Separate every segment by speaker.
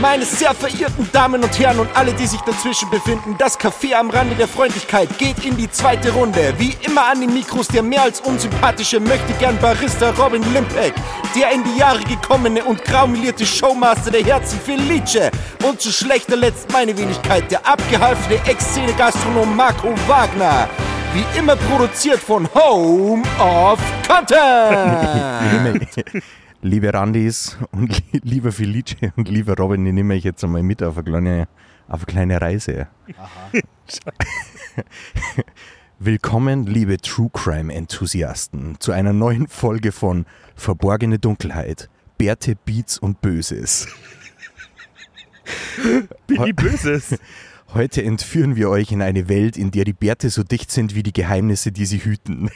Speaker 1: Meine sehr verehrten Damen und Herren und alle, die sich dazwischen befinden, das Café am Rande der Freundlichkeit geht in die zweite Runde. Wie immer an den Mikros der mehr als unsympathische möchte gern Barista Robin Limpeck, der in die Jahre gekommene und graumelierte Showmaster der Herzen Felice und zu schlechter Letzt meine Wenigkeit, der abgehalfene Ex-Szene-Gastronom Marco Wagner. Wie immer produziert von Home of Content.
Speaker 2: Liebe Randis und li- lieber Felice und lieber Robin, die nehme ich jetzt einmal mit auf eine kleine, auf eine kleine Reise. Willkommen, liebe True Crime Enthusiasten, zu einer neuen Folge von Verborgene Dunkelheit, Bärte, Beats und Böses.
Speaker 3: Billy Böses.
Speaker 2: Heute entführen wir euch in eine Welt, in der die Bärte so dicht sind wie die Geheimnisse, die sie hüten.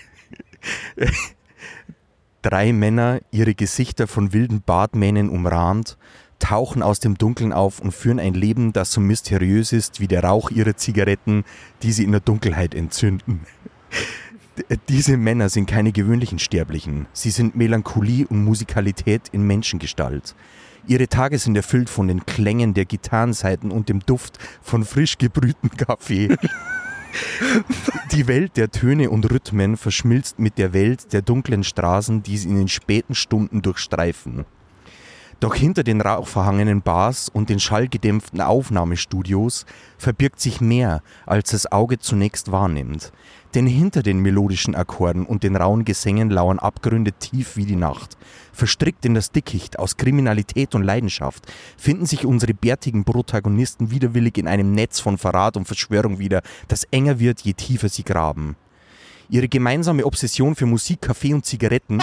Speaker 2: Drei Männer, ihre Gesichter von wilden Bartmähnen umrahmt, tauchen aus dem Dunkeln auf und führen ein Leben, das so mysteriös ist wie der Rauch ihrer Zigaretten, die sie in der Dunkelheit entzünden. D- äh, Diese Männer sind keine gewöhnlichen Sterblichen. Sie sind Melancholie und Musikalität in Menschengestalt. Ihre Tage sind erfüllt von den Klängen der Gitarrenseiten und dem Duft von frisch gebrühtem Kaffee. Die Welt der Töne und Rhythmen verschmilzt mit der Welt der dunklen Straßen, die sie in den späten Stunden durchstreifen. Doch hinter den rauchverhangenen Bars und den schallgedämpften Aufnahmestudios verbirgt sich mehr, als das Auge zunächst wahrnimmt. Denn hinter den melodischen Akkorden und den rauen Gesängen lauern Abgründe tief wie die Nacht. Verstrickt in das Dickicht aus Kriminalität und Leidenschaft finden sich unsere bärtigen Protagonisten widerwillig in einem Netz von Verrat und Verschwörung wieder, das enger wird, je tiefer sie graben. Ihre gemeinsame Obsession für Musik, Kaffee und Zigaretten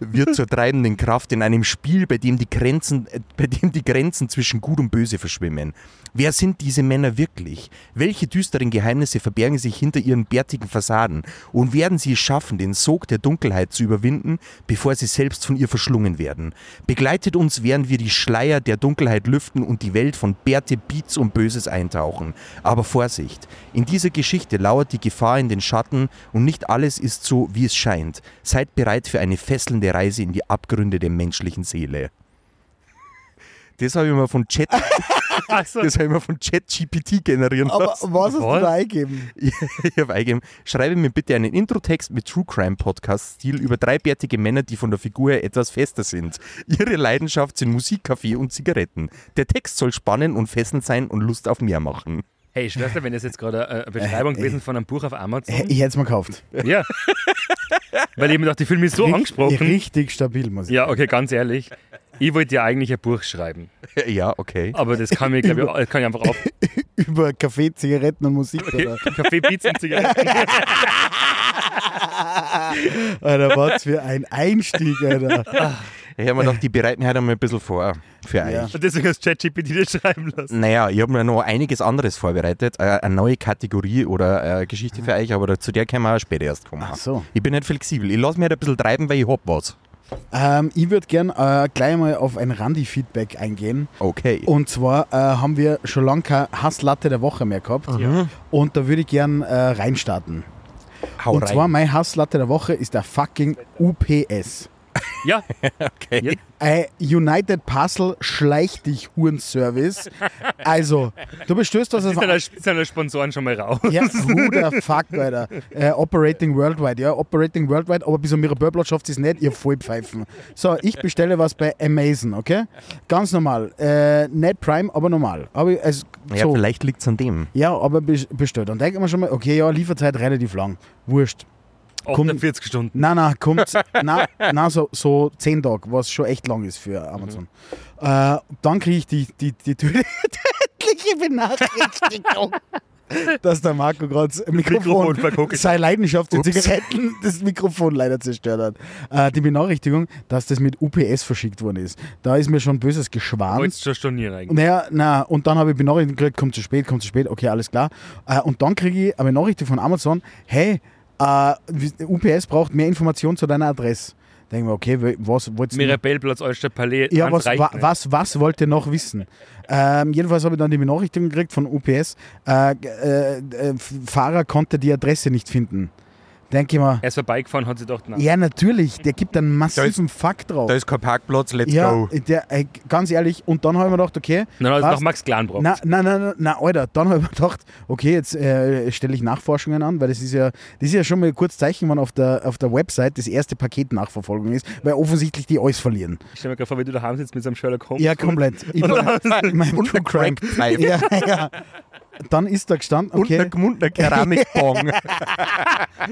Speaker 2: wird zur treibenden Kraft in einem Spiel, bei dem die Grenzen, äh, bei dem die Grenzen zwischen Gut und Böse verschwimmen. Wer sind diese Männer wirklich? Welche düsteren Geheimnisse verbergen sich hinter ihren bärtigen Fassaden? Und werden sie es schaffen, den Sog der Dunkelheit zu überwinden, bevor sie selbst von ihr verschlungen werden? Begleitet uns, während wir die Schleier der Dunkelheit lüften und die Welt von Bärte, Beats und Böses eintauchen. Aber Vorsicht! In dieser Geschichte lauert die Gefahr in den Schatten und nicht alles ist so, wie es scheint. Seid bereit für eine fesselnde Reise in die Abgründe der menschlichen Seele. Das habe ich mal von Chat,
Speaker 3: Achso,
Speaker 2: das habe ich mal von ChatGPT generieren
Speaker 4: Aber
Speaker 2: lassen.
Speaker 4: was hast
Speaker 3: Was?
Speaker 4: du da eingeben?
Speaker 2: Ich habe eingegeben, schreibe mir bitte einen Introtext mit True Crime Podcast-Stil über drei bärtige Männer, die von der Figur her etwas fester sind. Ihre Leidenschaft sind Musik, Kaffee und Zigaretten. Der Text soll spannend und fesselnd sein und Lust auf mehr machen.
Speaker 3: hey, Schwester, wenn das jetzt gerade äh, eine eine Beschreibung gewesen von einem Buch auf Amazon.
Speaker 4: Äh, Ich hätte es mir gekauft.
Speaker 3: Ja. Weil ich mir dachte, die Film ist so
Speaker 4: Richt-
Speaker 3: angesprochen.
Speaker 4: Richtig stabil, muss ich
Speaker 3: Ja, okay, ganz ehrlich. Ich wollte ja eigentlich ein Buch schreiben,
Speaker 2: Ja, okay.
Speaker 3: aber das kann mir, glaube ich, äh, kann ich einfach auf
Speaker 4: Über Kaffee, Zigaretten und Musik. Oder?
Speaker 3: Kaffee, Pizza und Zigaretten.
Speaker 4: Alter, was für ein Einstieg, Alter.
Speaker 2: Ich habe mir gedacht, die bereiten halt einmal ein bisschen vor für euch.
Speaker 4: Ja.
Speaker 3: Und deswegen hast du ChatGPT das schreiben lassen.
Speaker 2: Naja, ich habe mir noch einiges anderes vorbereitet. Äh, Eine neue Kategorie oder äh, Geschichte für euch, aber da- zu der können wir auch später erst kommen.
Speaker 4: Ach so.
Speaker 2: Ich bin nicht flexibel. Ich lasse mich halt ein bisschen treiben, weil ich hab was.
Speaker 4: Ähm, ich würde gern äh, gleich mal auf ein Randy-Feedback eingehen.
Speaker 2: Okay.
Speaker 4: Und zwar äh, haben wir schon lange keine Hasslatte der Woche mehr gehabt. Und da würde ich gern äh, reinstarten.
Speaker 2: Hau
Speaker 4: Und zwar meine Hasslatte der Woche ist der fucking UPS.
Speaker 3: Ja,
Speaker 2: okay.
Speaker 3: Ja.
Speaker 4: Äh, United Puzzle schleicht dich Hurenservice. Also, du bestößt was auf
Speaker 3: sind deine- sind deine Sponsoren schon mal raus.
Speaker 4: ja, who the fuck, Alter. Äh, Operating Worldwide, ja, Operating Worldwide, aber bis um ihre Börbler schafft sie es nicht, ihr Vollpfeifen. So, ich bestelle was bei Amazon, okay? Ganz normal. Äh, nicht Prime, aber normal. Aber ich, also,
Speaker 2: Ja,
Speaker 4: so.
Speaker 2: vielleicht liegt es an dem.
Speaker 4: ja, aber bes- bestellt. Dann denke ich mir schon mal, okay, ja, Lieferzeit relativ lang. Wurscht.
Speaker 3: 48 Stunden.
Speaker 4: Nein, nein, kommt. nein, nein, so, so 10 Tage, was schon echt lang ist für Amazon. Äh, dann kriege ich die, die, die tödliche Benachrichtigung, dass der Marco gerade das Mikrofon,
Speaker 3: Mikrofon verguckt.
Speaker 4: seine Leidenschaft für
Speaker 3: Ups.
Speaker 4: Zigaretten, das Mikrofon leider zerstört hat. Äh, die Benachrichtigung, dass das mit UPS verschickt worden ist. Da ist mir schon böses Geschwan.
Speaker 3: Wolltest du schon stornieren eigentlich?
Speaker 4: Naja, na, und dann habe ich Benachrichtigung gekriegt, kommt zu spät, kommt zu spät, okay, alles klar. Äh, und dann kriege ich eine Benachrichtigung von Amazon, hey, äh, UPS braucht mehr Informationen zu deiner Adresse. Denken wir, okay, wel- was wolltest du?
Speaker 3: Mirabellplatz, Alster Palais.
Speaker 4: Ja,
Speaker 3: Hans
Speaker 4: was,
Speaker 3: Reichner.
Speaker 4: wa, was, was wollt ihr noch wissen? Ähm, jedenfalls habe ich dann die Benachrichtigung gekriegt von UPS, äh, äh, äh, Fahrer konnte die Adresse nicht finden. denke ich mal.
Speaker 3: Er ist vorbeigefahren, hat sich gedacht, nein.
Speaker 4: Ja, natürlich, der gibt einen massiven Fuck drauf.
Speaker 2: Da ist kein Parkplatz, let's
Speaker 4: ja,
Speaker 2: go.
Speaker 4: der, ey, ganz ehrlich, und dann habe ich mir gedacht, okay,
Speaker 3: Dann hat er
Speaker 4: passt.
Speaker 3: nach also Max Klein gebracht.
Speaker 4: Na, na, na, na, na, Alter, dann habe ich mir gedacht, okay, jetzt äh, stelle ich Nachforschungen an, weil das ist ja, das ist ja schon mal kurz Zeichen, wenn auf der, auf der Website das erste Paket Nachverfolgung ist, weil offensichtlich die alles verlieren.
Speaker 3: Ich stelle mir gerade vor, wie du daheim sitzt mit so einem Sherlock Holmes.
Speaker 4: Ja, komplett. Ich
Speaker 3: Und
Speaker 4: war,
Speaker 3: dann-
Speaker 4: in meinem True Crime.
Speaker 2: Crackpipe.
Speaker 4: Ja, ja. Dann ist da gestanden,
Speaker 2: Und
Speaker 4: okay.
Speaker 2: ein gemundner Keramikbong.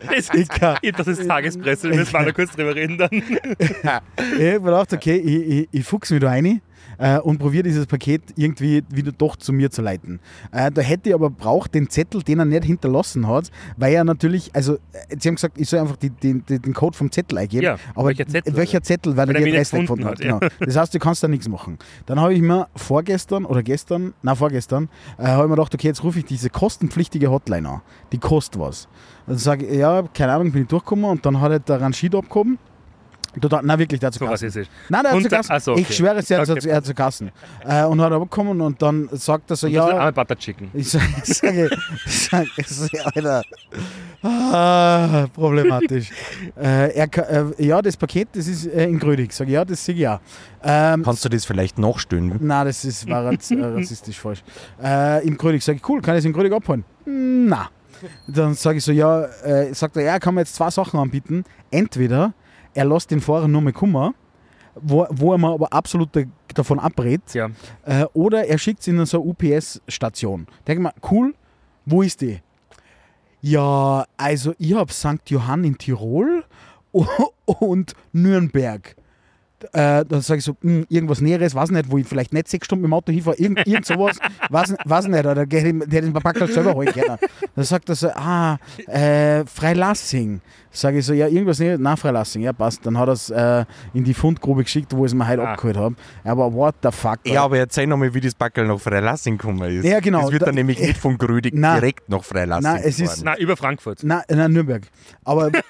Speaker 3: das, ist, das ist Tagespresse, wir müssen mal noch kurz drüber reden dann.
Speaker 4: Ich hab mir gedacht, okay, ich, ich, ich fuchs mich da rein äh, und probiere dieses Paket irgendwie wieder doch zu mir zu leiten. Äh, da hätte ich aber braucht den Zettel, den er nicht hinterlassen hat, weil er natürlich, also äh, sie haben gesagt, ich soll einfach die, den- den- den Code vom Zettel eingeben.
Speaker 3: Ja,
Speaker 4: aber äh,
Speaker 3: welcher Zettel?
Speaker 4: Welcher Zettel, weil,
Speaker 3: Weil
Speaker 4: er
Speaker 3: er
Speaker 4: die
Speaker 3: mich
Speaker 4: Adresse
Speaker 3: nicht
Speaker 4: nicht
Speaker 3: gefunden
Speaker 4: gefunden hat.
Speaker 3: hat,
Speaker 4: Genau. Das heißt, du kannst da nichts machen. Dann habe ich mir vorgestern oder gestern, na vorgestern, äh, habe ich mir gedacht, okay, jetzt rufe ich diese kostenpflichtige Hotline an. Die kostet was. Dann sage ich, ja, keine Ahnung, bin ich durchgekommen und dann hat er der Ranschid abgehoben. Total, na wirklich, der hat
Speaker 3: So
Speaker 4: sogar
Speaker 3: rassistisch.
Speaker 4: Nein, der hat
Speaker 3: Und
Speaker 4: zu
Speaker 3: der-
Speaker 4: Kassen.
Speaker 3: ach so, okay.
Speaker 4: Ich schwöre es, also, er hat,
Speaker 3: Okay.
Speaker 4: zu- er hat zu Kassen. Äh, und hat abgekommen und dann sagt er so,
Speaker 3: Ja. Das ist
Speaker 4: ja,
Speaker 3: ein Butter Chicken.
Speaker 4: ich sage, ich sage, ich sage Alter, ah, problematisch. äh, er, ka- äh, ja, das Paket, das ist äh, in Grödig. Sag ich, ja, das sehe ich ja. Ähm,
Speaker 2: Kannst du das vielleicht nachstellen?
Speaker 4: Nein, das ist, war raz- äh, rassistisch falsch. Äh, in Grödig sage ich, cool, kann ich es in Grödig abholen? Hm, Na. Dann sage ich so, ja, äh, sagt er, ja, er kann mir jetzt zwei Sachen anbieten. Entweder er lässt den Fahrer nur mehr kummer, wo, wo er mir aber absolut da, davon abrät,
Speaker 3: Tja,
Speaker 4: äh, oder er schickt es in so eine UPS-Station. Denke mal, cool, wo ist die? Ja, also ich habe St. Johann in Tirol u- und Nürnberg. Äh, dann sage ich so, hm, irgendwas Näheres, weiß nicht, wo ich vielleicht nicht sechs Stunden mit dem Auto hinfahre, irgend, irgend sowas, weiß, weiß nicht, oder der hätte den Papackel selber holen können. Dann sagt er so, ah, äh, Freilassing. Sage ich so, ja, irgendwas Näheres, nein, Freilassing, ja, passt. Dann hat er es äh, in die Fundgrube geschickt, wo ich es mir heute
Speaker 3: Ah.
Speaker 4: abgeholt habe. Aber what the fuck.
Speaker 2: Ja, aber erzähl nochmal, wie das Backel nach Freilassing gekommen ist.
Speaker 4: Ja, genau.
Speaker 2: Das wird dann
Speaker 4: Da-
Speaker 2: nämlich nicht von Grödig
Speaker 4: Nein.
Speaker 2: direkt nach Freilassing
Speaker 4: Nein, es ist-
Speaker 2: gefahren.
Speaker 3: na, über Frankfurt.
Speaker 4: Na, äh, na Nürnberg. Aber.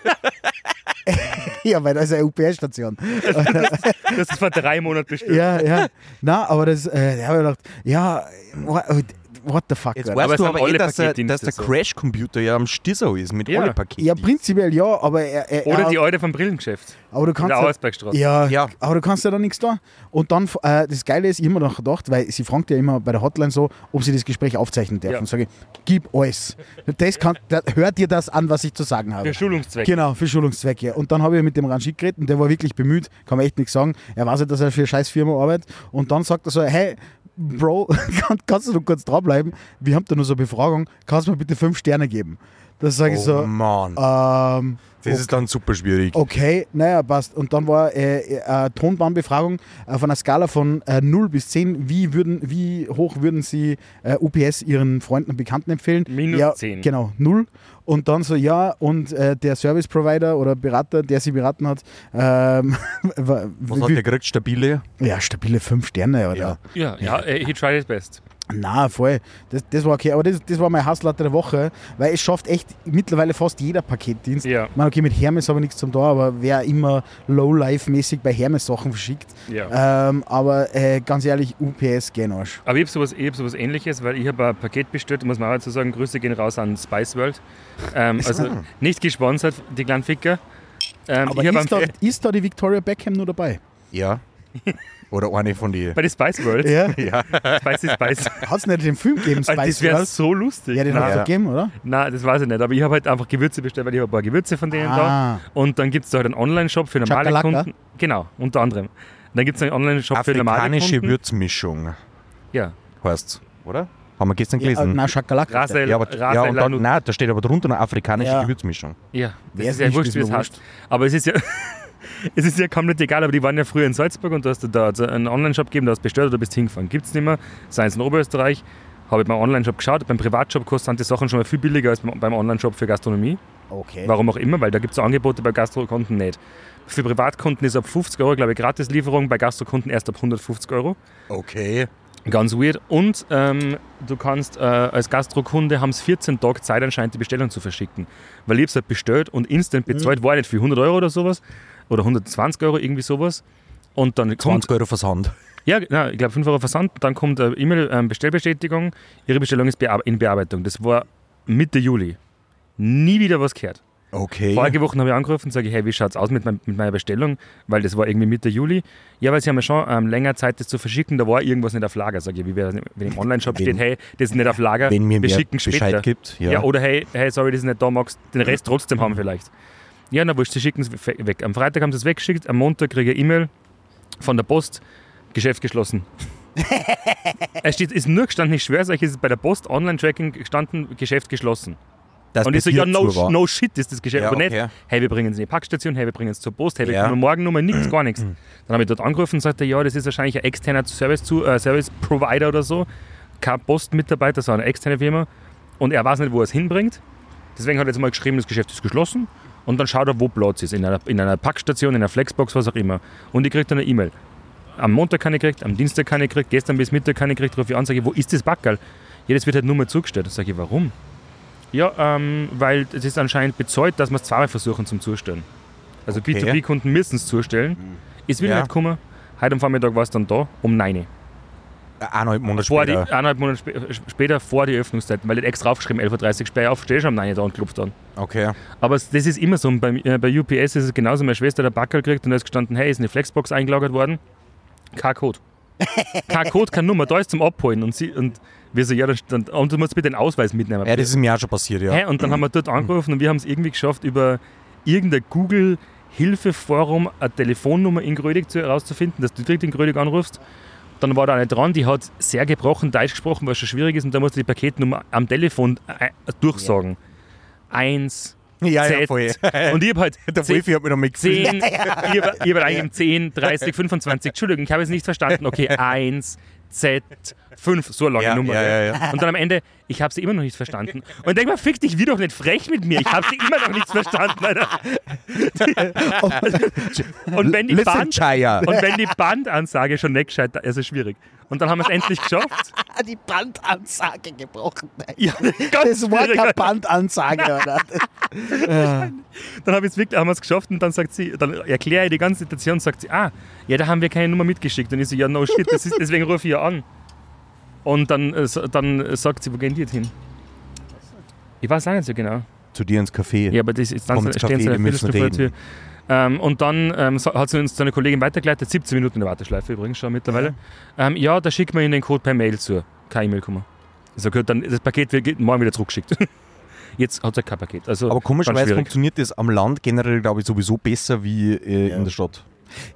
Speaker 4: ja, weil da ist eine UPS-Station.
Speaker 3: Das ist vor drei Monaten bestimmt.
Speaker 4: Ja, ja. Na, aber das. Äh, da habe ich gedacht, ja, what, what the fuck,
Speaker 2: Jetzt
Speaker 4: Alter.
Speaker 3: Aber
Speaker 2: weißt
Speaker 3: es
Speaker 2: du
Speaker 3: haben
Speaker 2: aber eh,
Speaker 3: alle
Speaker 2: dass, der- dass
Speaker 3: Paketdienste
Speaker 2: der
Speaker 3: so.
Speaker 2: Crash-Computer ja am Stissel ist mit
Speaker 3: Ja.
Speaker 2: alle Paketen.
Speaker 4: Ja, prinzipiell ja, aber er. er
Speaker 3: Oder
Speaker 4: er,
Speaker 3: die Alte vom Brillengeschäft.
Speaker 4: aber du
Speaker 3: In
Speaker 4: kannst
Speaker 3: der
Speaker 4: halt-
Speaker 3: Auersbergstraße.
Speaker 4: ja,
Speaker 2: Ja.
Speaker 4: aber du kannst ja da nichts da. Und dann, äh, das Geile ist, ich habe mir noch gedacht, weil sie fragt ja immer bei der Hotline so, ob sie das Gespräch aufzeichnen dürfen.
Speaker 3: Ja.
Speaker 4: Sage ich, gib alles. Das kann, das, hört dir das an, was ich zu sagen habe.
Speaker 3: Für Schulungszwecke.
Speaker 4: Genau, für Schulungszwecke. Und dann habe ich mit dem Ranjit geredet und der war wirklich bemüht, kann man echt nichts sagen. Er weiß ja, dass er für eine scheiß Firma arbeitet. Und dann sagt er so, hey, Bro, kann, kannst du noch kurz dranbleiben? Wir haben da nur so eine Befragung, kannst du mir bitte fünf Sterne geben? Da sage ich
Speaker 2: Oh
Speaker 4: so,
Speaker 2: Mann, das
Speaker 4: ähm,
Speaker 2: ist dann super schwierig.
Speaker 4: Okay, naja, passt. Und dann war äh, äh, Tonbahnbefragung auf einer Skala von äh, 0 bis 10. Wie, würden, wie hoch würden Sie äh, UPS Ihren Freunden und Bekannten empfehlen?
Speaker 3: Minus
Speaker 4: ja,
Speaker 3: 10.
Speaker 4: Genau, 0. Und dann so, ja, und äh, der Service Provider oder Berater, der Sie beraten hat, ähm, war-
Speaker 2: Was hat
Speaker 4: wie-
Speaker 2: der gekriegt? Stabile?
Speaker 4: ja, stabile 5 Sterne, oder?
Speaker 2: Ja.
Speaker 3: Ja, ja, äh, he tried his best.
Speaker 4: Na, voll. Das, das war okay. Aber das, das war mein Hasslatte der Woche, weil es schafft echt mittlerweile fast jeder Paketdienst.
Speaker 3: Ja.
Speaker 4: Ich meine, okay, mit Hermes habe ich nichts zum da, aber wer immer Low-Life-mäßig bei Hermes Sachen verschickt.
Speaker 3: Ja.
Speaker 4: Ähm, aber äh, ganz ehrlich, UPS gehen Arsch.
Speaker 3: Aber ich habe sowas, ich hab sowas ähnliches, weil ich habe ein Paket bestellt, muss man auch dazu sagen, Grüße gehen raus an Spice World. Ähm, also nicht gesponsert, die kleinen Ficker. Ähm,
Speaker 4: Aber
Speaker 3: ich habe
Speaker 4: ist da,
Speaker 3: am-
Speaker 4: ist da die Victoria Beckham nur dabei?
Speaker 2: Ja. Oder eine von die.
Speaker 3: bei der Spice World,
Speaker 4: Ja.
Speaker 3: Spicy Spice,
Speaker 4: Hat es nicht den Film gegeben,
Speaker 3: Alter,
Speaker 4: Spice
Speaker 3: Ah, das wäre
Speaker 4: Girls?
Speaker 3: so lustig.
Speaker 4: Ja, den
Speaker 3: Nein,
Speaker 4: hat es
Speaker 2: Ja.
Speaker 4: gegeben, oder?
Speaker 3: nein, das weiß ich nicht, aber ich habe halt einfach Gewürze bestellt, weil ich habe ein paar Gewürze von denen da.
Speaker 4: Ah.
Speaker 3: Und dann gibt es da halt einen Online-Shop für normale
Speaker 4: Chakalaka?
Speaker 3: Kunden. Genau, unter anderem. Dann gibt es einen Online-Shop für normale
Speaker 2: Afrikanische
Speaker 3: Kunden.
Speaker 2: Würzmischung
Speaker 3: Ja,
Speaker 2: heißt Oder? Haben wir gestern
Speaker 4: Ja,
Speaker 2: gelesen.
Speaker 4: na, Schakalaka.
Speaker 3: Rasa,
Speaker 2: Ja, aber, ja, und dann, nein, da steht aber drunter eine afrikanische
Speaker 4: Ja.
Speaker 2: Gewürzmischung.
Speaker 3: Ja, das
Speaker 4: Wer
Speaker 3: ist
Speaker 4: es
Speaker 3: ja
Speaker 4: nicht,
Speaker 3: wurscht,
Speaker 4: ist
Speaker 3: wie es
Speaker 4: mir
Speaker 3: heißt. Aber es ist ja. Es ist ja komplett egal, aber die waren ja früher in Salzburg und da hast du da hat's einen Online-Shop gegeben, da hast du bestellt oder bist hingefahren. Gibt es nicht mehr. Sei es in Oberösterreich, habe ich beim Online-Shop geschaut. Beim Privatshop kosten die Sachen schon mal viel billiger als beim beim Online-Shop für Gastronomie.
Speaker 4: Okay.
Speaker 3: Warum auch immer, weil da gibt es Angebote bei Gastrokunden nicht. Für Privatkunden ist ab 50 Euro, glaube ich, Gratislieferung, bei Gastrokunden erst ab 150 Euro.
Speaker 2: Okay.
Speaker 3: Ganz weird. Und ähm, du kannst äh, als Gastrokunde haben 14 Tage Zeit anscheinend die Bestellung zu verschicken. Weil ich hab's halt bestellt und instant bezahlt, war nicht für 100 Euro oder sowas. Oder 120 Euro, irgendwie sowas. Und dann kommt,
Speaker 2: 20 Euro Versand.
Speaker 3: ja, na, ich glaube 5 Euro Versand, dann kommt eine E-Mail, ähm, Bestellbestätigung. Ihre Bestellung ist bear in Bearbeitung. Das war Mitte Juli. Nie wieder was gehört.
Speaker 2: Okay.
Speaker 3: Vorige Woche habe ich angerufen und sage, hey, wie schaut es aus mit, mein, mit meiner Bestellung? Weil das war irgendwie Mitte Juli. Ja, weil sie haben ja schon ähm, länger Zeit, das zu verschicken. Da war irgendwas nicht auf Lager. Sage ich, wie wär's, wenn im Online-Shop
Speaker 2: Wenn-
Speaker 3: steht, hey, das ist nicht auf Lager,
Speaker 2: Wenn mir
Speaker 3: wir
Speaker 2: wer
Speaker 3: schicken später.
Speaker 2: Bescheid gibt, ja.
Speaker 3: ja. oder hey, hey, sorry, das ist nicht da, magst den Rest trotzdem haben vielleicht. Ja, na wurscht, sie schicken es we- weg. Am Freitag haben sie es weggeschickt, am Montag kriege ich eine E-Mail von der Post, Geschäft geschlossen. es steht, ist nur gestanden, ich schwöre euch, es ist bei der Post Online-Tracking gestanden, Geschäft geschlossen.
Speaker 2: das
Speaker 3: Und ich so,
Speaker 2: Papier
Speaker 3: ja, no,
Speaker 2: zu war.
Speaker 3: no shit ist das Geschäft.
Speaker 2: Ja,
Speaker 3: aber
Speaker 2: okay.
Speaker 3: nicht, hey, wir bringen es in die Packstation, hey, wir bringen es zur Post, hey, wir
Speaker 2: Ja. Mhm.
Speaker 3: können morgen nochmal nichts, gar nichts. Dann habe ich dort angerufen und sagte, ja, das ist wahrscheinlich ein externer Service, zu, äh, Service Provider oder so. Kein Postmitarbeiter, sondern eine externe Firma. Und er weiß nicht, wo er es hinbringt. Deswegen hat er jetzt mal geschrieben, das Geschäft ist geschlossen. Und dann schaut er, wo Platz ist. In einer, in einer Packstation, in einer Flexbox, was auch immer. Und ich kriege dann eine E-Mail. Am Montag keine gekriegt, am Dienstag keine gekriegt, gestern bis Mittag keine gekriegt, rufe ich an, sage ich, wo ist das Backerl? Ja, das wird halt nur mal zugestellt. Dann sage ich, warum? Ja, ähm, weil es ist anscheinend bezahlt, dass wir es zweimal versuchen zum Zustellen. Also
Speaker 2: Okay. Mhm.
Speaker 3: B2B-Kunden müssen es zustellen. Ist wieder
Speaker 2: Ja.
Speaker 3: nicht gekommen. Heute am Vormittag war es dann da, um 9 Uhr.
Speaker 2: Eineinhalb Monate
Speaker 3: Vor die,
Speaker 2: später.
Speaker 3: eineinhalb Monate spä später vor die Öffnungszeiten, weil ich hab extra aufgeschrieben, 11.30 Uhr sperre auf, stehe schon um 9 Uhr da und klopft an.
Speaker 2: Okay.
Speaker 3: Aber es- das ist immer so. Und Bei, äh, bei UPS ist es genauso. Meine Schwester hat einen Backerl gekriegt und da ist gestanden, hey, ist eine Flexbox eingelagert worden. Kein Code. Kein Code, keine Nummer. Da ist zum Abholen. Und, sie, und wir so, ja, dann, dann, und du musst bitte den Ausweis mitnehmen.
Speaker 2: Ja, das ist mir auch schon passiert, ja.
Speaker 3: Hä? Und dann haben wir dort angerufen und wir haben es irgendwie geschafft, über irgendein Google Hilfeforum eine Telefonnummer in Grödig zu- herauszufinden, dass du direkt in Grödig anrufst. Dann war da eine dran, die hat sehr gebrochen Deutsch gesprochen, was schon schwierig ist, und da musst du die Paketnummer am Telefon äh, durchsagen. Eins,
Speaker 2: Ja, ja,
Speaker 3: Z.
Speaker 2: voll.
Speaker 3: Und ich habe halt
Speaker 2: Der Wolfi hat mich noch mitgefühlt.
Speaker 3: 10, ihr war, ihr war eigentlich um 10, 30, 25. Entschuldigung, ich habe es nicht verstanden. Okay, 1, Z, 5, so eine lange
Speaker 2: Ja,
Speaker 3: Nummer.
Speaker 2: ja,
Speaker 3: gell?
Speaker 2: ja, ja.
Speaker 3: Und dann am Ende, ich habe sie immer noch nicht verstanden. Und denk mal, fick dich, wie doch nicht frech mit mir. Ich habe sie immer noch nicht verstanden, Alter. Und wenn die
Speaker 2: Listen,
Speaker 3: Band.
Speaker 2: Chaya.
Speaker 3: Und wenn die Bandansage schon nicht gescheit, also schwierig. Und dann haben wir es endlich geschafft.
Speaker 4: Ah, Die Bandansage gebrochen.
Speaker 3: Ja, ganz
Speaker 4: Das war
Speaker 3: schwierig.
Speaker 4: keine Bandansage, Alter.
Speaker 3: Dann habe ich es wirklich, haben wir es geschafft und dann sagt sie, dann erkläre ich die ganze Situation und sagt sie, ah, ja, da haben wir keine Nummer mitgeschickt. Und ich so, ja, no shit, das ist, deswegen rufe ich ja an. Und dann, äh, so- dann sagt sie, wo gehen die jetzt hin? Ich weiß auch nicht so genau.
Speaker 2: Zu dir ins Café.
Speaker 3: Ja, aber das ist dann
Speaker 2: Komm ins
Speaker 3: stehen
Speaker 2: Café,
Speaker 3: sie
Speaker 2: wir
Speaker 3: eine
Speaker 2: müssen
Speaker 3: Viertelstunde vor der Tür. Ähm, und dann ähm, so- hat sie uns zu einer Kollegin weitergeleitet, 17 Minuten in der Warteschleife übrigens schon mittlerweile. Ja, ähm, ja da schickt man Ihnen den Code per Mail zu. Keine E-Mail kommen. Ich sage, gut, dann das Paket wird morgen wieder zurückgeschickt. Jetzt hat er kein Paket. Also
Speaker 2: Aber
Speaker 3: ganz
Speaker 2: komischerweise
Speaker 3: schwierig.
Speaker 2: funktioniert das am Land generell, glaube ich, sowieso besser wie äh,
Speaker 4: Ja.
Speaker 2: in der Stadt.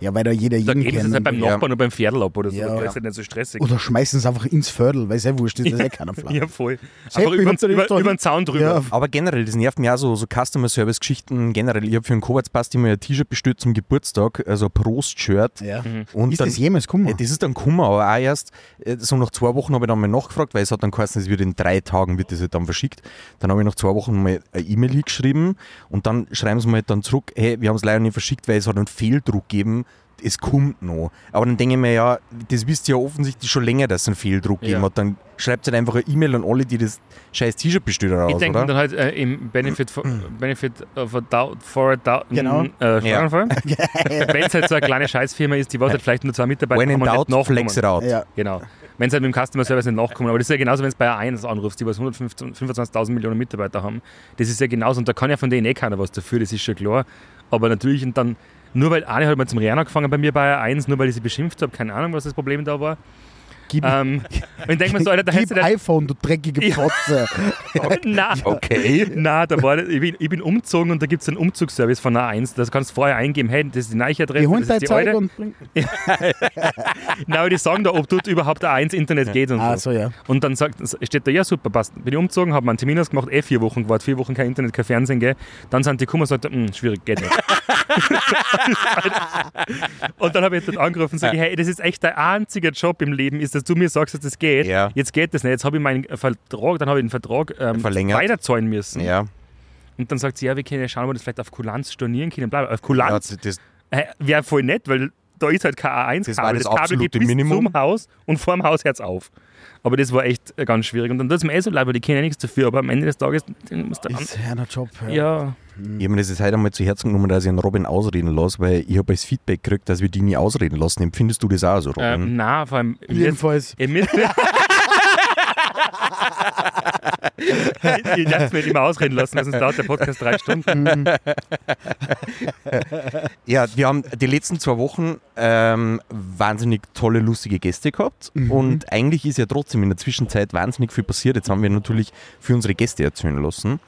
Speaker 4: Ja, weil da jeder
Speaker 3: Da geben
Speaker 4: jeden
Speaker 3: sie es halt
Speaker 4: kennt.
Speaker 3: beim
Speaker 2: Ja.
Speaker 3: Nachbarn oder beim Pferdl ab oder so.
Speaker 4: Ja.
Speaker 3: Da ist das nicht so stressig.
Speaker 4: Oder schmeißen es einfach ins Viertel, weil es ja wurscht ist, das ist eh keiner Flach.
Speaker 3: ja, voll.
Speaker 4: Sepp,
Speaker 3: Einfach
Speaker 4: ich
Speaker 3: über,
Speaker 4: hab da nicht
Speaker 3: über,
Speaker 4: dahin-
Speaker 3: über den Zaun drüber.
Speaker 2: Aber generell, das nervt mich auch so, so Customer-Service-Geschichten generell. Ich habe für einen Kovac-Basti mal ein T-Shirt bestellt zum Geburtstag, also ein Prost-Shirt.
Speaker 4: Ja.
Speaker 2: Und
Speaker 4: Mhm. Ist
Speaker 2: dann,
Speaker 4: das jemals gekommen?
Speaker 2: Ja, Äh, das ist dann gekommen, aber auch erst äh, so nach zwei Wochen habe ich dann mal nachgefragt, weil es hat dann geheißen, es wird in drei Tagen wird das halt dann verschickt. Dann habe ich nach zwei Wochen mal eine E-Mail hingeschrieben und dann schreiben sie mir halt dann zurück, hey, wir haben es leider nicht verschickt, weil es hat einen Fehldruck gegeben, es kommt noch. Aber dann denke ich mir, ja, das wisst ihr ja offensichtlich schon länger, dass es einen Fehldruck
Speaker 3: Ja.
Speaker 2: gegeben hat. Dann schreibt halt einfach eine E-Mail an alle, die das scheiß T-Shirt bestellt haben,
Speaker 3: Ich denke mir
Speaker 2: oder? Hm.
Speaker 3: dann halt äh, im Benefit for, Benefit of a doubt for a doubt.
Speaker 4: Genau.
Speaker 3: Äh, Schlaganfall. Wenn es halt so eine kleine Scheißfirma ist, die was halt vielleicht nur zwei Mitarbeiter
Speaker 2: When in
Speaker 3: haben und
Speaker 2: doubt,
Speaker 3: nicht nachkommen.
Speaker 2: flex it out.
Speaker 4: ja.
Speaker 3: Genau. Wenn es halt mit dem Customer Service nicht nachkommen. Aber das ist ja genauso, wenn es bei A1 anrufst, die was 125.000 Millionen Mitarbeiter haben. Das ist ja genauso. Und da kann ja von denen eh keiner was dafür, das ist schon klar. Aber natürlich, und dann, nur weil eine hat mal zum Rehren angefangen bei mir bei A1, nur weil ich sie beschimpft habe, keine Ahnung, was das Problem da war.
Speaker 4: Gib,
Speaker 3: Ähm, und ich denke mir so, Alter, da
Speaker 4: gib
Speaker 3: hättest du das.
Speaker 4: iPhone, du dreckige
Speaker 3: Ja.
Speaker 4: Fotze.
Speaker 3: Nein,
Speaker 2: Okay.
Speaker 3: nein, da war, ich, bin, ich bin umgezogen und da gibt es einen Umzugsservice von A1. Das kannst du vorher eingeben, hey, das ist die neue
Speaker 4: Die
Speaker 3: Adresse,
Speaker 4: holen
Speaker 3: das ist die
Speaker 4: dein Zeug
Speaker 3: alte.
Speaker 4: und bringen.
Speaker 3: Nein, aber die sagen da, ob dort überhaupt A1 Internet geht und
Speaker 4: Ah,
Speaker 3: so.
Speaker 4: so, ja.
Speaker 3: Und dann sagt, steht da, ja super, passt. Bin ich umgezogen, habe meinen Termin ausgemacht, eh vier Wochen gewartet, vier Wochen kein Internet, kein Fernsehen, gell. Dann sind die gekommen und sagt, "Hm, schwierig, geht nicht. und dann habe ich dort angerufen und sage, hey, das ist echt der einzige Job im Leben, ist, dass du mir sagst, dass das geht.
Speaker 2: Ja.
Speaker 3: Jetzt geht das nicht. Jetzt habe ich meinen Vertrag, dann habe ich den Vertrag ähm,
Speaker 2: Verlängert.
Speaker 3: weiterzahlen müssen.
Speaker 2: Ja,
Speaker 3: Und dann sagt sie, ja, wir können ja schauen, ob wir das vielleicht auf Kulanz stornieren können. Bla, bla. Auf
Speaker 2: ja
Speaker 3: Kulanz
Speaker 2: das, das,
Speaker 3: Hä, wäre voll nett, weil da ist halt kein A1-Kabel.
Speaker 2: Das war das absolute
Speaker 3: bis
Speaker 2: Minimum.
Speaker 3: zum Haus und vor dem Haus hört auf. Aber das war echt äh, ganz schwierig. Und dann tut es mir eh so leid, weil die kennen ja nichts dafür. Aber am Ende des Tages den musst du dann...
Speaker 4: Ist ja ein Job.
Speaker 3: Ja,
Speaker 2: Ich habe mir das jetzt heute einmal zu Herzen genommen, dass ich einen Robin ausreden lasse, weil ich habe als Feedback gekriegt, dass wir die nie ausreden lassen. Empfindest du das auch so, Robin?
Speaker 3: ähm, na, vor allem...
Speaker 4: Jedenfalls.
Speaker 3: Ihr müsst, Ihr habt mir immer ausreden lassen, sonst dauert der Podcast drei Stunden.
Speaker 2: Ja, wir haben die letzten zwei Wochen ähm, wahnsinnig tolle, lustige Gäste gehabt. Und eigentlich ist ja trotzdem in der Zwischenzeit wahnsinnig viel passiert. Jetzt haben wir natürlich für unsere Gäste erzählen lassen.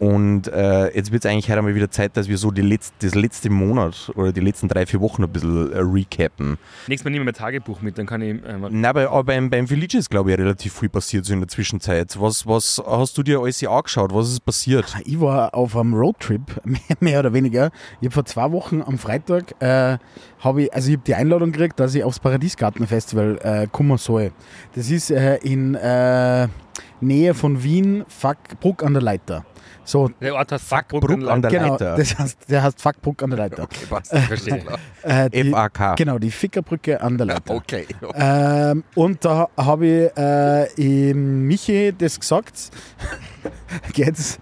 Speaker 2: Und äh, jetzt wird es eigentlich heute mal wieder Zeit, dass wir so die letz das letzte Monat oder die letzten drei, vier Wochen ein bisschen äh, recappen.
Speaker 3: Nächstes Mal nehmen wir mein Tagebuch mit, dann kann ich. Ähm,
Speaker 2: Na, bei, aber beim, beim Felice ist, glaube ich, relativ viel passiert so in der Zwischenzeit. Was, was hast du dir alles hier angeschaut? Was ist passiert?
Speaker 4: Ich war auf einem Roadtrip, mehr, mehr oder weniger. Ich habe vor zwei Wochen am Freitag, äh, habe ich, also ich habe die Einladung gekriegt, dass ich aufs Paradiesgartenfestival äh, kommen soll. Das ist äh, in äh, Nähe von Wien, Fuck, Bruck an der Leiter. So,
Speaker 3: der Ort heißt Fuckbruck
Speaker 2: Bruck an der
Speaker 4: genau,
Speaker 2: Leiter.
Speaker 4: das heißt, der heißt Fuck, Bruck an der Leiter.
Speaker 2: Okay, passt. Verstehe.
Speaker 4: Äh, die,
Speaker 2: FAK.
Speaker 4: genau, die Fickerbrücke an der Leiter.
Speaker 2: Okay.
Speaker 4: Ähm, und da habe ich äh, im Michi das gesagt. Jetzt,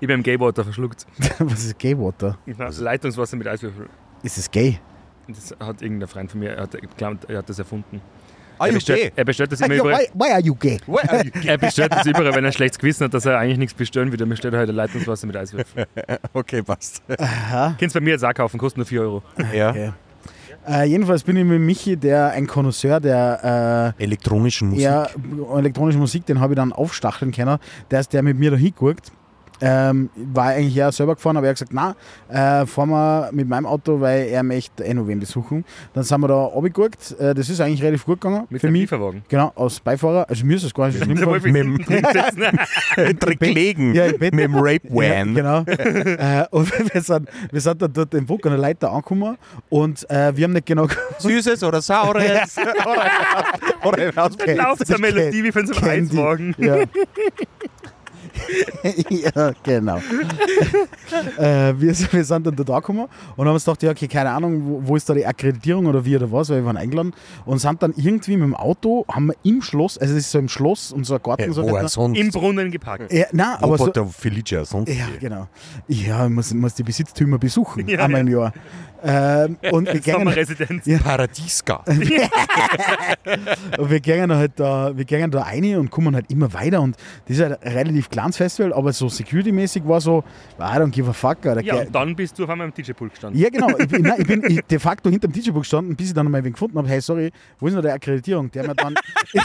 Speaker 3: Ich bin im Gaywater verschluckt.
Speaker 4: was ist Gay Water?
Speaker 3: Leitungswasser mit Eiswürfel.
Speaker 4: Ist es gay?
Speaker 3: Das hat irgendein Freund von mir, er hat, geglaubt, er hat das erfunden.
Speaker 2: Ah,
Speaker 3: Er
Speaker 2: okay.
Speaker 3: bestellt, er bestellt das immer
Speaker 4: Ja,
Speaker 3: überall.
Speaker 4: why, why are you gay?
Speaker 3: Er bestellt das überall, wenn er ein schlechtes Gewissen hat, dass er eigentlich nichts bestellen will. Er bestellt heute Leitungswasser mit Eiswürfeln.
Speaker 2: Okay, passt.
Speaker 3: Kannst bei mir jetzt auch kaufen, kostet nur 4 Euro.
Speaker 2: Ja.
Speaker 4: Okay. Äh, jedenfalls bin ich mit Michi, der ein Connoisseur der
Speaker 2: Elektronischen
Speaker 4: äh,
Speaker 2: Musik.
Speaker 4: eher elektronischen Musik, den habe ich dann aufstacheln können. Der ist der mit mir da hingeguckt. Ähm, war eigentlich ja selber gefahren, aber er hat gesagt, na, äh, fahren wir mit meinem Auto, weil er möchte eh noch wen besuchen. Dann sind wir da runtergeguckt. Äh, das ist eigentlich relativ gut gegangen.
Speaker 3: Mit
Speaker 4: für
Speaker 3: dem
Speaker 4: mich.
Speaker 3: Lieferwagen.
Speaker 4: Genau, als Beifahrer. Also mir ist das gar nicht so schlimm.
Speaker 3: Der Wolf
Speaker 4: geworden.
Speaker 3: ist hinten drin gesessen.
Speaker 2: Drin gelegen.
Speaker 4: Ja, im Bett.
Speaker 2: Mit dem Rape Wan.
Speaker 4: Ja, genau. äh, und wir sind, wir sind dann dort im Bruck an der Leiter angekommen und äh, wir haben nicht genau gewusst,
Speaker 2: Süßes oder Saures. oder oder überhaupt-
Speaker 4: Okay,
Speaker 3: Lauft
Speaker 4: das
Speaker 3: der
Speaker 4: ist
Speaker 3: Melodie wie von so einem
Speaker 4: Candy.
Speaker 3: Eiswagen.
Speaker 4: Ja. ja, genau. äh, wir, sind- wir sind dann da angekommen und haben uns gedacht, ja, okay, keine Ahnung, wo, wo ist da die Akkreditierung oder wie oder was, weil wir waren eingeladen und sind dann irgendwie mit dem Auto, haben wir im Schloss, also es ist so im Schloss und so ein Garten.
Speaker 2: Hey,
Speaker 4: Oh, so
Speaker 2: wo
Speaker 4: nicht-
Speaker 2: er sonst?
Speaker 3: Im Brunnen geparkt.
Speaker 4: ja, nein,
Speaker 2: wo
Speaker 4: aber so,
Speaker 2: hat der Felicia sonst?
Speaker 4: ja, genau. Ja, ich muss, muss die Besitztümer besuchen,
Speaker 3: Ja,
Speaker 4: einmal im Jahr. Ähm, und wir gingen,
Speaker 3: Sommerresidenz.
Speaker 4: Ja.
Speaker 2: Paradiesgarten.
Speaker 4: Und wir gehen halt da, wir gehen da rein und kommen halt immer weiter. Und das ist halt ein relativ kleines Festival, aber so security-mäßig war so, I don't give a fuck. Alter.
Speaker 3: Ja,
Speaker 4: Ge-
Speaker 3: und dann bist du auf einmal im DJ-Pool gestanden.
Speaker 4: ja, genau. Ich bin, nein, ich bin ich de facto hinterm DJ-Buch gestanden, bis ich dann mal wen gefunden habe. Hey, sorry, wo ist denn der Akkreditierung? Der hat mir dann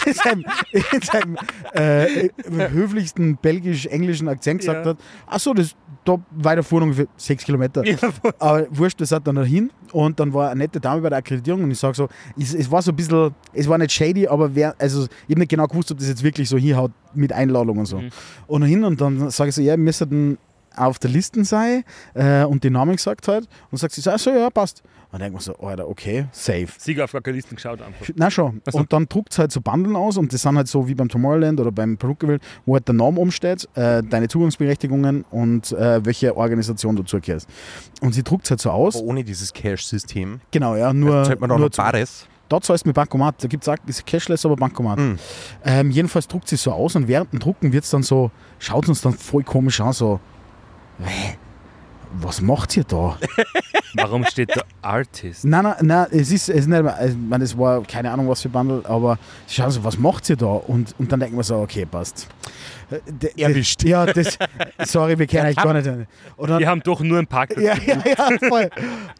Speaker 4: in seinem, in seinem äh, höflichsten belgisch-englischen Akzent gesagt
Speaker 3: Ja.
Speaker 4: hat, ach so, das da weiter fuhren ungefähr sechs Kilometer. Aber wurscht, das hat dann dahin und dann war eine nette Dame bei der Akkreditierung und ich sage so, es, es war so ein bisschen, es war nicht shady, aber wer, also ich habe nicht genau gewusst, ob das jetzt wirklich so hinhaut mit Einladung und so. Und dann hin und dann sage ich so, ja, ihr müsst dann auf der Liste sein äh, und den Namen gesagt hat und sagt sie so, ach so, ja, passt. Und dann denkt man so, Alter, okay, safe.
Speaker 3: Sieger auf gar keine Listen geschaut einfach.
Speaker 4: Na schon. Und dann druckt es halt so Bandeln aus und das sind halt so wie beim Tomorrowland oder beim Brookville, wo halt der Name umsteht, äh, deine Zugangsberechtigungen und äh, welche Organisation du zugehörst. Und sie druckt es halt so aus.
Speaker 2: Aber ohne dieses Cash-System.
Speaker 4: Genau, ja, nur.
Speaker 2: Zahlt man da
Speaker 4: nur
Speaker 2: noch
Speaker 4: zu-
Speaker 2: Bares?
Speaker 4: Dort zahlst du mit Bankomat. Da gibt es auch ist Cashless, aber Bankomat. Ähm, jedenfalls druckt sie so aus und während dem Drucken wird es dann so, schaut uns dann voll komisch an, so, "Hä? was macht ihr da?
Speaker 3: Warum steht da Artist?
Speaker 4: Nein, nein, nein, es ist, es ist nicht mehr, ich meine, es war keine Ahnung, was für Bundle, aber sie schauen so, was macht ihr da? Und, und dann denken wir so, okay, passt. Äh, d- d-
Speaker 2: Erwischt.
Speaker 4: Ja, das, sorry, wir kennen euch gar nicht. äh, Und dann,
Speaker 3: Wir haben doch nur einen Parkplatz.
Speaker 4: ja, ja, ja, voll.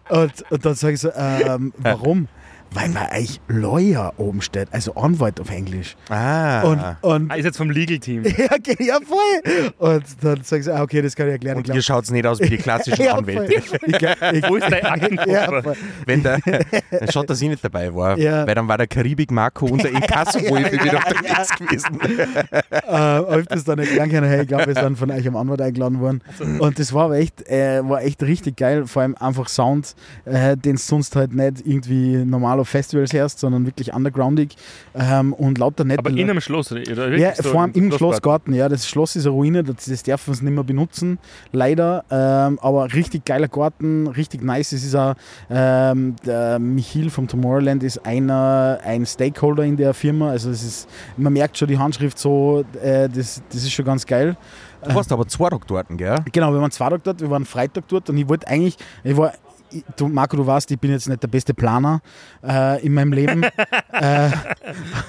Speaker 4: Und, und dann sage ich so, ähm, warum? Weil man eigentlich Lawyer oben steht, also Anwalt auf Englisch.
Speaker 2: Ah.
Speaker 4: Und, und
Speaker 3: Ah, ist jetzt vom Legal-Team.
Speaker 4: ja, okay, ja, voll. Und dann sage ich so, ah, okay, das kann ich erklären.
Speaker 2: und
Speaker 4: ich
Speaker 2: hier
Speaker 4: glaub-
Speaker 2: schaut es nicht aus wie die klassischen
Speaker 4: ja, voll.
Speaker 2: Anwälte.
Speaker 4: Ich, glaub- ich,
Speaker 3: Wo ist dein Aktenkoffer?
Speaker 4: ja, voll.
Speaker 2: Wenn der, dann schaut, dass ich nicht dabei war.
Speaker 4: Ja.
Speaker 2: Weil dann war der Karibik-Marco und der Inkasso-Wolf wieder auf der Liste gewesen.
Speaker 4: äh, ob das dann erklären können, hey, ich glaube, wir sind von euch am Anwalt eingeladen worden. Und das war aber echt, äh, war echt richtig geil, vor allem einfach Sound, äh, den sonst halt nicht irgendwie normal auf Festivals hörst, sondern wirklich undergroundig ähm, und lauter nette
Speaker 3: Aber in
Speaker 4: Leute.
Speaker 3: einem Schloss, oder? oder wirklich
Speaker 4: Ja,
Speaker 3: so
Speaker 4: vor allem im
Speaker 3: Schlosspark?
Speaker 4: Schlossgarten, ja. Das Schloss ist eine Ruine, das, das dürfen wir nicht mehr benutzen, leider. Ähm, aber richtig geiler Garten, richtig nice. Es ist auch, ähm, der Michiel vom Tomorrowland ist einer, ein Stakeholder in der Firma. Also es ist, man merkt schon die Handschrift so, äh, das, das ist schon ganz geil.
Speaker 2: Du warst aber zwei Tage dort, gell?
Speaker 4: Genau, wir waren zwei Tage dort, wir waren Freitag dort und ich wollte eigentlich, ich war ich- du, Marco, du weißt, ich bin jetzt nicht der beste Planer äh, in meinem Leben. äh,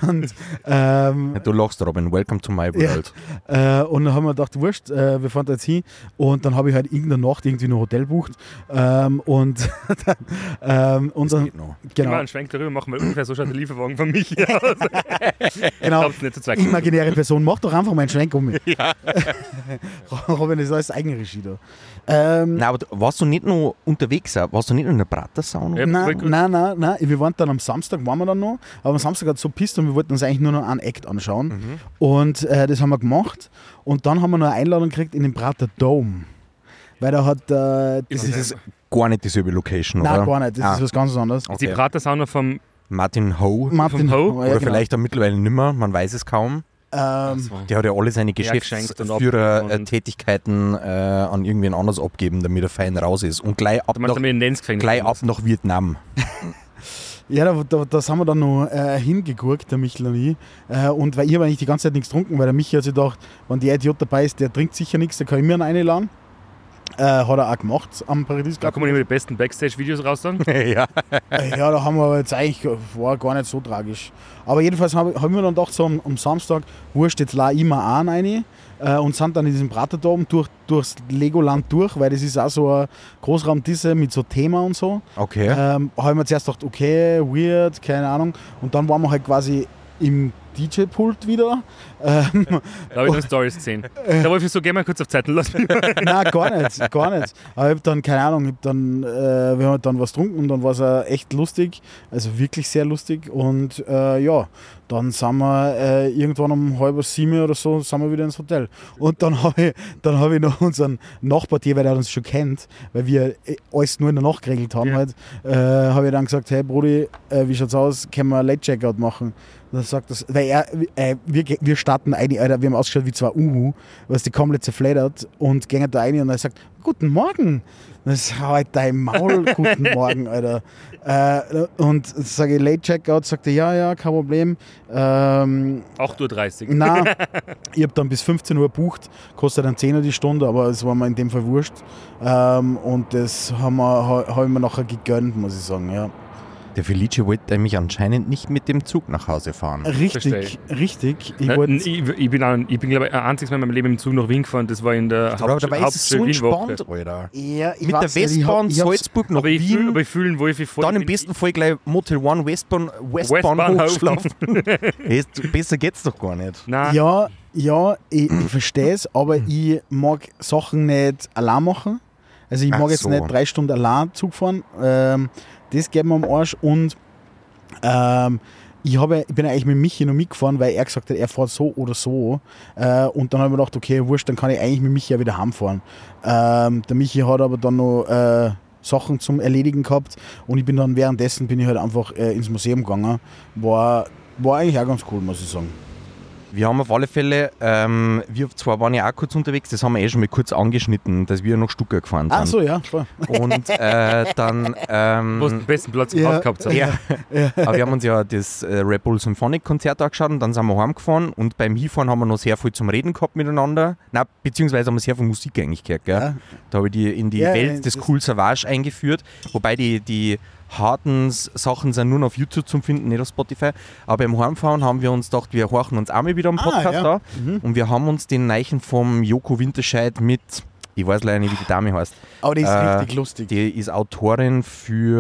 Speaker 4: und ähm,
Speaker 2: Du lachst, Robin. Welcome to my world.
Speaker 4: äh, und dann haben wir gedacht, wurscht, äh, wir fahren da jetzt hin. Und dann habe ich halt irgendeine Nacht irgendwie noch ein Hotel bucht. Ähm, und dann, ähm, und dann,
Speaker 2: Geht noch.
Speaker 3: Genau. Mal
Speaker 4: genau,
Speaker 3: einen Schwenk darüber machen, weil ungefähr so schaut der Lieferwagen von mich aus.
Speaker 4: genau.
Speaker 3: Hab's nicht zu zweit gemacht.
Speaker 4: Imaginäre Person, mach doch einfach mal einen Schwenk um mich. Robin, das ist alles Eigenregie da. Ähm,
Speaker 2: Nein, aber du- warst du nicht noch unterwegs? auch? Warst du nicht noch in der Pratersauna?
Speaker 3: Ja. voll
Speaker 4: Nein,
Speaker 3: gut.
Speaker 4: nein, nein, nein. Wir waren dann am Samstag, waren wir dann noch, aber am Samstag hat es so pisst und wir wollten uns eigentlich nur noch einen Act anschauen.
Speaker 3: Mhm.
Speaker 4: Und äh, das haben wir gemacht und dann haben wir noch eine Einladung gekriegt in den Prater Dome. Weil da hat. Äh, das
Speaker 2: Das
Speaker 4: ist,
Speaker 2: ist gar nicht dieselbe Location,
Speaker 4: nein,
Speaker 2: oder?
Speaker 4: gar nicht, das
Speaker 2: Ah,
Speaker 4: ist was ganz anderes.
Speaker 3: Ist die
Speaker 2: okay. Ähm,
Speaker 3: Pratersauna vom.
Speaker 2: Martin Ho.
Speaker 4: Martin
Speaker 3: Ho?
Speaker 4: ja,
Speaker 2: oder
Speaker 4: genau.
Speaker 2: vielleicht auch mittlerweile nimmer, man weiß es kaum.
Speaker 4: Ähm,
Speaker 2: Der hat ja alle seine
Speaker 3: geschenkt und abgegeben und-
Speaker 2: Geschäftsführer-Tätigkeiten äh, an irgendwen anders abgeben, damit er fein raus ist. Und gleich ab,
Speaker 3: Du meinst
Speaker 2: nach,
Speaker 3: damit in Lenz gefängt?
Speaker 2: gleich ab nach Vietnam.
Speaker 4: ja, da, da, da sind wir dann noch äh, hingeguckt, der Michel und ich. Äh, und weil ich habe eigentlich die ganze Zeit nichts getrunken, weil der Michel hat sich gedacht, wenn der Idiot dabei ist, der trinkt sicher nichts, der kann ich mir einen einladen. Äh, hat er auch gemacht am
Speaker 3: Da
Speaker 4: Paradiesgarten.
Speaker 3: kommen immer die besten Backstage-Videos raus dann.
Speaker 2: ja.
Speaker 4: Äh, Ja, da haben wir aber jetzt eigentlich war gar nicht so tragisch. Aber jedenfalls haben hab wir dann gedacht, so am, am Samstag, wurscht, jetzt la immer an rein äh, und sind dann in diesem Praterdom durch, durchs Legoland durch, weil das ist auch so ein Großraumdisse mit so Thema und so.
Speaker 2: Okay.
Speaker 4: Ähm, haben wir zuerst gedacht, okay, weird, keine Ahnung. Und dann waren wir halt quasi im DJ-Pult wieder. Ähm,
Speaker 3: Da habe ich dann Stories gesehen. Da wollte ich so, geh mal kurz auf Zeiten lassen.
Speaker 4: Nein, gar nicht, gar nicht. Aber ich hab dann, keine Ahnung, ich hab dann, äh, wir haben dann was getrunken und dann war es auch echt lustig, also wirklich sehr lustig. Und äh, ja, dann sind wir äh, irgendwann um halb sieben oder so, sind wir wieder ins Hotel. Und dann habe ich, dann hab ich noch unseren Nachbar, der, weil der uns schon kennt, weil wir äh, alles nur in der Nacht geregelt haben,
Speaker 3: Ja.
Speaker 4: halt, äh, habe ich dann gesagt, hey Brudi, äh, wie schaut's aus, können wir Late Checkout machen? Und dann sagt das, weil er, äh, wir, ge- wir starten eine, Alter, wir haben ausgeschaut wie zwei Uhu, was die komplett zerfleddert und gehen da rein und er sagt, guten Morgen. Das halt dein Maul, guten Morgen, Alter. Äh, und sage ich, Late Checkout, sagt er, ja, ja, kein Problem. Ähm,
Speaker 3: 8.30 Uhr.
Speaker 4: na, ich habe dann bis 15 Uhr bucht, kostet dann 10 Uhr die Stunde, aber es war mir in dem Fall wurscht. Ähm, und das haben wir, ha- hab ich mir nachher gegönnt, muss ich sagen. Ja.
Speaker 2: Der Felice wollte nämlich anscheinend nicht mit dem Zug nach Hause
Speaker 4: Also,
Speaker 2: fahren.
Speaker 4: Richtig,
Speaker 3: Verstehe.
Speaker 4: richtig. Ich
Speaker 3: Nein,
Speaker 4: wollt-
Speaker 3: Ich, ich bin, auch- ich bin glaube ich, ein einziges Mal in meinem Leben im Zug nach Wien gefahren. Das war in der
Speaker 2: Aber
Speaker 3: Haupt-
Speaker 2: dabei ist es so
Speaker 3: Hauptstadt Wien-Woche.
Speaker 2: entspannt, Alter.
Speaker 4: ja, ich
Speaker 2: Mit der
Speaker 4: weiß nicht, ich hab-
Speaker 2: Westbahn
Speaker 4: ich hab's-
Speaker 2: Salzburg nach
Speaker 3: Aber ich fühle,
Speaker 2: Wien,
Speaker 3: aber ich fühle, wo ich mich vor-
Speaker 2: dann im besten Fall gleich Motel One Westbahn, Westbahn,
Speaker 3: Westbahn
Speaker 2: hochschlafen. Ist- Besser geht's doch gar nicht.
Speaker 3: Nein,
Speaker 4: Ja, ja, ich, ich verstehe es, aber ich mag Sachen nicht allein machen. Also ich
Speaker 2: Ach
Speaker 4: mag jetzt
Speaker 2: so.
Speaker 4: nicht drei Stunden allein Zug fahren. Ähm, das geht mir am Arsch und ähm, ich, habe, ich bin eigentlich mit Michi noch mitgefahren, weil er gesagt hat, er fährt so oder so. Äh, und dann habe ich mir gedacht, okay, wurscht, dann kann ich eigentlich mit Michi ja wieder heimfahren. Ähm, der Michi hat aber dann noch äh, Sachen zum Erledigen gehabt und ich bin dann währenddessen bin ich halt einfach äh, ins Museum gegangen. War, war eigentlich auch ganz cool, muss ich sagen.
Speaker 2: Wir haben auf alle Fälle, ähm, wir zwei waren ja auch kurz unterwegs, das haben wir eh schon mal kurz angeschnitten, dass wir nach Stuttgart gefahren sind.
Speaker 4: Ach so, ja, voll.
Speaker 2: Und äh, dann, ähm,
Speaker 3: wo es den besten Platz im
Speaker 4: Ja.
Speaker 3: Haus gehabt hat.
Speaker 2: ja. aber wir haben uns ja das äh, Red Bull Symphonic Konzert angeschaut und dann sind wir heimgefahren und beim Hinfahren haben wir noch sehr viel zum Reden gehabt miteinander. Nein, beziehungsweise haben wir sehr viel Musik eigentlich gehört. Gell?
Speaker 4: Ja.
Speaker 2: Da habe ich die in die
Speaker 4: Ja, ja,
Speaker 2: Welt des
Speaker 4: das-
Speaker 2: Cool Savage eingeführt, wobei die, die harten S- Sachen sind nur noch auf YouTube zum Finden, nicht auf Spotify. Aber beim Heimfahren haben wir uns gedacht, wir horchen uns auch mal wieder am
Speaker 4: Ah,
Speaker 2: Podcast
Speaker 4: ja.
Speaker 2: da und wir haben uns den Neichen vom Joko Winterscheid mit, ich weiß leider nicht, wie die Dame heißt,
Speaker 4: Aber die ist
Speaker 2: Äh,
Speaker 4: richtig lustig.
Speaker 2: die ist Autorin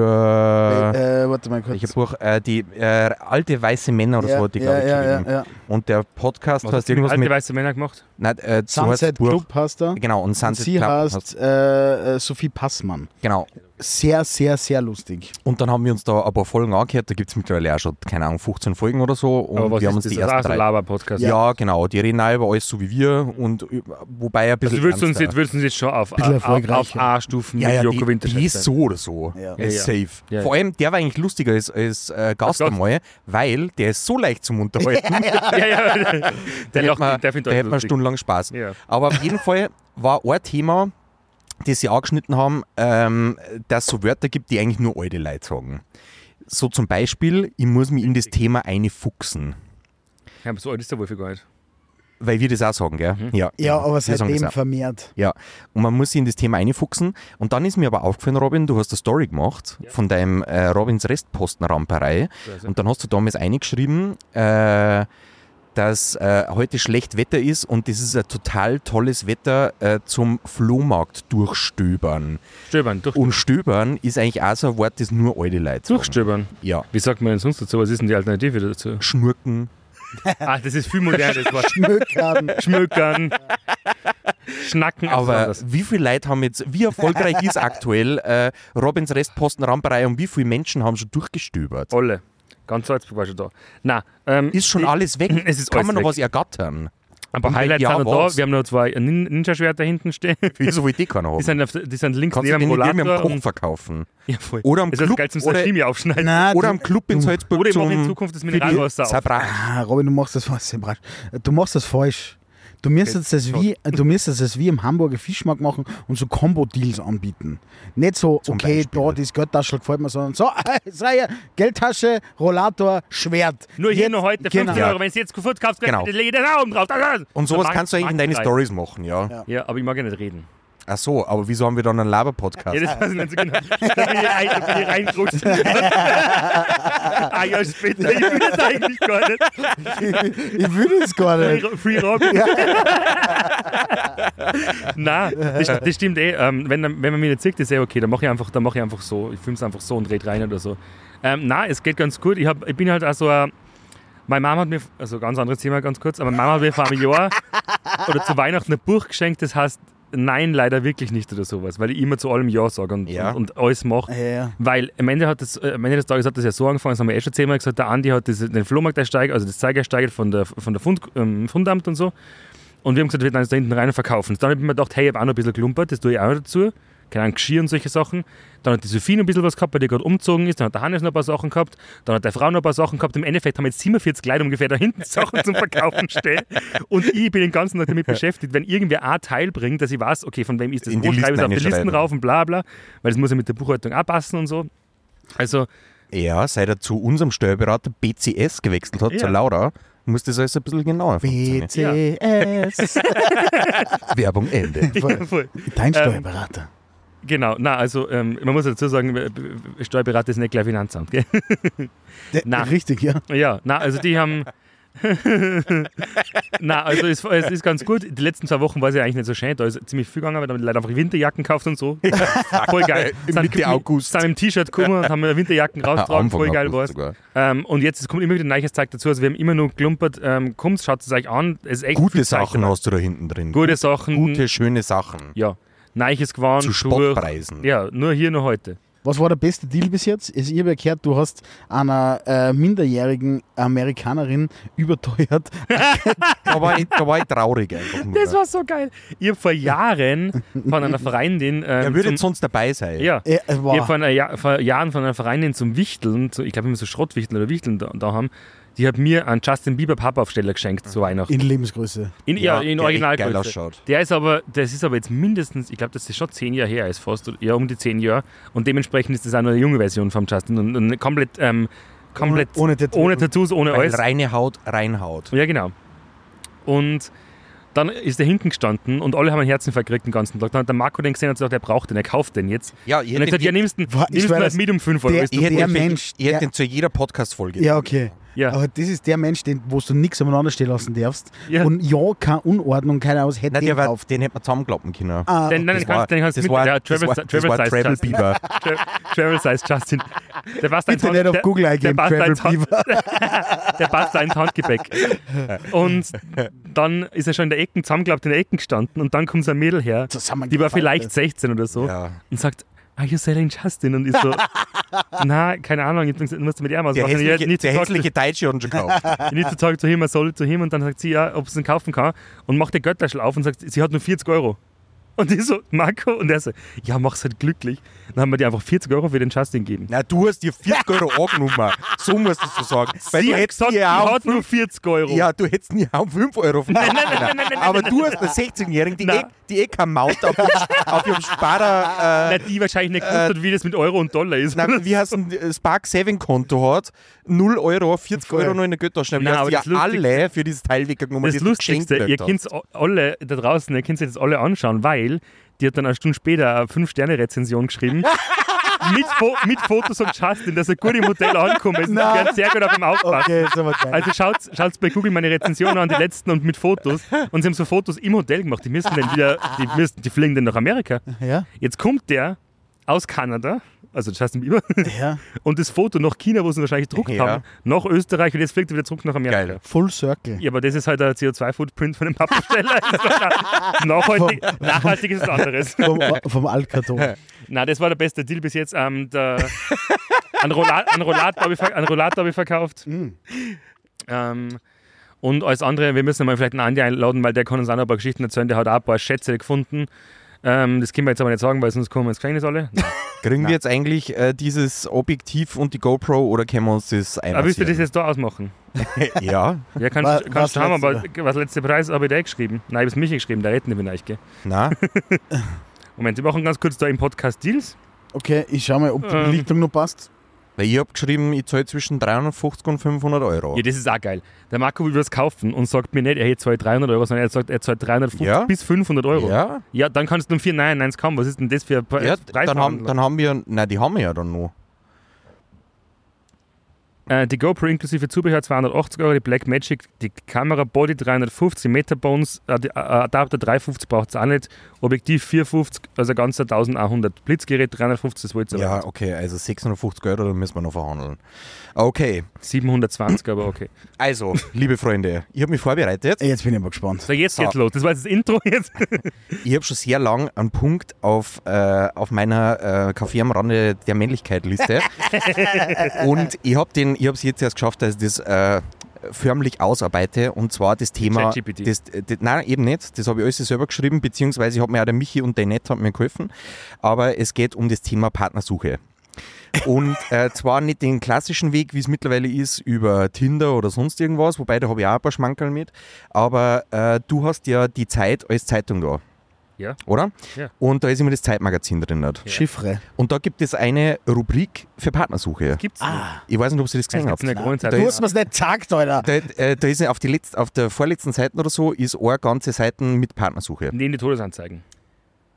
Speaker 2: für...
Speaker 4: äh, warte mal kurz.
Speaker 2: Welches Buch? Äh, die äh, alte weiße Männer oder so hat die,
Speaker 4: ja,
Speaker 2: glaube ich,
Speaker 4: ja, ja,
Speaker 2: geschrieben.
Speaker 4: ja.
Speaker 2: Und der Podcast
Speaker 3: Was
Speaker 2: heißt
Speaker 3: hast du mit
Speaker 2: irgendwas
Speaker 3: alte
Speaker 2: mit.
Speaker 3: weiße Männer gemacht?
Speaker 2: Nein, äh, so heißt das
Speaker 4: Sunset
Speaker 2: Buch.
Speaker 4: Club hast du.
Speaker 2: Genau, und
Speaker 4: Und
Speaker 2: Sunset
Speaker 4: sie
Speaker 2: Club
Speaker 4: heißt äh, äh, Sophie Passmann.
Speaker 2: Genau.
Speaker 4: Sehr, sehr, sehr lustig.
Speaker 2: Und dann haben wir uns da ein paar Folgen angehört. Da gibt es mittlerweile auch schon, keine Ahnung, 15 Folgen oder so. Und
Speaker 3: Aber was
Speaker 2: wir haben uns
Speaker 3: ist das?
Speaker 2: die
Speaker 3: Das ist
Speaker 2: ersten
Speaker 3: auch so ein
Speaker 2: drei.
Speaker 3: Laber-Podcast.
Speaker 2: Ja. genau. Die reden auch über alles so wie wir. Und äh, wobei ein bisschen.
Speaker 3: Also würdest du uns
Speaker 2: ernster.
Speaker 3: jetzt, würdest du uns jetzt schon auf,
Speaker 4: Bisschen
Speaker 3: auf, auf
Speaker 4: erfolgreicher.
Speaker 3: A-Stufen
Speaker 2: ja,
Speaker 3: mit
Speaker 2: ja,
Speaker 3: Joko
Speaker 2: die,
Speaker 3: Winterscheid
Speaker 2: die ist
Speaker 3: sein?
Speaker 2: so oder so.
Speaker 4: Ja.
Speaker 2: Er ist
Speaker 3: Ja,
Speaker 2: safe.
Speaker 3: Ja,
Speaker 2: Vor allem, der war eigentlich lustiger als, als äh, Gast
Speaker 3: Gast.
Speaker 2: einmal, weil der ist so leicht zum Unterhalten.
Speaker 3: ja, ja. Der
Speaker 2: Da hätte
Speaker 3: lacht,
Speaker 2: man,
Speaker 3: der findet
Speaker 2: da
Speaker 3: euch
Speaker 2: hätte man
Speaker 3: lustig.
Speaker 2: stundenlang Spaß.
Speaker 3: Ja.
Speaker 2: Aber auf jeden Fall war ein Thema, das sie angeschnitten haben, ähm, dass es so Wörter gibt, die eigentlich nur alte Leute sagen. So zum Beispiel, ich muss mich in das Thema einfuchsen.
Speaker 3: Ja, aber so alt ist der Wolfi gar nicht.
Speaker 2: Weil wir das auch sagen, gell? Ja,
Speaker 4: Ja,
Speaker 2: genau.
Speaker 4: aber
Speaker 2: Wir sagen das
Speaker 4: seitdem
Speaker 2: auch.
Speaker 4: vermehrt.
Speaker 2: Ja, und man muss sich in das Thema einfuchsen. Und dann ist mir aber aufgefallen, Robin, du hast eine Story gemacht von deinem äh, Robins Restpostenramperei. Und dann hast du damals eingeschrieben, äh, dass äh, heute schlecht Wetter ist und das ist ein total tolles Wetter äh, zum Flohmarkt durchstöbern.
Speaker 3: Stöbern, durch,
Speaker 2: Und stöbern ist eigentlich auch so ein Wort, das nur alte Leute sagen.
Speaker 3: durchstöbern.
Speaker 2: Ja.
Speaker 3: Wie sagt man denn sonst dazu? Was ist denn die Alternative dazu?
Speaker 2: Schnurken.
Speaker 3: Ah, das ist viel modernes Wort.
Speaker 4: Möckern.
Speaker 3: Schmökern, Schnacken, also alles
Speaker 2: Aber
Speaker 3: anders.
Speaker 2: wie viele Leute haben jetzt, wie erfolgreich ist aktuell äh, Robins Restpostenramperei und wie viele Menschen haben schon durchgestöbert?
Speaker 3: Alle. Ganz Salzburg war schon da. Nein, ähm,
Speaker 2: Ist schon alles weg.
Speaker 3: Es ist
Speaker 2: Kann
Speaker 3: alles
Speaker 2: man noch
Speaker 3: weg.
Speaker 2: was ergattern?
Speaker 3: ein paar
Speaker 2: und
Speaker 3: Highlights
Speaker 2: ja,
Speaker 3: sind noch
Speaker 2: was?
Speaker 3: da. Wir haben noch zwei Nin- Ninja-Schwerter hinten stehen.
Speaker 2: Wieso will die keiner haben?
Speaker 3: Die sind, auf, die sind links
Speaker 2: Kannst du
Speaker 3: neben
Speaker 2: den
Speaker 3: dem
Speaker 2: nicht irgendwie am
Speaker 3: Rollator.
Speaker 2: Koch
Speaker 3: Und,
Speaker 2: verkaufen?
Speaker 3: ja, voll.
Speaker 2: Oder am
Speaker 3: das ist
Speaker 2: Club
Speaker 3: geil zum
Speaker 2: oder-
Speaker 3: Sashimi aufschneiden.
Speaker 4: Na,
Speaker 2: Oder am Club in Salzburg
Speaker 3: Ah, Oder ich mache
Speaker 2: zum
Speaker 3: in Zukunft das
Speaker 2: für die
Speaker 3: Mineralwasser auf.
Speaker 2: Zerbra-
Speaker 4: Ah, Robin, du machst das falsch. Sebastian. Du machst das falsch. Du müsstest das wie, du müsstest das wie im Hamburger Fischmarkt machen und so Combo-Deals anbieten. Nicht so, okay,
Speaker 2: Beispiel.
Speaker 4: da das Geldtaschel gefällt mir, sondern so, äh, sei ihr, Geldtasche, Rollator, Schwert.
Speaker 3: Nur hier
Speaker 4: Jetzt-
Speaker 3: noch heute 15
Speaker 4: genau.
Speaker 3: Euro. Wenn du jetzt sofort kaufst, kriegst
Speaker 2: Genau.
Speaker 3: du lege ich den Raum drauf.
Speaker 2: Und sowas kannst du eigentlich in deine
Speaker 3: Story.
Speaker 2: Stories machen, ja.
Speaker 4: Ja.
Speaker 3: Ja, aber ich mag ja nicht reden.
Speaker 2: Ach so, aber wieso haben wir dann einen Laber-Podcast?
Speaker 3: Ja, das weiß ich nicht so genau. Da bin ich rein- da bin ich reingerutscht. ah ja, später. Ich will das eigentlich gar nicht.
Speaker 4: Ich will das gar nicht.
Speaker 3: Free, Free Robin. Nein, das, das stimmt eh. Ähm, wenn, wenn man mir nicht sieht, ist eh okay. Dann mache ich, einfach- dann mach ich einfach so. Ich film's einfach so und red rein oder so. Ähm, nein, es geht ganz gut. Ich, hab, ich bin halt auch so ein. Meine Mama hat mir, also ganz anderes Thema ganz kurz, aber meine Mama hat mir vor einem Jahr oder zu Weihnachten ein Buch geschenkt, das heißt Nein, leider wirklich nicht oder sowas, weil ich immer zu allem Ja sage und,
Speaker 2: Ja.
Speaker 3: und, und alles mache.
Speaker 4: Ja, ja.
Speaker 3: Weil am Ende, hat das, äh, am Ende des Tages hat das ja so angefangen, das haben wir eh schon zehnmal gesagt, der Andi hat diese, den Flohmarkt ersteigert, also das Zeug ersteigert von der, von der Fund, ähm, Fundamt und so. Und wir haben gesagt, wir werden das da hinten rein und verkaufen. Dann habe ich mir gedacht, hey, ich habe auch noch ein bisschen gelumpert, das tue ich auch noch dazu. Keine Ahnung, Geschirr und solche Sachen. Dann hat die Sophie noch ein bisschen was gehabt, weil die gerade umgezogen ist. Dann hat der Hannes noch ein paar Sachen gehabt. Dann hat der Frau noch ein paar Sachen gehabt. Im Endeffekt haben jetzt 47 Leute ungefähr da hinten Sachen zum Verkaufen stehen. Und ich bin den ganzen Tag damit beschäftigt, wenn irgendwer ein Teil bringt, dass ich weiß, okay, von wem ist das?
Speaker 2: In die
Speaker 3: Wo schreibe
Speaker 2: Listen
Speaker 3: ich es auf die Listen
Speaker 2: einschreiben.
Speaker 3: rauf und bla bla. Weil das muss ja mit der Buchhaltung auch passen und so. Also,
Speaker 2: Ja, seit er zu unserem Steuerberater BCS gewechselt hat,
Speaker 3: Ja.
Speaker 2: zur Laura, muss das alles ein bisschen genauer funktionieren.
Speaker 4: BCS.
Speaker 2: Werbung Ende.
Speaker 4: Voll.
Speaker 3: voll. Ähm,
Speaker 4: Dein Steuerberater.
Speaker 3: genau. Na, also ähm, man muss dazu sagen, äh, Steuerberater ist nicht gleich Finanzamt. Gell?
Speaker 4: Der-
Speaker 3: na.
Speaker 4: Richtig, ja.
Speaker 3: Ja, na, also die haben. na, also es, es ist ganz gut. Die letzten zwei Wochen war es ja eigentlich nicht so schön. Da ist ziemlich viel gegangen, weil da haben die Leute einfach Winterjacken gekauft und so. Voll geil. Sind-
Speaker 2: Mitte August.
Speaker 3: Sind im T-Shirt gekommen und haben Winterjacken rausgetragen. Voll geil war
Speaker 2: August
Speaker 3: es.
Speaker 2: sogar.
Speaker 3: Ähm, und jetzt es kommt immer wieder ein neues Zeug dazu. Also wir haben immer nur gelumpert. Ähm, kommt, schaut es euch an. Es ist echt viel
Speaker 2: Gute
Speaker 3: Zeug
Speaker 2: Sachen
Speaker 3: dabei.
Speaker 2: hast du da hinten drin.
Speaker 3: Gute Sachen.
Speaker 2: Gute, schöne Sachen.
Speaker 3: Ja. Neiches Gewand.
Speaker 2: Zu
Speaker 3: Schuhe.
Speaker 2: Spottpreisen.
Speaker 3: Ja, nur hier, nur heute.
Speaker 4: Was war der beste Deal bis jetzt? Also ich habe ja gehört, du hast einer äh, minderjährigen Amerikanerin überteuert.
Speaker 2: Da, war ich, da war ich traurig einfach nur.
Speaker 3: Das war so geil. Ich habe vor Jahren von einer Freundin. Ähm,
Speaker 2: er würde
Speaker 3: zum-
Speaker 2: jetzt sonst dabei sein.
Speaker 3: ja.
Speaker 4: Äh, äh,
Speaker 3: Wir
Speaker 4: wow.
Speaker 3: vor, einer Jahr, vor Jahren von einer Vereinin zum Wichteln, zu, ich glaube, immer so Schrottwichteln oder Wichteln da, da haben, die hat mir einen Justin Bieber Pappaufsteller geschenkt zu Weihnachten.
Speaker 4: In Lebensgröße.
Speaker 3: In,
Speaker 2: Ja,
Speaker 3: ja, in
Speaker 2: der
Speaker 3: Originalgröße.
Speaker 2: echt geil ausschaut.
Speaker 3: Der ist aber, das ist aber jetzt mindestens, ich glaube, das ist schon zehn Jahre her, ist fast, ja, um die zehn Jahre. Und dementsprechend ist das auch nur eine junge Version von Justin und, und komplett, ähm, komplett
Speaker 4: Ohne- ohne Tattoo.
Speaker 3: ohne Tattoos, ohne
Speaker 2: Weil
Speaker 3: alles.
Speaker 2: reine Haut, Reinhaut.
Speaker 3: Ja, genau. Und dann ist er hinten gestanden und alle haben einen Herzinfarkt gekriegt den ganzen Tag. Dann hat der Marco den gesehen und hat gesagt, er braucht den, er kauft den jetzt.
Speaker 2: Ja, ich
Speaker 3: und er hat
Speaker 2: hätte
Speaker 3: gesagt, ja,
Speaker 2: ihn-
Speaker 3: nimmst den,
Speaker 4: Wa- ich
Speaker 3: nimmst
Speaker 4: war
Speaker 3: den halt
Speaker 4: das-
Speaker 3: mit um fünf Euro.
Speaker 4: der-
Speaker 3: Ist
Speaker 2: Ich hätte,
Speaker 4: Der
Speaker 2: ihn-
Speaker 4: Mensch,
Speaker 2: ich hätte
Speaker 4: der-
Speaker 2: ihn zu jeder Podcast-Folge.
Speaker 4: Ja, okay.
Speaker 3: Ja.
Speaker 4: Aber das ist der Mensch, den, wo du nichts aneinander stehen lassen darfst.
Speaker 3: Ja.
Speaker 4: Und ja, keine Unordnung, keine aus, hätte
Speaker 2: Nein,
Speaker 4: den
Speaker 2: der war,
Speaker 4: auf.
Speaker 2: den hätte man zusammenklappen können.
Speaker 4: Ah,
Speaker 3: Den, nein,
Speaker 2: Das
Speaker 3: den kannst, den kannst du
Speaker 2: das
Speaker 3: mit.
Speaker 2: war,
Speaker 3: ja,
Speaker 2: das
Speaker 3: Travel,
Speaker 2: war,
Speaker 3: Travel,
Speaker 2: das war
Speaker 3: Size
Speaker 2: Travel
Speaker 3: Justin.
Speaker 2: Bieber.
Speaker 3: Tra- Travel Size Justin. Der passt
Speaker 4: bitte nicht auf Google
Speaker 3: der, der,
Speaker 4: eingeben,
Speaker 3: passt da
Speaker 4: Travel
Speaker 3: ins Hand-
Speaker 4: Beaver.
Speaker 3: der passt da ins Handgepäck. Und dann ist er schon in der Ecken zusammengeklappt, in der Ecken gestanden und dann kommt so ein Mädel her, die war vielleicht 16 oder so
Speaker 2: Ja.
Speaker 3: und sagt, Are you selling Justin? Und ich so, na, keine Ahnung, ich musste mit ihm was
Speaker 2: Der
Speaker 3: machen. Ich
Speaker 2: hässliche,
Speaker 3: hab nicht
Speaker 2: der
Speaker 3: gesagt,
Speaker 2: hässliche Deutsche hat ihn schon gekauft.
Speaker 3: ich nicht zu Tag zu ihm, er soll zu ihm und dann sagt sie ja, ob sie ihn kaufen kann und macht den Götterschl auf und sagt, sie hat nur 40 Euro. Und ich so, Marco, und er so, ja, mach's halt glücklich. Dann haben wir dir einfach 40 Euro für den Justin gegeben.
Speaker 2: Na, du hast dir 40 Euro angenommen. So musst du es so sagen. Weil du
Speaker 3: hat
Speaker 2: hättest
Speaker 3: gesagt, die
Speaker 2: dir auch
Speaker 3: hat nur 40 Euro.
Speaker 2: Ja, du hättest nie auch 5 Euro von nein,
Speaker 3: nein, nein, nein, nein,
Speaker 2: Aber
Speaker 3: nein,
Speaker 2: du
Speaker 3: nein,
Speaker 2: hast eine 16-Jährige, die,
Speaker 3: Nein.
Speaker 2: eh, die eh keine Maut auf ihrem, auf ihrem Sparer, äh,
Speaker 3: Nein, die wahrscheinlich nicht gewusst hat, wie das mit Euro und Dollar ist.
Speaker 2: nein, wie heißt ein äh, Spark Saving Konto hat, 0 Euro, 40 Euro noch in der Götterschneibe.
Speaker 3: Nein,
Speaker 2: Die hast
Speaker 3: aber
Speaker 2: ja
Speaker 3: das Lustigste-
Speaker 2: alle für dieses Teil weggenommen, die
Speaker 3: das
Speaker 2: du geschenkt
Speaker 3: Lustigste, ihr
Speaker 2: gekriegt
Speaker 3: könnt alle da draußen, ihr könnt jetzt alle anschauen, weil die hat dann eine Stunde später eine 5-Sterne-Rezension geschrieben. mit, Fo mit Fotos von Justin, dass er gut im Hotel angekommen ist.
Speaker 4: Na.
Speaker 3: Wir werden sehr gut auf ihn aufpassen.
Speaker 4: Okay, ist aber geil.
Speaker 3: Also schaut, schaut bei Google meine Rezensionen an, die letzten und mit Fotos. Und sie haben so Fotos im Hotel gemacht. Die müssen dann wieder, die, müssen, die fliegen dann nach Amerika.
Speaker 4: Ja?
Speaker 3: Jetzt kommt der aus Kanada, also Justin Bieber,
Speaker 4: Ja.
Speaker 3: und das Foto nach China, wo sie ihn wahrscheinlich gedruckt
Speaker 2: Ja.
Speaker 3: haben, nach Österreich und jetzt fliegt er wieder zurück nach Amerika.
Speaker 2: Geil.
Speaker 4: Full Circle.
Speaker 3: Ja, aber das ist halt der CO2-Footprint von einem Pappsteller. nachhaltig, nachhaltig ist was anderes.
Speaker 4: Vom, vom Altkarton.
Speaker 3: Nein, das war der beste Deal bis jetzt. Ähm, der, an Rollator habe ich, ver- einen Rollator hab ich verkauft. Ähm, und alles andere, wir müssen mal vielleicht einen Andi einladen, weil der kann uns auch noch ein paar Geschichten erzählen. Der hat auch ein paar Schätze gefunden. Ähm, das können wir jetzt aber nicht sagen, weil sonst kommen wir ins Gefängnis alle.
Speaker 2: Kriegen wir jetzt eigentlich äh, dieses Objektiv und die GoPro oder können wir uns das
Speaker 3: aber willst du das
Speaker 2: einmassieren?
Speaker 3: jetzt da ausmachen?
Speaker 2: das ja,
Speaker 3: Ja,
Speaker 4: Wa-
Speaker 3: kannst,
Speaker 4: was
Speaker 3: kannst du haben, aber
Speaker 4: letzte-
Speaker 3: was letzte Preis habe ich dir geschrieben? Nein, ich habe es mich geschrieben, da retten wir nicht, gell?
Speaker 2: na,
Speaker 3: Moment, wir machen ganz kurz da im Podcast Deals.
Speaker 4: Okay, ich schau mal, ob die
Speaker 3: Ähm.
Speaker 4: Belichtung noch passt.
Speaker 2: weil ich habe geschrieben, ich zahle zwischen 350 und 500 Euro.
Speaker 3: Ja, das ist auch geil. Der Marco will was kaufen und sagt mir nicht, er zahlt 300 Euro, sondern er sagt, er zahlt 350
Speaker 2: Ja.
Speaker 3: bis 500 Euro.
Speaker 2: Ja,
Speaker 3: Ja, dann kannst du um 499 kommen. Was ist denn das für ein
Speaker 2: ja
Speaker 3: Pre- Preis?
Speaker 2: dann, haben, dann haben wir, nein, die haben wir ja dann noch.
Speaker 3: äh, die GoPro inklusive Zubehör 280 Euro, die Blackmagic, die Kamera Body 350, Metabones, äh, die, äh, Adapter 350 braucht es auch nicht, Objektiv 450, also ganzer 1100, Blitzgerät 350, das wollte ich
Speaker 2: Ja, okay, also 650 Euro, da müssen wir noch verhandeln. Okay,
Speaker 3: 720, aber okay.
Speaker 2: also, liebe Freunde, ich habe mich vorbereitet.
Speaker 4: Ey, Jetzt bin ich aber gespannt.
Speaker 3: So, jetzt geht's
Speaker 2: So.
Speaker 3: los. Das war jetzt das Intro jetzt.
Speaker 2: Ich habe schon sehr lang einen Punkt auf, äh, auf meiner äh, Kaffee am Rande der Männlichkeit-Liste. Und ich habe es jetzt erst geschafft, dass ich das äh, förmlich ausarbeite. Und zwar das Thema.
Speaker 3: ChatGPT.
Speaker 2: Das, das, nein, eben nicht. Das habe ich alles selber geschrieben, beziehungsweise hat mir auch der Michi und der Nett haben mir geholfen. Aber es geht um das Thema Partnersuche. Und äh, zwar nicht den klassischen Weg, wie es mittlerweile ist, über Tinder oder sonst irgendwas, wobei da habe ich auch ein paar Schmankerl mit. Aber äh, du hast ja die Zeit als Zeitung da.
Speaker 3: Ja.
Speaker 2: Oder?
Speaker 3: Ja.
Speaker 2: Und da ist immer das Zeitmagazin drin. halt.
Speaker 3: Ja.
Speaker 4: Chiffre.
Speaker 2: Und da gibt es eine Rubrik für Partnersuche.
Speaker 3: Gibt's
Speaker 4: Ah.
Speaker 2: Ich weiß nicht, ob Sie das
Speaker 3: nicht.
Speaker 2: gesehen
Speaker 3: Genau. Das gibt's in
Speaker 2: haben.
Speaker 3: der Grundzeit.
Speaker 2: Da
Speaker 4: Du
Speaker 2: ist-
Speaker 4: hast mir's nicht gesagt, Alter.
Speaker 2: Da, äh, da ist auf, die letzte, auf der vorletzten Seite oder so ist eine ganze Seiten mit Partnersuche.
Speaker 3: Nee, in die Todesanzeigen.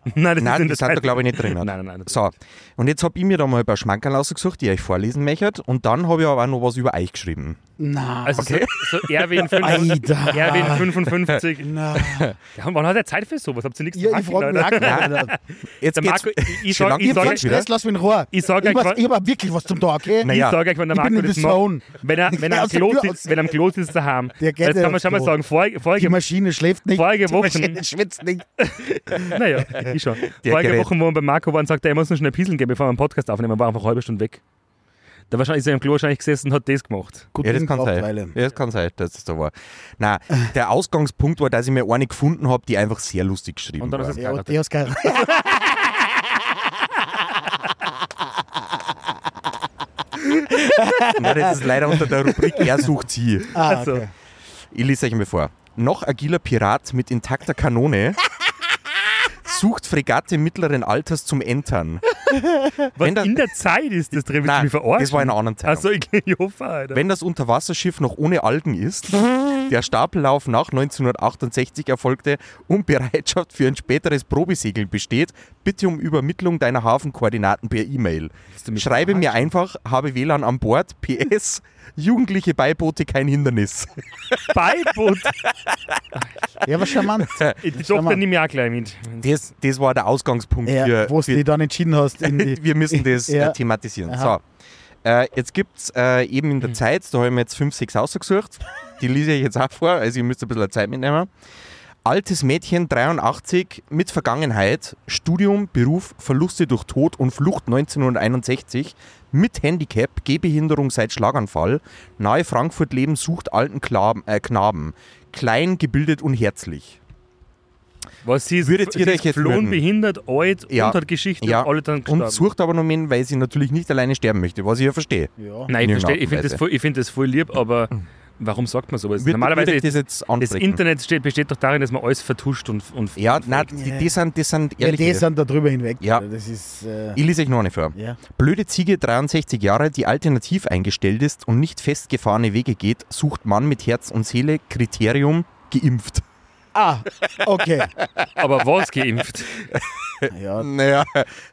Speaker 3: Nein, das ist
Speaker 2: Nein,
Speaker 3: in
Speaker 2: das
Speaker 3: der
Speaker 2: hat er
Speaker 3: Zeit.
Speaker 2: glaube ich nicht drin.
Speaker 3: Nein, nein, nein. das
Speaker 2: So, und jetzt habe ich mir da mal ein paar Schmankerl rausgesucht, die ich euch vorlesen möchte. Und dann habe ich aber auch noch was über euch geschrieben.
Speaker 4: Na.
Speaker 3: Also so, so Erwin, 55,
Speaker 4: Alter.
Speaker 3: Erwin 55.
Speaker 4: na.
Speaker 3: Ja, wann hat er Zeit für sowas? Habt ihr nichts
Speaker 4: Ja,
Speaker 3: zu
Speaker 4: ich
Speaker 3: machen,
Speaker 4: frage mich
Speaker 3: Leute?
Speaker 4: auch, Alter.
Speaker 2: Jetzt
Speaker 3: Der
Speaker 2: geht's-
Speaker 3: Marco, ich- ich
Speaker 2: Schon
Speaker 3: sag-
Speaker 2: lange
Speaker 3: ich
Speaker 4: Ich
Speaker 3: sag-
Speaker 2: geht's
Speaker 4: hab
Speaker 3: jetzt
Speaker 2: wieder.
Speaker 4: Stress, lass mich in Ruhe.
Speaker 3: Ich sag
Speaker 4: ich,
Speaker 3: euch
Speaker 4: weiß,
Speaker 3: was-
Speaker 4: ich hab auch wirklich was zum Tag, okay?
Speaker 2: Nein.
Speaker 3: Ich
Speaker 2: Ja.
Speaker 3: sage euch, wenn der
Speaker 4: Ich bin
Speaker 3: Marco
Speaker 4: in
Speaker 3: das
Speaker 4: the
Speaker 3: macht,
Speaker 4: zone.
Speaker 3: wenn er,
Speaker 4: Ich
Speaker 3: wenn
Speaker 4: geh
Speaker 3: er am
Speaker 4: aus der
Speaker 3: Klo
Speaker 4: Tür
Speaker 3: sitzt,
Speaker 4: raus.
Speaker 3: wenn er am Klo sitzt daheim,
Speaker 4: Der geht
Speaker 3: das
Speaker 4: ja
Speaker 3: kann man
Speaker 4: aufs
Speaker 3: schon mal
Speaker 4: Klo.
Speaker 3: sagen, vorige,
Speaker 4: Die
Speaker 3: vorige,
Speaker 4: Maschine schläft nicht.
Speaker 3: vorige Woche,
Speaker 4: schwitzt nicht.
Speaker 3: naja, ich schon.
Speaker 2: Der
Speaker 3: Vorige
Speaker 2: Gerät.
Speaker 3: Woche, wo wir bei Marco waren, sagt er, er muss noch schnell Pieseln gehen, bevor wir einen Podcast aufnehmen, war einfach eine halbe Stunde weg. Da wahrscheinlich ist er im Klo wahrscheinlich gesessen und hat das gemacht.
Speaker 4: Gut,
Speaker 2: Ja, das
Speaker 4: Ding
Speaker 2: kann
Speaker 4: braucht
Speaker 2: sein.
Speaker 4: Weile.
Speaker 2: Ja, das kann sein, dass das da war. Nein, der Ausgangspunkt war, dass ich mir eine gefunden habe, die einfach sehr lustig geschrieben
Speaker 3: Und dann
Speaker 2: war.
Speaker 3: ist es
Speaker 4: Ja,
Speaker 3: ja,
Speaker 4: und die hast keine
Speaker 2: Nein, das ist leider unter der Rubrik Er sucht sie.
Speaker 4: Ah,
Speaker 3: Also,
Speaker 4: okay.
Speaker 2: Ich lese euch mal vor. Noch agiler Pirat mit intakter Kanone sucht Fregatte mittleren Alters zum Entern.
Speaker 3: Was
Speaker 2: Wenn der-
Speaker 3: in der Zeit ist das drin, willst du mich verarschen?
Speaker 2: das war in einer anderen Zeitung.
Speaker 3: Achso, ich, ich hoffe, Alter.
Speaker 2: Wenn das Unterwasserschiff noch ohne Algen ist, der Stapellauf nach 1968 erfolgte und Bereitschaft für ein späteres Probesegeln besteht, bitte um Übermittlung deiner Hafenkoordinaten per E-Mail.
Speaker 3: du mich
Speaker 2: Schreibe mir einfach, habe WLAN an Bord, PS, jugendliche Beibote kein Hindernis.
Speaker 3: Beiboot.
Speaker 4: Ja, war charmant.
Speaker 3: Die Tochter
Speaker 4: Charmant.
Speaker 3: nehme ich auch gleich mit.
Speaker 2: Das, das war der Ausgangspunkt
Speaker 4: Ja,
Speaker 2: für,
Speaker 4: wo du
Speaker 2: für
Speaker 4: dich dann entschieden hast. In die,
Speaker 2: wir müssen das
Speaker 4: Ja.
Speaker 2: äh, thematisieren. So,
Speaker 4: Aha.
Speaker 2: äh, jetzt gibt es äh, eben in der Zeit, da haben wir jetzt fünf, sechs ausgesucht. Die lese ich jetzt auch vor, also ihr müsst ein bisschen Zeit mitnehmen. Altes Mädchen, 83, mit Vergangenheit, Studium, Beruf, Verluste durch Tod und Flucht 1961, mit Handicap, Gehbehinderung seit Schlaganfall, nahe Frankfurt leben, sucht alten Klaben, äh, Knaben, klein, gebildet und herzlich.
Speaker 3: Was sie ist,
Speaker 2: Würdet ihr
Speaker 3: sie
Speaker 2: euch
Speaker 3: ist
Speaker 2: jetzt
Speaker 3: geflohen,
Speaker 2: mögen?
Speaker 3: behindert, alt
Speaker 2: Ja.
Speaker 3: und hat Geschichte
Speaker 2: Ja,
Speaker 3: und alle dann
Speaker 2: und
Speaker 3: gestorben.
Speaker 2: sucht aber noch wen, weil sie natürlich nicht alleine sterben möchte, was ich ja verstehe.
Speaker 4: Ja.
Speaker 3: Nein, ich
Speaker 2: in irgendeiner
Speaker 3: verstehe, ich finde das,
Speaker 2: Weise.
Speaker 3: voll- ich find das voll lieb, aber warum sagt man sowas?
Speaker 2: Würd-
Speaker 3: Normalerweise
Speaker 2: würd ich
Speaker 3: ist
Speaker 2: das jetzt
Speaker 3: das
Speaker 2: ansprechen.
Speaker 3: Internet steht, besteht doch darin, dass man alles vertuscht und, und
Speaker 2: Ja,
Speaker 3: und
Speaker 2: nein,
Speaker 3: fake.
Speaker 2: die, die, sind, die sind
Speaker 4: Ja,
Speaker 2: ehrlich.
Speaker 4: die sind da drüber hinweg.
Speaker 2: Ja.
Speaker 4: Das ist. Äh,
Speaker 2: ich lese euch noch eine vor.
Speaker 4: ja.
Speaker 2: Blöde Ziege, 63 Jahre, die alternativ eingestellt ist und nicht festgefahrene Wege geht, sucht Mann mit Herz und Seele, Kriterium, geimpft.
Speaker 4: Ah, okay.
Speaker 3: aber was geimpft?
Speaker 4: ja,
Speaker 2: Naja,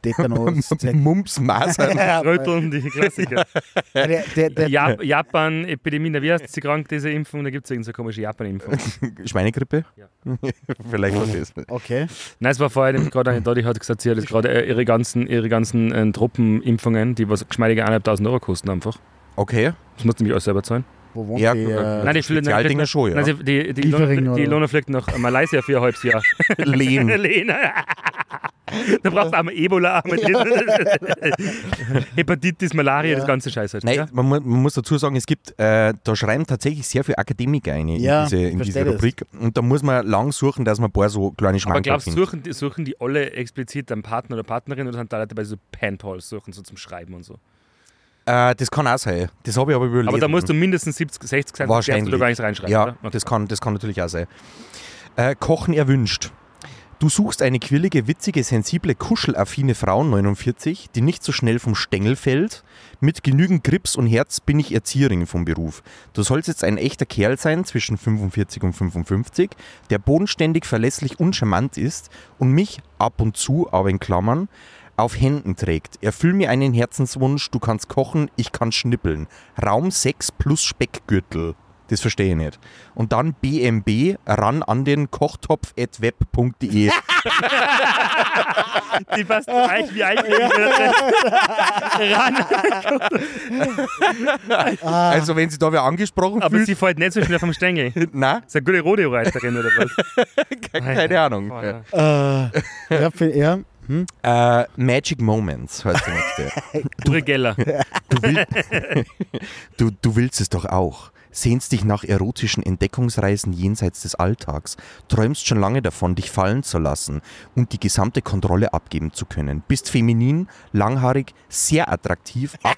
Speaker 4: Tetanus. Zek-
Speaker 2: Mumps, Masern.
Speaker 3: Röteln, die Klassiker.
Speaker 4: Ah, der, der, der,
Speaker 3: Ja, Japan-Epidemie, na, wie heißt sie krank, diese Impfung? Da gibt es irgendeine so komische Japan-Impfung.
Speaker 2: Schweinegrippe?
Speaker 3: Ja.
Speaker 2: Vielleicht war das.
Speaker 4: Okay.
Speaker 3: Nein, es war vorher nämlich gerade eine da, die hat gesagt, sie hat jetzt gerade äh, ihre ganzen, ihre ganzen äh, Truppenimpfungen, die was geschmeidige 1.500 Euro kosten einfach.
Speaker 2: Okay.
Speaker 3: Das musst du nämlich alles selber zahlen.
Speaker 4: Wo wohnt
Speaker 2: Ja,
Speaker 4: die? Äh,
Speaker 3: Nein, die fliegt-
Speaker 2: Spezialdinger
Speaker 3: fliegt-
Speaker 2: schon, ja.
Speaker 3: Nein, sie- die, die,
Speaker 4: Liefering,
Speaker 3: Ilona, die
Speaker 4: oder?
Speaker 3: Ilona fliegt nach Malaysia für ein halbes Jahr.
Speaker 2: Lehm.
Speaker 3: Lena. da braucht man einmal Ebola, einmal Hepatitis, Malaria,
Speaker 4: Ja.
Speaker 3: das ganze Scheiß halt.
Speaker 2: Nein,
Speaker 3: ja?
Speaker 2: man, mu- man muss dazu sagen, es gibt, äh, da schreiben tatsächlich sehr viele Akademiker ein in
Speaker 4: Ja,
Speaker 2: diese, in
Speaker 4: versteh
Speaker 2: diese
Speaker 4: das.
Speaker 2: Rubrik. Und da muss man lang suchen, dass man ein paar so kleine
Speaker 3: Aber
Speaker 2: Schmankerl
Speaker 3: glaubst du,
Speaker 2: findet.
Speaker 3: suchen die, suchen die alle explizit einen Partner oder Partnerin oder sind da Leute bei so Pentholes suchen, so zum Schreiben und so?
Speaker 2: Äh, das kann auch sein. Das habe ich aber überlesen.
Speaker 3: Aber da musst du mindestens 70, 60 sein, sonst darfst
Speaker 2: Wahrscheinlich.
Speaker 3: du da gar nichts reinschreiben.
Speaker 2: Ja,
Speaker 3: oder?
Speaker 2: das, kann, das kann natürlich auch sein. Äh, Kochen erwünscht. Du suchst eine quirlige, witzige, sensible, kuschelaffine Frau, 49, die nicht so schnell vom Stängel fällt. Mit genügend Grips und Herz bin ich Erzieherin vom Beruf. Du sollst jetzt ein echter Kerl sein, zwischen 45 und 55, der bodenständig, verlässlich und charmant ist und mich ab und zu, aber in Klammern, auf Händen trägt. Erfüll mir einen Herzenswunsch, du kannst kochen, ich kann schnippeln. Raum 6 plus Speckgürtel. Das verstehe ich nicht. Und dann BMB ran an den kochtopf.web.de.
Speaker 3: Die passt gleich wie eigentlich.
Speaker 2: Also wenn sie da wer angesprochen
Speaker 3: Ah. Aber
Speaker 2: fühlt,
Speaker 3: sie fällt nicht so schnell vom Stängel. Das
Speaker 2: na,
Speaker 3: ist eine gute Rodeo-Reiterin oder was?
Speaker 2: keine Ahnung.
Speaker 3: Boah,
Speaker 4: äh, ja, für, ja.
Speaker 2: Äh, Magic Moments heißt der nächste.
Speaker 3: Dure Geller.
Speaker 2: Du, will, du, du willst es doch auch. Sehnst dich nach erotischen Entdeckungsreisen jenseits des Alltags, träumst schon lange davon, dich fallen zu lassen und die gesamte Kontrolle abgeben zu können. Bist feminin, langhaarig, sehr attraktiv, ab,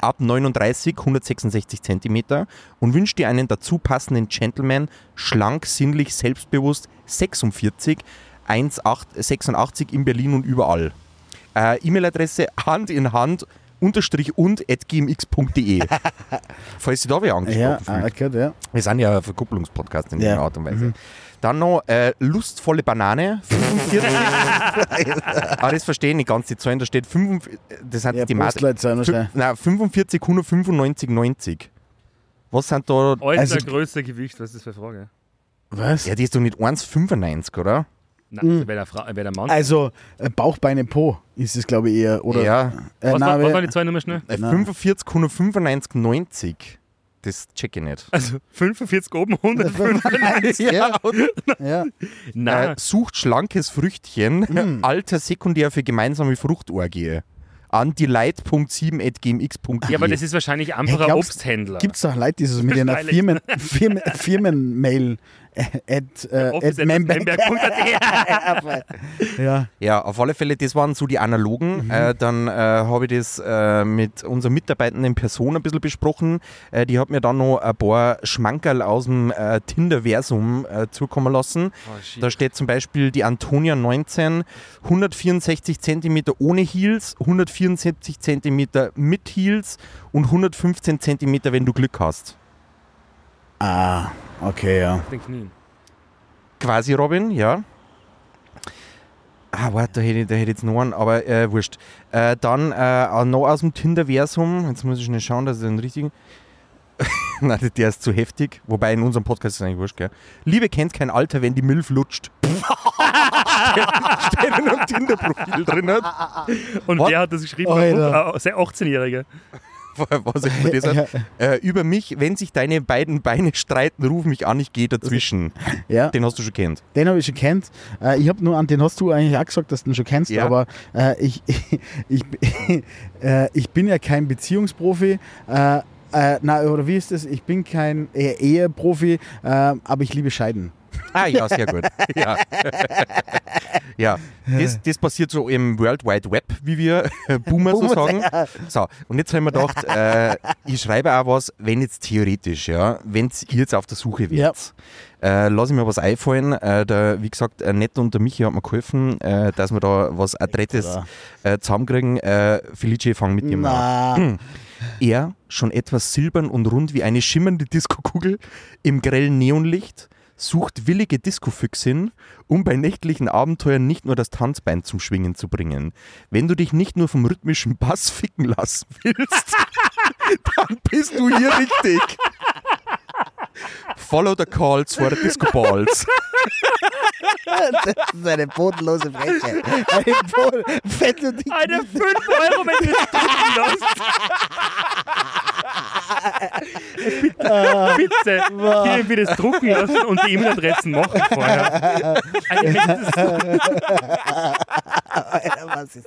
Speaker 2: ab 39, 166 Zentimeter und wünschst dir einen dazu passenden Gentleman, schlank, sinnlich, selbstbewusst, 46, 18, 86 in Berlin und überall. Äh, E-Mail-Adresse hand in hand unterstrich und at gmx.de. Falls sie da wer
Speaker 4: Ja,
Speaker 2: angesprochen
Speaker 4: ah,
Speaker 2: fühlt.
Speaker 4: okay, ja.
Speaker 2: Wir sind ja ein Verkupplungspodcast in
Speaker 4: Ja. Mhm.
Speaker 2: irgendeiner Art und Weise. Dann noch äh, lustvolle Banane. 45. Aber das verstehe ich nicht ganz. Die Zahlen, da steht 45, das hat
Speaker 4: Ja,
Speaker 2: die Mathe.
Speaker 4: Postleitzahl noch schnell.
Speaker 2: Nein, 45, 195, 90. Was sind da.
Speaker 3: Alter,
Speaker 4: Also-
Speaker 3: größter Gewicht, was ist das für eine Frage?
Speaker 4: Was?
Speaker 2: Ja, die ist doch nicht 1,95, oder?
Speaker 3: Nein, das wäre der, Fra- wäre der Mann.
Speaker 4: Also, äh, Bauch, Beine, Po ist es, glaube ich, eher. Oder,
Speaker 2: ja.
Speaker 3: was,
Speaker 4: Äh,
Speaker 3: war,
Speaker 4: nein,
Speaker 3: was
Speaker 4: aber-
Speaker 3: waren die zwei Nummern schnell?
Speaker 2: Äh,
Speaker 4: Nein.
Speaker 2: 45, 195, 90. Das check ich nicht.
Speaker 3: Also 45 oben, 105.
Speaker 4: ja, ja.
Speaker 3: Nein,
Speaker 2: Äh, sucht schlankes Früchtchen,
Speaker 4: Mhm.
Speaker 2: Alter sekundär für gemeinsame Fruchtorgie. An die leit.7.gmx.de.
Speaker 3: ja, aber das ist wahrscheinlich einfacher
Speaker 4: glaubst-
Speaker 3: Obsthändler.
Speaker 4: Gibt es doch Leute, die es mit einer
Speaker 3: Freilich.
Speaker 4: Firmen, Firmen, Firmenmail äh, at, äh, at Memberg. Ja.
Speaker 2: ja, auf alle Fälle, das waren so die Analogen. Äh, dann äh, habe ich das äh, mit unserer mitarbeitenden Person ein bisschen besprochen. Äh, die hat mir dann noch ein paar Schmankerl aus dem äh, Tinder-Versum äh, zukommen lassen.
Speaker 3: Oh,
Speaker 2: Da steht zum Beispiel die Antonia 19, 164 cm ohne Heels, 174 cm mit Heels und 115 cm, wenn du Glück hast.
Speaker 4: Ah, okay, ja.
Speaker 3: den Knien.
Speaker 2: Quasi Robin, ja. Ah, warte, da hätte ich, da hätte ich jetzt noch einen, aber äh, wurscht. Äh, dann äh, auch noch aus dem Tinder-Versum, jetzt muss ich schnell schauen, dass ich den richtigen. Nein, der ist zu heftig. Wobei in unserem Podcast ist eigentlich wurscht, gell? Liebe kennt kein Alter, wenn die Milf lutscht. Steht in einem Tinder-Profil drin ne? hat.
Speaker 3: Und
Speaker 2: What?
Speaker 3: wer hat das geschrieben?
Speaker 4: Alter.
Speaker 3: Oh, Sehr 18-Jähriger.
Speaker 2: Was ich mir das hat. Äh, über mich, wenn sich deine beiden Beine streiten, ruf mich an, ich gehe dazwischen.
Speaker 4: ja.
Speaker 2: Den hast du schon kennt.
Speaker 4: Den habe ich schon kennt. Äh, ich habe nur an den hast du eigentlich auch gesagt, dass du ihn schon kennst,
Speaker 2: Ja.
Speaker 4: aber äh, ich, ich, äh, ich bin ja kein Beziehungsprofi. Äh, äh, na, oder wie ist das? Ich bin kein E- Eheprofi, äh, aber ich liebe Scheiden.
Speaker 2: Ah ja, sehr gut. Ja, ja. Das, das passiert so im World Wide Web, wie wir Boomer so sagen. So, und jetzt haben wir gedacht, äh, ich schreibe auch was, wenn jetzt theoretisch, ja, wenn ihr jetzt auf der Suche wärt. Äh, lass ich mir was einfallen. Äh, der, wie gesagt, äh, Netto und der Michi hat mir geholfen, äh, dass wir da was Adrettes äh, zusammenkriegen. Äh, Felice, fang mit dem an.
Speaker 4: Na,
Speaker 2: Er, schon etwas silbern und rund wie eine schimmernde Diskokugel im grellen Neonlicht, sucht willige Diskofüchsin, um bei nächtlichen Abenteuern nicht nur das Tanzbein zum Schwingen zu bringen. Wenn du dich nicht nur vom rhythmischen Bass ficken lassen willst, dann bist du hier richtig. Follow the calls for the disco balls.
Speaker 4: das ist eine bodenlose Frechheit. Eine Boden, wenn du dich
Speaker 3: Alter, 5 Euro, wenn du das drücken lässt. bitte, bitte, hier wird es drucken lassen und die E-Mail-Adressen machen vorher. Alter, wenn das
Speaker 4: Alter, was ist.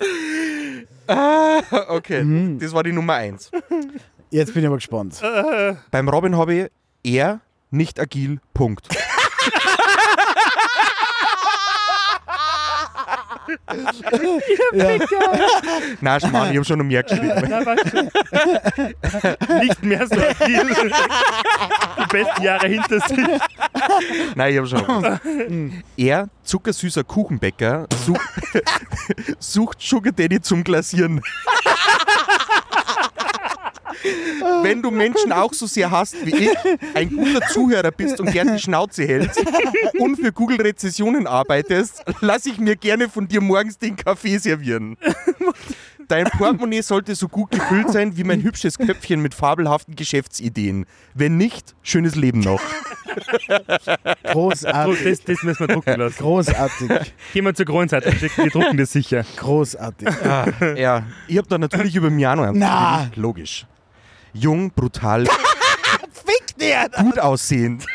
Speaker 2: Okay, das war die Nummer eins.
Speaker 4: Jetzt bin ich aber gespannt.
Speaker 2: Beim Robin habe ich er nicht agil. Punkt.
Speaker 4: Ja.
Speaker 2: Na, Schmarrn, ich habe schon noch mehr geschrieben.
Speaker 3: Na, warte schon. Nicht mehr so viel. Die besten Jahre hinter sich.
Speaker 2: Nein, ich habe schon. was. er, zuckersüßer Kuchenbäcker, such, sucht Sugar Daddy zum Glasieren. Wenn du Menschen auch so sehr hast wie ich, ein guter Zuhörer bist und gern die Schnauze hältst und für Google-Rezessionen arbeitest, lass ich mir gerne von dir morgens den Kaffee servieren. Dein Portemonnaie sollte so gut gefüllt sein wie mein hübsches Köpfchen mit fabelhaften Geschäftsideen. Wenn nicht, schönes Leben noch.
Speaker 3: Oh,
Speaker 4: Großartig.
Speaker 3: das, das müssen wir drucken lassen.
Speaker 4: Großartig.
Speaker 3: Geh mal zur Kronenzeitung schicken, die drucken das sicher.
Speaker 4: Großartig.
Speaker 2: Ja, ich hab da natürlich über Miano ernst
Speaker 4: Na.
Speaker 2: geredet. Logisch. Jung, brutal,
Speaker 4: Fick dir!
Speaker 2: gut aussehend.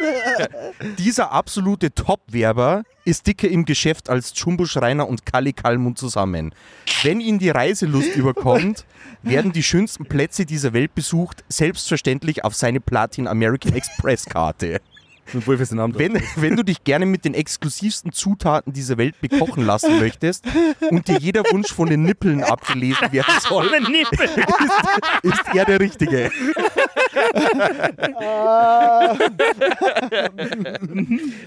Speaker 2: Dieser absolute Top-Werber ist dicker im Geschäft als Jumbo Schreiner und Kali Kalmund zusammen. Wenn ihn die Reiselust überkommt, werden die schönsten Plätze dieser Welt besucht, selbstverständlich auf seine Platin American Express Karte.
Speaker 3: Und Wolf ist den Namen.
Speaker 2: Wenn, wenn du dich gerne mit den exklusivsten Zutaten dieser Welt bekochen lassen möchtest und dir jeder Wunsch von den Nippeln abgelesen werden soll,
Speaker 3: Alle Nippel.
Speaker 2: ist er der Richtige.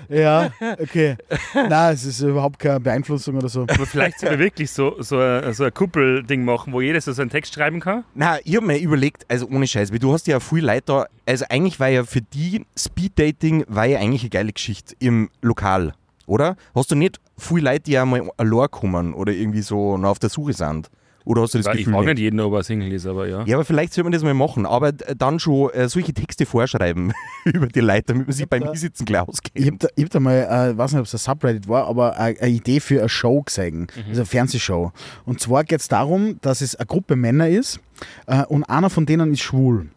Speaker 4: Ja, okay. Nein, es ist überhaupt keine Beeinflussung oder so.
Speaker 3: Aber vielleicht sollen wir wirklich so, so ein, so ein Kuppelding machen, wo jeder so seinen Text schreiben kann.
Speaker 2: Na, ich habe mir überlegt, also ohne Scheiß, weil du hast ja viel Leute da. Also eigentlich war ja für die Speeddating war ja eigentlich eine geile Geschichte im Lokal, oder? Hast du nicht viel Leute, die ja mal allein kommen oder irgendwie so noch auf der Suche sind? Oder hast du das
Speaker 3: Ja, ich
Speaker 2: Gefühl?
Speaker 3: frage
Speaker 2: nicht?
Speaker 3: nicht jeden, ob er Single ist, aber ja.
Speaker 2: Ja, aber vielleicht sollte man das mal machen, aber d- dann schon äh, solche Texte vorschreiben über die Leute, damit man sich beim Hinsitzen gleich
Speaker 4: Ich
Speaker 2: auskennt.
Speaker 4: hab da, ich hab da mal, äh, weiß nicht, ob es ein Subreddit war, aber eine eine Idee für eine Show gesehen, also eine Fernsehshow. Und zwar geht es darum, dass es eine Gruppe Männer ist äh, und einer von denen ist schwul.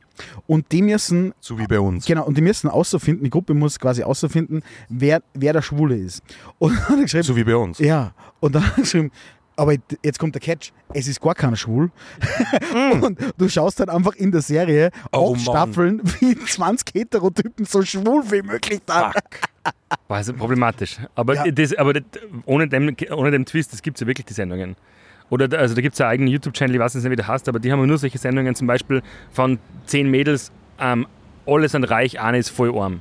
Speaker 4: Und die müssen
Speaker 2: So wie bei uns.
Speaker 4: Genau, und die müssen auszufinden, die Gruppe muss quasi auszufinden, wer, wer der Schwule ist. Und dann hat er geschrieben,
Speaker 2: So wie bei uns.
Speaker 4: ja, und dann hat er geschrieben, aber jetzt kommt der Catch, es ist gar keiner schwul. und du schaust dann einfach in der Serie
Speaker 2: Oh
Speaker 4: auch
Speaker 2: Mann.
Speaker 4: Staffeln, wie 20 Heterotypen so schwul wie möglich da.
Speaker 3: War also problematisch. Aber,
Speaker 4: Ja.
Speaker 3: das, aber das, ohne, dem, ohne dem Twist, das gibt es ja wirklich die Sendungen. Oder da- also da gibt es ja einen eigenen YouTube-Channel, ich weiß nicht, wie der heißt, aber die haben ja nur solche Sendungen, zum Beispiel von zehn Mädels, ähm, alle sind reich, eine ist voll arm.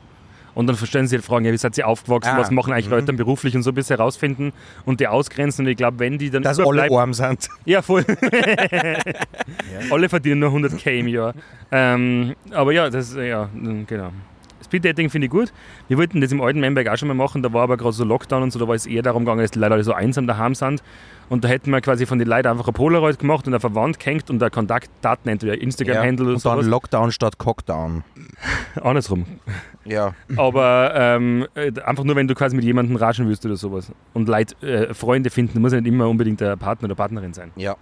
Speaker 3: Und dann verstellen sie halt Fragen, ja, wie seid ihr aufgewachsen,
Speaker 2: Ah,
Speaker 3: was machen eigentlich Leute dann beruflich und so ein bisschen herausfinden und die ausgrenzen. Und ich glaube, wenn die dann
Speaker 2: Dass alle arm sind.
Speaker 3: ja, voll. Alle verdienen nur 100k im Jahr. Ähm, aber ja, das ist, ja, mm, genau. Speeddating finde ich gut. Wir wollten das im alten Memberg auch schon mal machen, da war aber gerade so Lockdown und so, da war es eher darum gegangen, dass die Leute alle so einsam daheim sind. Und da hätten wir quasi von den Leuten einfach ein Polaroid gemacht und eine Verwandt gehängt und da Kontaktdaten, entweder Instagram-Handle oder
Speaker 2: und dann
Speaker 3: sowas.
Speaker 2: Lockdown statt Cockdown.
Speaker 3: Andersrum.
Speaker 2: Ja.
Speaker 3: Aber ähm, äh, einfach nur, wenn du quasi mit jemandem raschen willst oder sowas. Und Leute, äh, Freunde finden, muss ja nicht immer unbedingt der Partner oder Partnerin sein.
Speaker 2: Ja.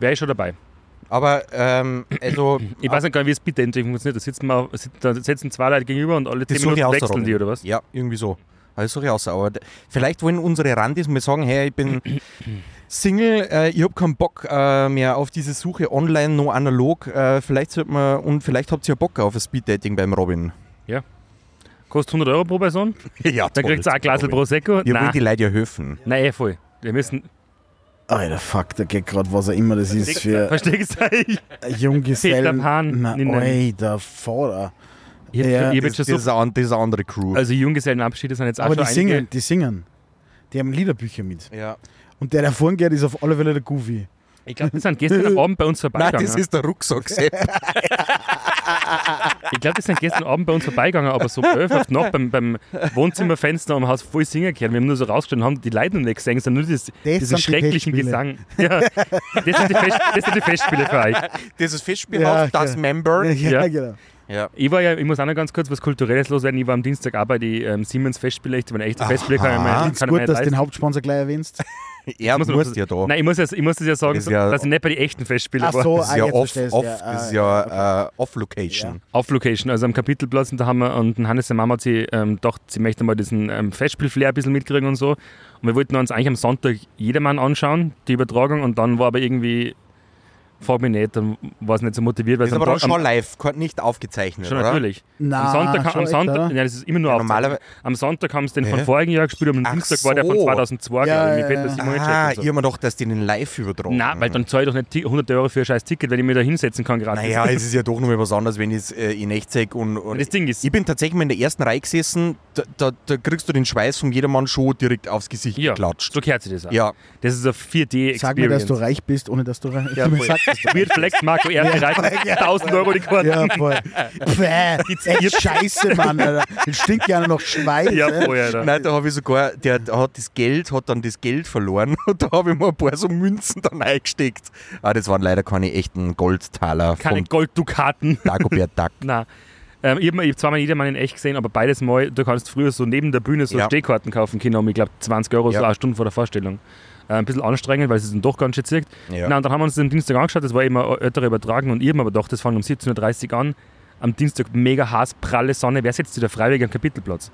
Speaker 3: Wäre ich schon dabei.
Speaker 2: Aber, ähm, also,
Speaker 3: Ich weiß nicht gar nicht, wie es bitte endlich funktioniert. Da sitzen, wir, sit- da sitzen zwei Leute gegenüber und alle
Speaker 2: suche
Speaker 3: 10
Speaker 2: ich
Speaker 3: Minuten
Speaker 2: aus,
Speaker 3: wechseln
Speaker 2: Robin.
Speaker 3: die, oder was?
Speaker 2: Ja, irgendwie so. Das suche ich aus. Aber d- vielleicht wollen unsere Randis mal sagen, hey, ich bin Single, äh, ich habe keinen Bock äh, mehr auf diese Suche online, nur analog. Äh, vielleicht sollte man, und vielleicht habt ihr ja Bock auf ein Speeddating beim Robin.
Speaker 3: Kostet 100 Euro pro Person.
Speaker 2: Ja,
Speaker 3: Dann
Speaker 2: toll,
Speaker 3: kriegt ihr auch ein Glas
Speaker 2: glaub ich.
Speaker 3: Prosecco.
Speaker 2: Ja, will
Speaker 3: nein,
Speaker 2: die Leute ja helfen.
Speaker 3: nein, eh voll. Wir müssen.
Speaker 4: Alter, fuck, der geht gerade, was er immer das ist für
Speaker 3: Verstehst du? Ich,
Speaker 4: Junggesellen.
Speaker 3: Peter Pan.
Speaker 4: Na,
Speaker 3: Nein, nein.
Speaker 4: Alter, Vorder.
Speaker 3: ich, hab-
Speaker 4: Ja,
Speaker 3: ich
Speaker 2: Das,
Speaker 3: hab jetzt
Speaker 2: das,
Speaker 3: schon
Speaker 2: ist
Speaker 3: so.
Speaker 2: eine, an- das ist eine andere Crew.
Speaker 3: Also Junggesellenabschiede sind jetzt auch
Speaker 4: Aber
Speaker 3: schon
Speaker 4: die singen, die singen. Die haben Liederbücher mit.
Speaker 2: ja.
Speaker 4: Und der, der vorn geht, ist auf alle Fälle der Goofy.
Speaker 3: einige. Ich glaube, die sind gestern Abend bei uns
Speaker 2: Nein,
Speaker 3: vorbeigegangen.
Speaker 2: das ist der Rucksack. Sepp.
Speaker 3: Ich glaube, die sind gestern Abend bei uns vorbeigegangen, aber so öfter noch beim, beim Wohnzimmerfenster am Haus voll singen gehört. Wir haben nur so rausgeschaut und haben die Leute noch nicht gesehen, sondern nur dieses, diesen
Speaker 4: sind die
Speaker 3: schrecklichen
Speaker 4: Festspiele.
Speaker 3: Gesang. Ja, das, sind die Fest, das sind die Festspiele für euch.
Speaker 2: Das ist Fischspielhaus,
Speaker 4: Ja,
Speaker 2: das
Speaker 4: ja.
Speaker 2: Member.
Speaker 3: Ja.
Speaker 4: genau.
Speaker 2: Ja.
Speaker 3: Ich war ja, ich muss auch noch ganz kurz was Kulturelles loswerden. Ich war am Dienstag auch bei die ähm, Siemens Festspiele. Ich war ein echter Festspiele. Kann ich mir-
Speaker 2: Aha.
Speaker 3: kann
Speaker 4: Ist
Speaker 3: ich mir
Speaker 4: gut,
Speaker 3: nicht
Speaker 4: dass du
Speaker 3: leisten.
Speaker 4: den Hauptsponsor gleich erwähnst.
Speaker 2: Er muss,
Speaker 3: man-
Speaker 2: ja da.
Speaker 3: Nein, ich muss, ja, ich muss das ja sagen,
Speaker 2: Das ist ja-
Speaker 3: dass ich nicht bei den echten Festspielen
Speaker 4: Ach
Speaker 3: war.
Speaker 4: so,
Speaker 2: das
Speaker 4: ah,
Speaker 2: ist ja
Speaker 4: jetzt
Speaker 2: off,
Speaker 4: verstehst
Speaker 2: off,
Speaker 4: du, ja.
Speaker 2: das ist
Speaker 4: Ah,
Speaker 2: ja äh, off-location.
Speaker 3: auf Location, also am Kapitelplatz und da haben wir und den Hannes der Mama hat sie ähm, gedacht, sie möchte mal diesen ähm, Festspiel-Flair ein bisschen mitkriegen und so. Und wir wollten uns eigentlich am Sonntag jedermann anschauen, die Übertragung, und dann war aber irgendwie, frag mich nicht, dann war es nicht so motiviert, weil
Speaker 2: Das
Speaker 3: es
Speaker 2: ist
Speaker 3: am
Speaker 2: aber dann
Speaker 3: Tag- am-
Speaker 2: schon live, kein- nicht aufgezeichnet,
Speaker 3: schon
Speaker 2: oder?
Speaker 3: natürlich.
Speaker 4: Na,
Speaker 3: am Sonntag,
Speaker 4: schon
Speaker 3: am
Speaker 4: echt,
Speaker 3: Sonntag,
Speaker 4: oder?
Speaker 3: nein, das ist immer nur
Speaker 2: Ja,
Speaker 3: auf.
Speaker 2: normalerweise-
Speaker 3: Am Sonntag haben sie den von
Speaker 2: Hä?
Speaker 3: vorigen Jahr gespielt, und am
Speaker 2: Ach
Speaker 3: Dienstag war der von
Speaker 2: so.
Speaker 3: 2002,
Speaker 4: Ja,
Speaker 3: glaube ich, mit
Speaker 4: ja,
Speaker 3: Peter
Speaker 4: ja.
Speaker 3: Simonitschek
Speaker 2: Ah,
Speaker 3: und
Speaker 2: ich
Speaker 3: so.
Speaker 2: hab mir gedacht, dass die den live übertragen.
Speaker 3: Nein, weil dann zahle ich doch nicht die 100 Euro für ein scheiß Ticket, wenn ich mich da hinsetzen kann gratis.
Speaker 2: Naja, es ist ja doch nochmal was anderes, wenn ich äh, in Echtzeit und, und.
Speaker 3: Das Ding ist-
Speaker 2: Ich bin tatsächlich mal in der ersten Reihe gesessen, da, da, da kriegst du den Schweiß von jedermann schon direkt aufs Gesicht
Speaker 3: ja,
Speaker 2: geklatscht.
Speaker 3: so gehört sich das auch.
Speaker 2: Ja,
Speaker 3: Das ist eine 4D-Experience.
Speaker 4: Sag mir, dass du reich bist, ohne dass du reich bist. Ja, voll.
Speaker 3: Weird Flex, Marco Erdbeer, reichen 1000 Euro die Karte.
Speaker 4: Ja, voll. Bäh, ey, scheiße, Mann, Alter. Jetzt stinkt ja noch Schweiß. ne?
Speaker 3: Ja,
Speaker 4: ey.
Speaker 3: vorher. Da.
Speaker 2: Nein, da habe ich sogar, der hat das Geld, hat dann das Geld verloren und da habe ich mir ein paar so Münzen dann eingesteckt. Ah, das waren leider keine echten Goldtaler
Speaker 3: Keine
Speaker 2: von
Speaker 3: Golddukaten.
Speaker 2: Dagobert Duck.
Speaker 3: Nein. Ähm, ich habe hab zweimal jedermann in echt gesehen, aber beides Mal, du kannst früher so neben der Bühne so
Speaker 2: Ja.
Speaker 3: Stehkarten kaufen können, um ich glaube 20 Euro, so
Speaker 2: Ja.
Speaker 3: eine Stunde vor der Vorstellung. Äh, ein bisschen anstrengend, weil es ist dann doch ganz schön zirkt.
Speaker 2: Ja.
Speaker 3: Nein, und dann haben wir uns den Dienstag angeschaut, das war immer öfter übertragen und ich hab mir aber doch, das fängt um 17.30 Uhr an. Am Dienstag mega heiß, pralle Sonne, wer setzt sich da freiwillig am Kapitelplatz?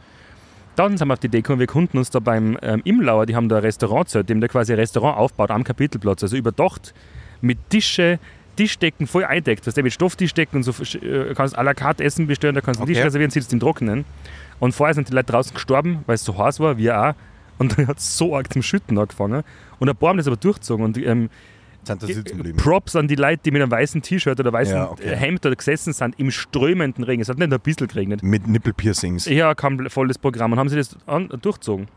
Speaker 3: Dann sind wir auf die Deko und wir konnten uns da beim ähm, Imlauer, die haben da ein Restaurant zählt, die haben da quasi ein Restaurant aufgebaut am Kapitelplatz, also überdacht mit Tische, Tischdecken voll eindeckt, weißt du, mit Stofftischdecken und so äh, kannst à la carte Essen bestellen, da kannst du einen Tisch
Speaker 2: Okay.
Speaker 3: reservieren, sitzt im Trockenen. Und vorher sind die Leute draußen gestorben, weil es so heiß war, wir auch. Und dann hat es so arg zum Schütten angefangen. Und ein paar haben das aber durchgezogen. Und ähm,
Speaker 2: Sind da sitzen geblieben.
Speaker 3: Props an die Leute, die mit einem weißen T-Shirt oder weißen
Speaker 2: Ja, okay.
Speaker 3: äh, Hemd da gesessen sind im strömenden Regen. Es hat nicht nur ein bisschen geregnet.
Speaker 2: Mit Nippelpiercings.
Speaker 3: Ja, kam volles Programm und haben sie das an, durchzogen.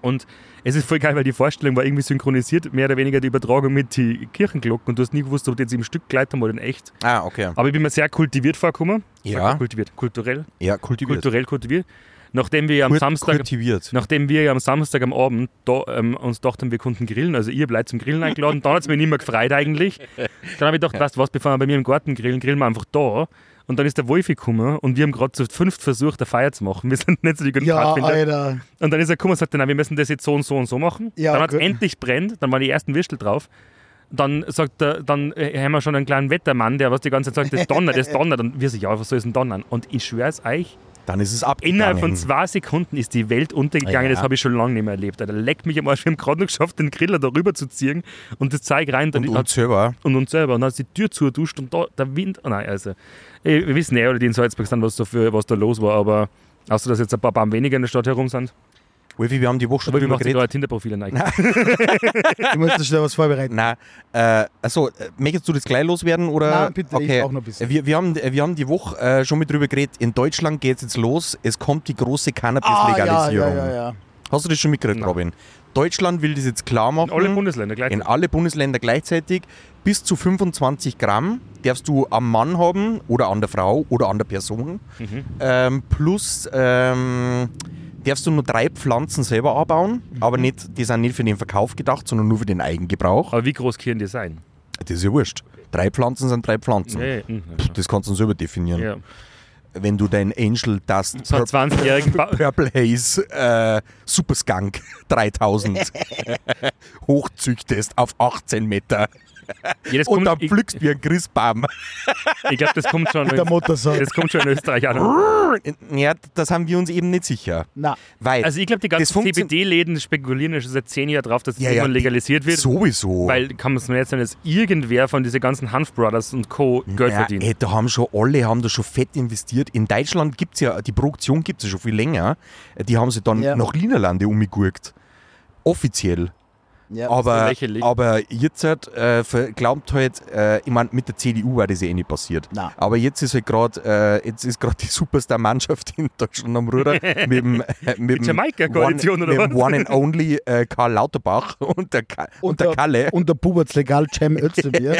Speaker 3: Und es ist voll geil, weil die Vorstellung war irgendwie synchronisiert, mehr oder weniger die Übertragung mit die Kirchenglocken und du hast nie gewusst, ob die jetzt im Stück geleitet haben oder in echt.
Speaker 2: Ah, okay.
Speaker 3: Aber ich bin mir sehr kultiviert vorgekommen.
Speaker 2: Ja.
Speaker 3: Sag mal Kultiviert. Kulturell.
Speaker 2: Ja, kultiviert.
Speaker 3: Kulturell kultiviert. Nachdem wir am
Speaker 2: Kurt-
Speaker 3: Samstag.
Speaker 2: Kultiviert.
Speaker 3: Nachdem wir ja am Samstag am Abend da, ähm, uns dachten, wir konnten grillen, also ihr bleibt zum Grillen eingeladen, dann hat es mich nicht mehr gefreut eigentlich. Dann habe ich gedacht, weißt du was, bevor wir bei mir im Garten grillen, grillen wir einfach da. Und dann ist der Wolfi gekommen und wir haben gerade zu fünft versucht, eine Feier zu machen. Wir sind nicht so die guten
Speaker 4: Ja,
Speaker 3: Pfadfinder.
Speaker 4: Alter.
Speaker 3: Und dann ist er gekommen und sagt, nein, wir müssen das jetzt so und so und so machen.
Speaker 4: Ja,
Speaker 3: dann hat es
Speaker 4: gut.
Speaker 3: endlich brennt, dann waren die ersten Würstel drauf. Dann sagt er, dann äh, haben wir schon einen kleinen Wettermann, der was die ganze Zeit sagt, das donnert, das donnert. Und wir so, ja, was soll es denn donnern? Und ich schwöre es euch,
Speaker 2: Dann ist es abgegangen.
Speaker 3: Innerhalb von zwei Sekunden ist die Welt untergegangen.
Speaker 2: Ja.
Speaker 3: Das habe ich schon lange nicht mehr erlebt. Alter, leck mich am Arsch. Wir haben gerade noch geschafft, den Griller da rüber zu ziehen und das Zeug rein. Dann
Speaker 2: und
Speaker 3: hat-
Speaker 2: uns selber.
Speaker 3: und uns selber. Und dann hat die Tür zuduscht und da, der Wind. Oh nein, also. eh, Wir wissen ja, oder die in Salzburg sind, was da, für, was da los war, aber. Außer, dass jetzt ein paar Bam weniger in der Stadt herum sind.
Speaker 2: Wolfi, wir haben die Woche schon
Speaker 3: Aber wir
Speaker 2: drüber
Speaker 3: machen sich da halt
Speaker 2: geredet.
Speaker 3: ein Tinder-Profil rein.
Speaker 4: Ich muss dir schon was vorbereiten.
Speaker 2: Nein, äh, also äh, möchtest du das gleich loswerden? Oder?
Speaker 4: Nein, bitte, ich
Speaker 2: okay.
Speaker 4: brauch noch ein bisschen.
Speaker 2: Wir, wir, haben, wir haben die Woche äh, schon mit drüber geredet. In Deutschland geht es jetzt los. Es kommt die große
Speaker 4: Ah, ja,
Speaker 2: Cannabis-Legalisierung.
Speaker 4: ja, ja, ja.
Speaker 2: Hast du das schon mitgekriegt,
Speaker 3: Nein.
Speaker 2: Robin? Deutschland will das jetzt klar machen.
Speaker 3: In alle Bundesländer gleich.
Speaker 2: Mhm. in alle Bundesländer gleichzeitig. Bis zu 25 Gramm darfst du am Mann haben oder an der Frau oder an der Person.
Speaker 3: Mhm.
Speaker 2: Ähm, plus ähm, darfst du nur drei Pflanzen selber anbauen,
Speaker 3: Mhm.
Speaker 2: aber nicht, die sind nicht für den Verkauf gedacht, sondern nur für den Eigengebrauch.
Speaker 3: Aber wie groß können die sein?
Speaker 2: Das ist ja wurscht. Drei Pflanzen sind drei Pflanzen.
Speaker 3: Nee, mhm,
Speaker 2: Das kannst du selber definieren.
Speaker 3: ja.
Speaker 2: Wenn du dein Angel Dust
Speaker 3: So ein 20-jährigen ba
Speaker 2: Purple Haze äh, Super Skunk 3000 hochzüchtest auf 18 Meter.
Speaker 3: Ja, das
Speaker 2: Und dann
Speaker 3: kommt, ich
Speaker 2: pflückst du wie ein Christbaum.
Speaker 3: ich glaube, das kommt schon.
Speaker 4: Der Mutter sagt,
Speaker 3: Das kommt schon in Österreich an.
Speaker 2: Ja, das haben wir uns eben nicht sicher.
Speaker 4: na,
Speaker 2: Weil
Speaker 3: Also ich glaube, die
Speaker 2: Äh, Das
Speaker 3: ganzen
Speaker 2: funktio-
Speaker 3: CBD-Läden spekulieren ja schon seit zehn Jahren drauf, dass das
Speaker 2: Ja, ja,
Speaker 3: irgendwann
Speaker 2: die-
Speaker 3: legalisiert wird.
Speaker 2: sowieso.
Speaker 3: Weil kann man es mir jetzt sagen, dass irgendwer von diesen ganzen Hanf Brothers und Co. Geld
Speaker 2: ja,
Speaker 3: verdient.
Speaker 2: ey, da haben schon alle haben da schon fett investiert. In Deutschland gibt es ja, die Produktion gibt es ja schon viel länger. Die haben sie dann
Speaker 4: Ja.
Speaker 2: nach Linerlande umgegurkt. Offiziell.
Speaker 4: ja.
Speaker 2: Aber,
Speaker 3: lächerlich.
Speaker 2: aber jetzt halt, äh, ver- glaubt halt, äh, ich meine, mit der CDU war das ja eh nicht passiert.
Speaker 4: Nein.
Speaker 2: Aber jetzt ist halt gerade äh, jetzt ist gerade die Superstar-Mannschaft in Deutschland am Ruder mit dem, äh, mit dem
Speaker 3: Jamaika-Koalition
Speaker 2: One-
Speaker 3: oder
Speaker 2: mit dem
Speaker 3: was?
Speaker 2: One and Only äh, Karl Lauterbach und der, Ka und der Kalle.
Speaker 4: Und der Pubertz legal Cem Özdemir.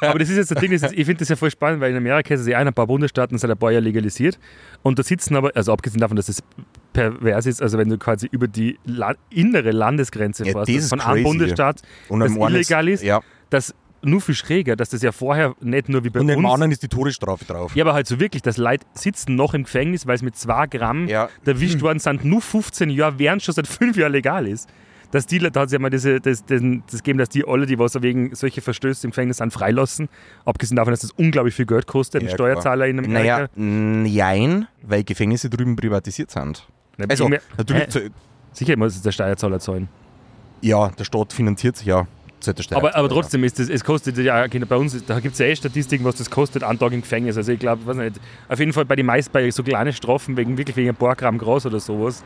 Speaker 3: Aber das ist jetzt das Ding, das ist, ich finde das ja voll spannend, weil in Amerika ist es ja auch in ein paar Bundesstaaten seit ein paar Jahren legalisiert. Und da sitzen aber, also abgesehen davon, dass das pervers ist, also wenn du quasi über die La innere Landesgrenze
Speaker 2: Ja,
Speaker 3: fährst,
Speaker 2: das
Speaker 3: dass
Speaker 2: ist
Speaker 3: von
Speaker 2: crazy.
Speaker 3: einem Bundesstaat,
Speaker 2: Und
Speaker 3: das
Speaker 2: am einen
Speaker 3: illegal ist,
Speaker 2: Ja.
Speaker 3: dass nur viel schräger, dass das ja vorher nicht nur wie bei
Speaker 2: Und dem
Speaker 3: uns
Speaker 2: anderen ist die Todesstrafe drauf.
Speaker 3: Ja, aber halt so wirklich, dass Leute sitzen noch im Gefängnis, weil es mit 2 Gramm
Speaker 2: Ja.
Speaker 3: erwischt worden sind, nur 15 Jahre, während schon seit 5 Jahren legal ist. Dass die, da hat es ja mal diese, das, das, das geben, dass die alle, die was wegen solche Verstöße im Gefängnis sind, freilassen. Abgesehen davon, dass das unglaublich viel Geld kostet, den
Speaker 2: Ja,
Speaker 3: Steuerzahler in Amerika.
Speaker 2: Naja, nein, weil Gefängnisse drüben privatisiert sind.
Speaker 3: Na,
Speaker 2: Also,
Speaker 3: primär-
Speaker 2: natürlich,
Speaker 3: Hä?
Speaker 2: zu-
Speaker 3: sicher muss es der Steuerzahler zahlen.
Speaker 2: ja, der Staat finanziert sich ja. sollte Steuern
Speaker 3: Aber, aber
Speaker 2: zahlen, ja.
Speaker 3: trotzdem, ist das, es kostet ja, genau, bei uns, da gibt es ja eh Statistiken, was das kostet, einen Tag im Gefängnis. Also ich glaube, weiß nicht, auf jeden Fall bei den meisten, bei so kleinen Strafen, wegen, wirklich wegen ein paar Gramm groß oder sowas,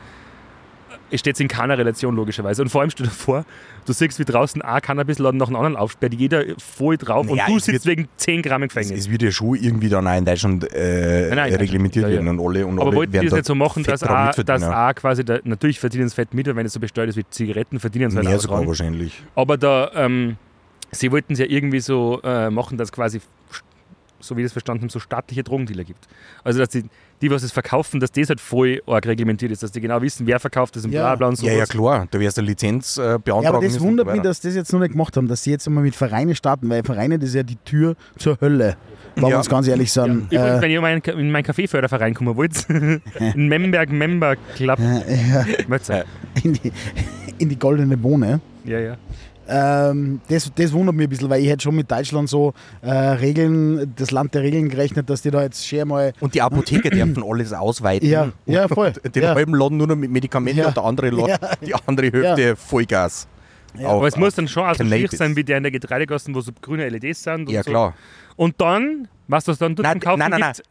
Speaker 3: steht es in keiner Relation logischerweise. Und vor allem stell dir vor, du siehst, wie draußen ein Cannabisladen nach dem anderen aufsperrt, jeder voll drauf
Speaker 2: Naja,
Speaker 3: und du
Speaker 2: es
Speaker 3: sitzt wegen 10 Gramm im
Speaker 2: Es,
Speaker 3: Gefängnis.
Speaker 2: es wird ja schon irgendwie dann auch in Deutschland äh,
Speaker 3: Nein, nein,
Speaker 2: reglementiert
Speaker 3: ja, ja.
Speaker 2: werden und alle und
Speaker 3: Aber
Speaker 2: alle
Speaker 3: wollten die
Speaker 2: werden
Speaker 3: das
Speaker 2: da
Speaker 3: nicht so machen,
Speaker 2: fett
Speaker 3: dass
Speaker 2: dran
Speaker 3: A, dass
Speaker 2: mitverdienen. ne?
Speaker 3: A quasi, der, natürlich verdienen es Fett mit, weil wenn es so besteuert ist wie Zigaretten, verdienen es halt
Speaker 2: mehr
Speaker 3: auch
Speaker 2: sogar
Speaker 3: dran.
Speaker 2: wahrscheinlich.
Speaker 3: Aber da, ähm, sie wollten es ja irgendwie so äh, machen, dass quasi, so wie ich das verstanden habe, so staatliche Drogendealer gibt. Also, dass die, die was es verkaufen, dass das halt voll arg reglementiert ist, dass die genau wissen, wer verkauft das und
Speaker 4: Ja.
Speaker 3: bla bla und so.
Speaker 2: Ja, ja, klar, da wärst du eine Lizenz äh, beantragen
Speaker 4: Ja, aber das
Speaker 2: müssen Genau. und
Speaker 4: wundert
Speaker 2: so
Speaker 4: mich,
Speaker 2: weiter.
Speaker 4: dass das jetzt noch nicht gemacht haben, dass sie jetzt einmal mit Vereinen starten, weil Vereine, das ist ja die Tür zur Hölle, wenn wir
Speaker 2: Ja.
Speaker 4: uns ganz ehrlich sind.
Speaker 3: Übrigens,
Speaker 4: Äh,
Speaker 3: wenn ihr in meinen, Ka- in meinen Kaffeeförderverein kommen wollt, in Memberg Member Club, Mötze.
Speaker 4: äh, in, die, in die goldene Bohne.
Speaker 3: ja, ja.
Speaker 4: Ähm, das, das wundert mich ein bisschen, weil ich hätte schon mit Deutschland so äh, Regeln, das Land der Regeln gerechnet, dass die da jetzt schön mal.
Speaker 2: Und die Apotheke dürfen alles ausweiten.
Speaker 4: Ja, ja, voll.
Speaker 2: Den
Speaker 4: ja.
Speaker 2: halben Laden nur noch mit Medikamenten
Speaker 4: Ja.
Speaker 2: und der andere Laden,
Speaker 4: Ja.
Speaker 2: die andere Hälfte Vollgas. Auf-
Speaker 3: Aber es muss dann schon auch so schwierig
Speaker 2: Cannabis.
Speaker 3: sein, wie der in der Getreidegassen, wo so grüne LEDs sind. Und
Speaker 2: Ja,
Speaker 3: so.
Speaker 2: klar.
Speaker 3: Und dann, was das dann tut,
Speaker 2: Nein,
Speaker 3: zum kaufen
Speaker 2: nein, nein,
Speaker 3: gibt,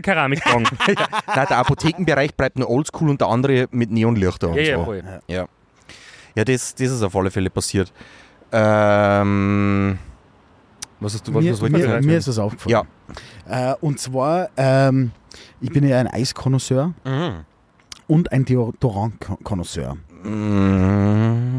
Speaker 3: Keramikbon.
Speaker 2: Nein, der Apothekenbereich bleibt nur oldschool und der andere mit Neonlichter
Speaker 3: ja,
Speaker 2: und
Speaker 3: ja,
Speaker 2: so.
Speaker 3: voll.
Speaker 2: Ja, ja das, das ist auf alle Fälle passiert. Ähm, was hast du, was,
Speaker 4: Mir,
Speaker 2: was wollte ich
Speaker 4: mir,
Speaker 2: sagen?
Speaker 4: mir ist das aufgefallen. Äh, und zwar, ähm, ich bin ja ein Eiskonnoisseur
Speaker 2: Mhm.
Speaker 4: und ein Deodorant-Konnoisseur.
Speaker 2: Mhm.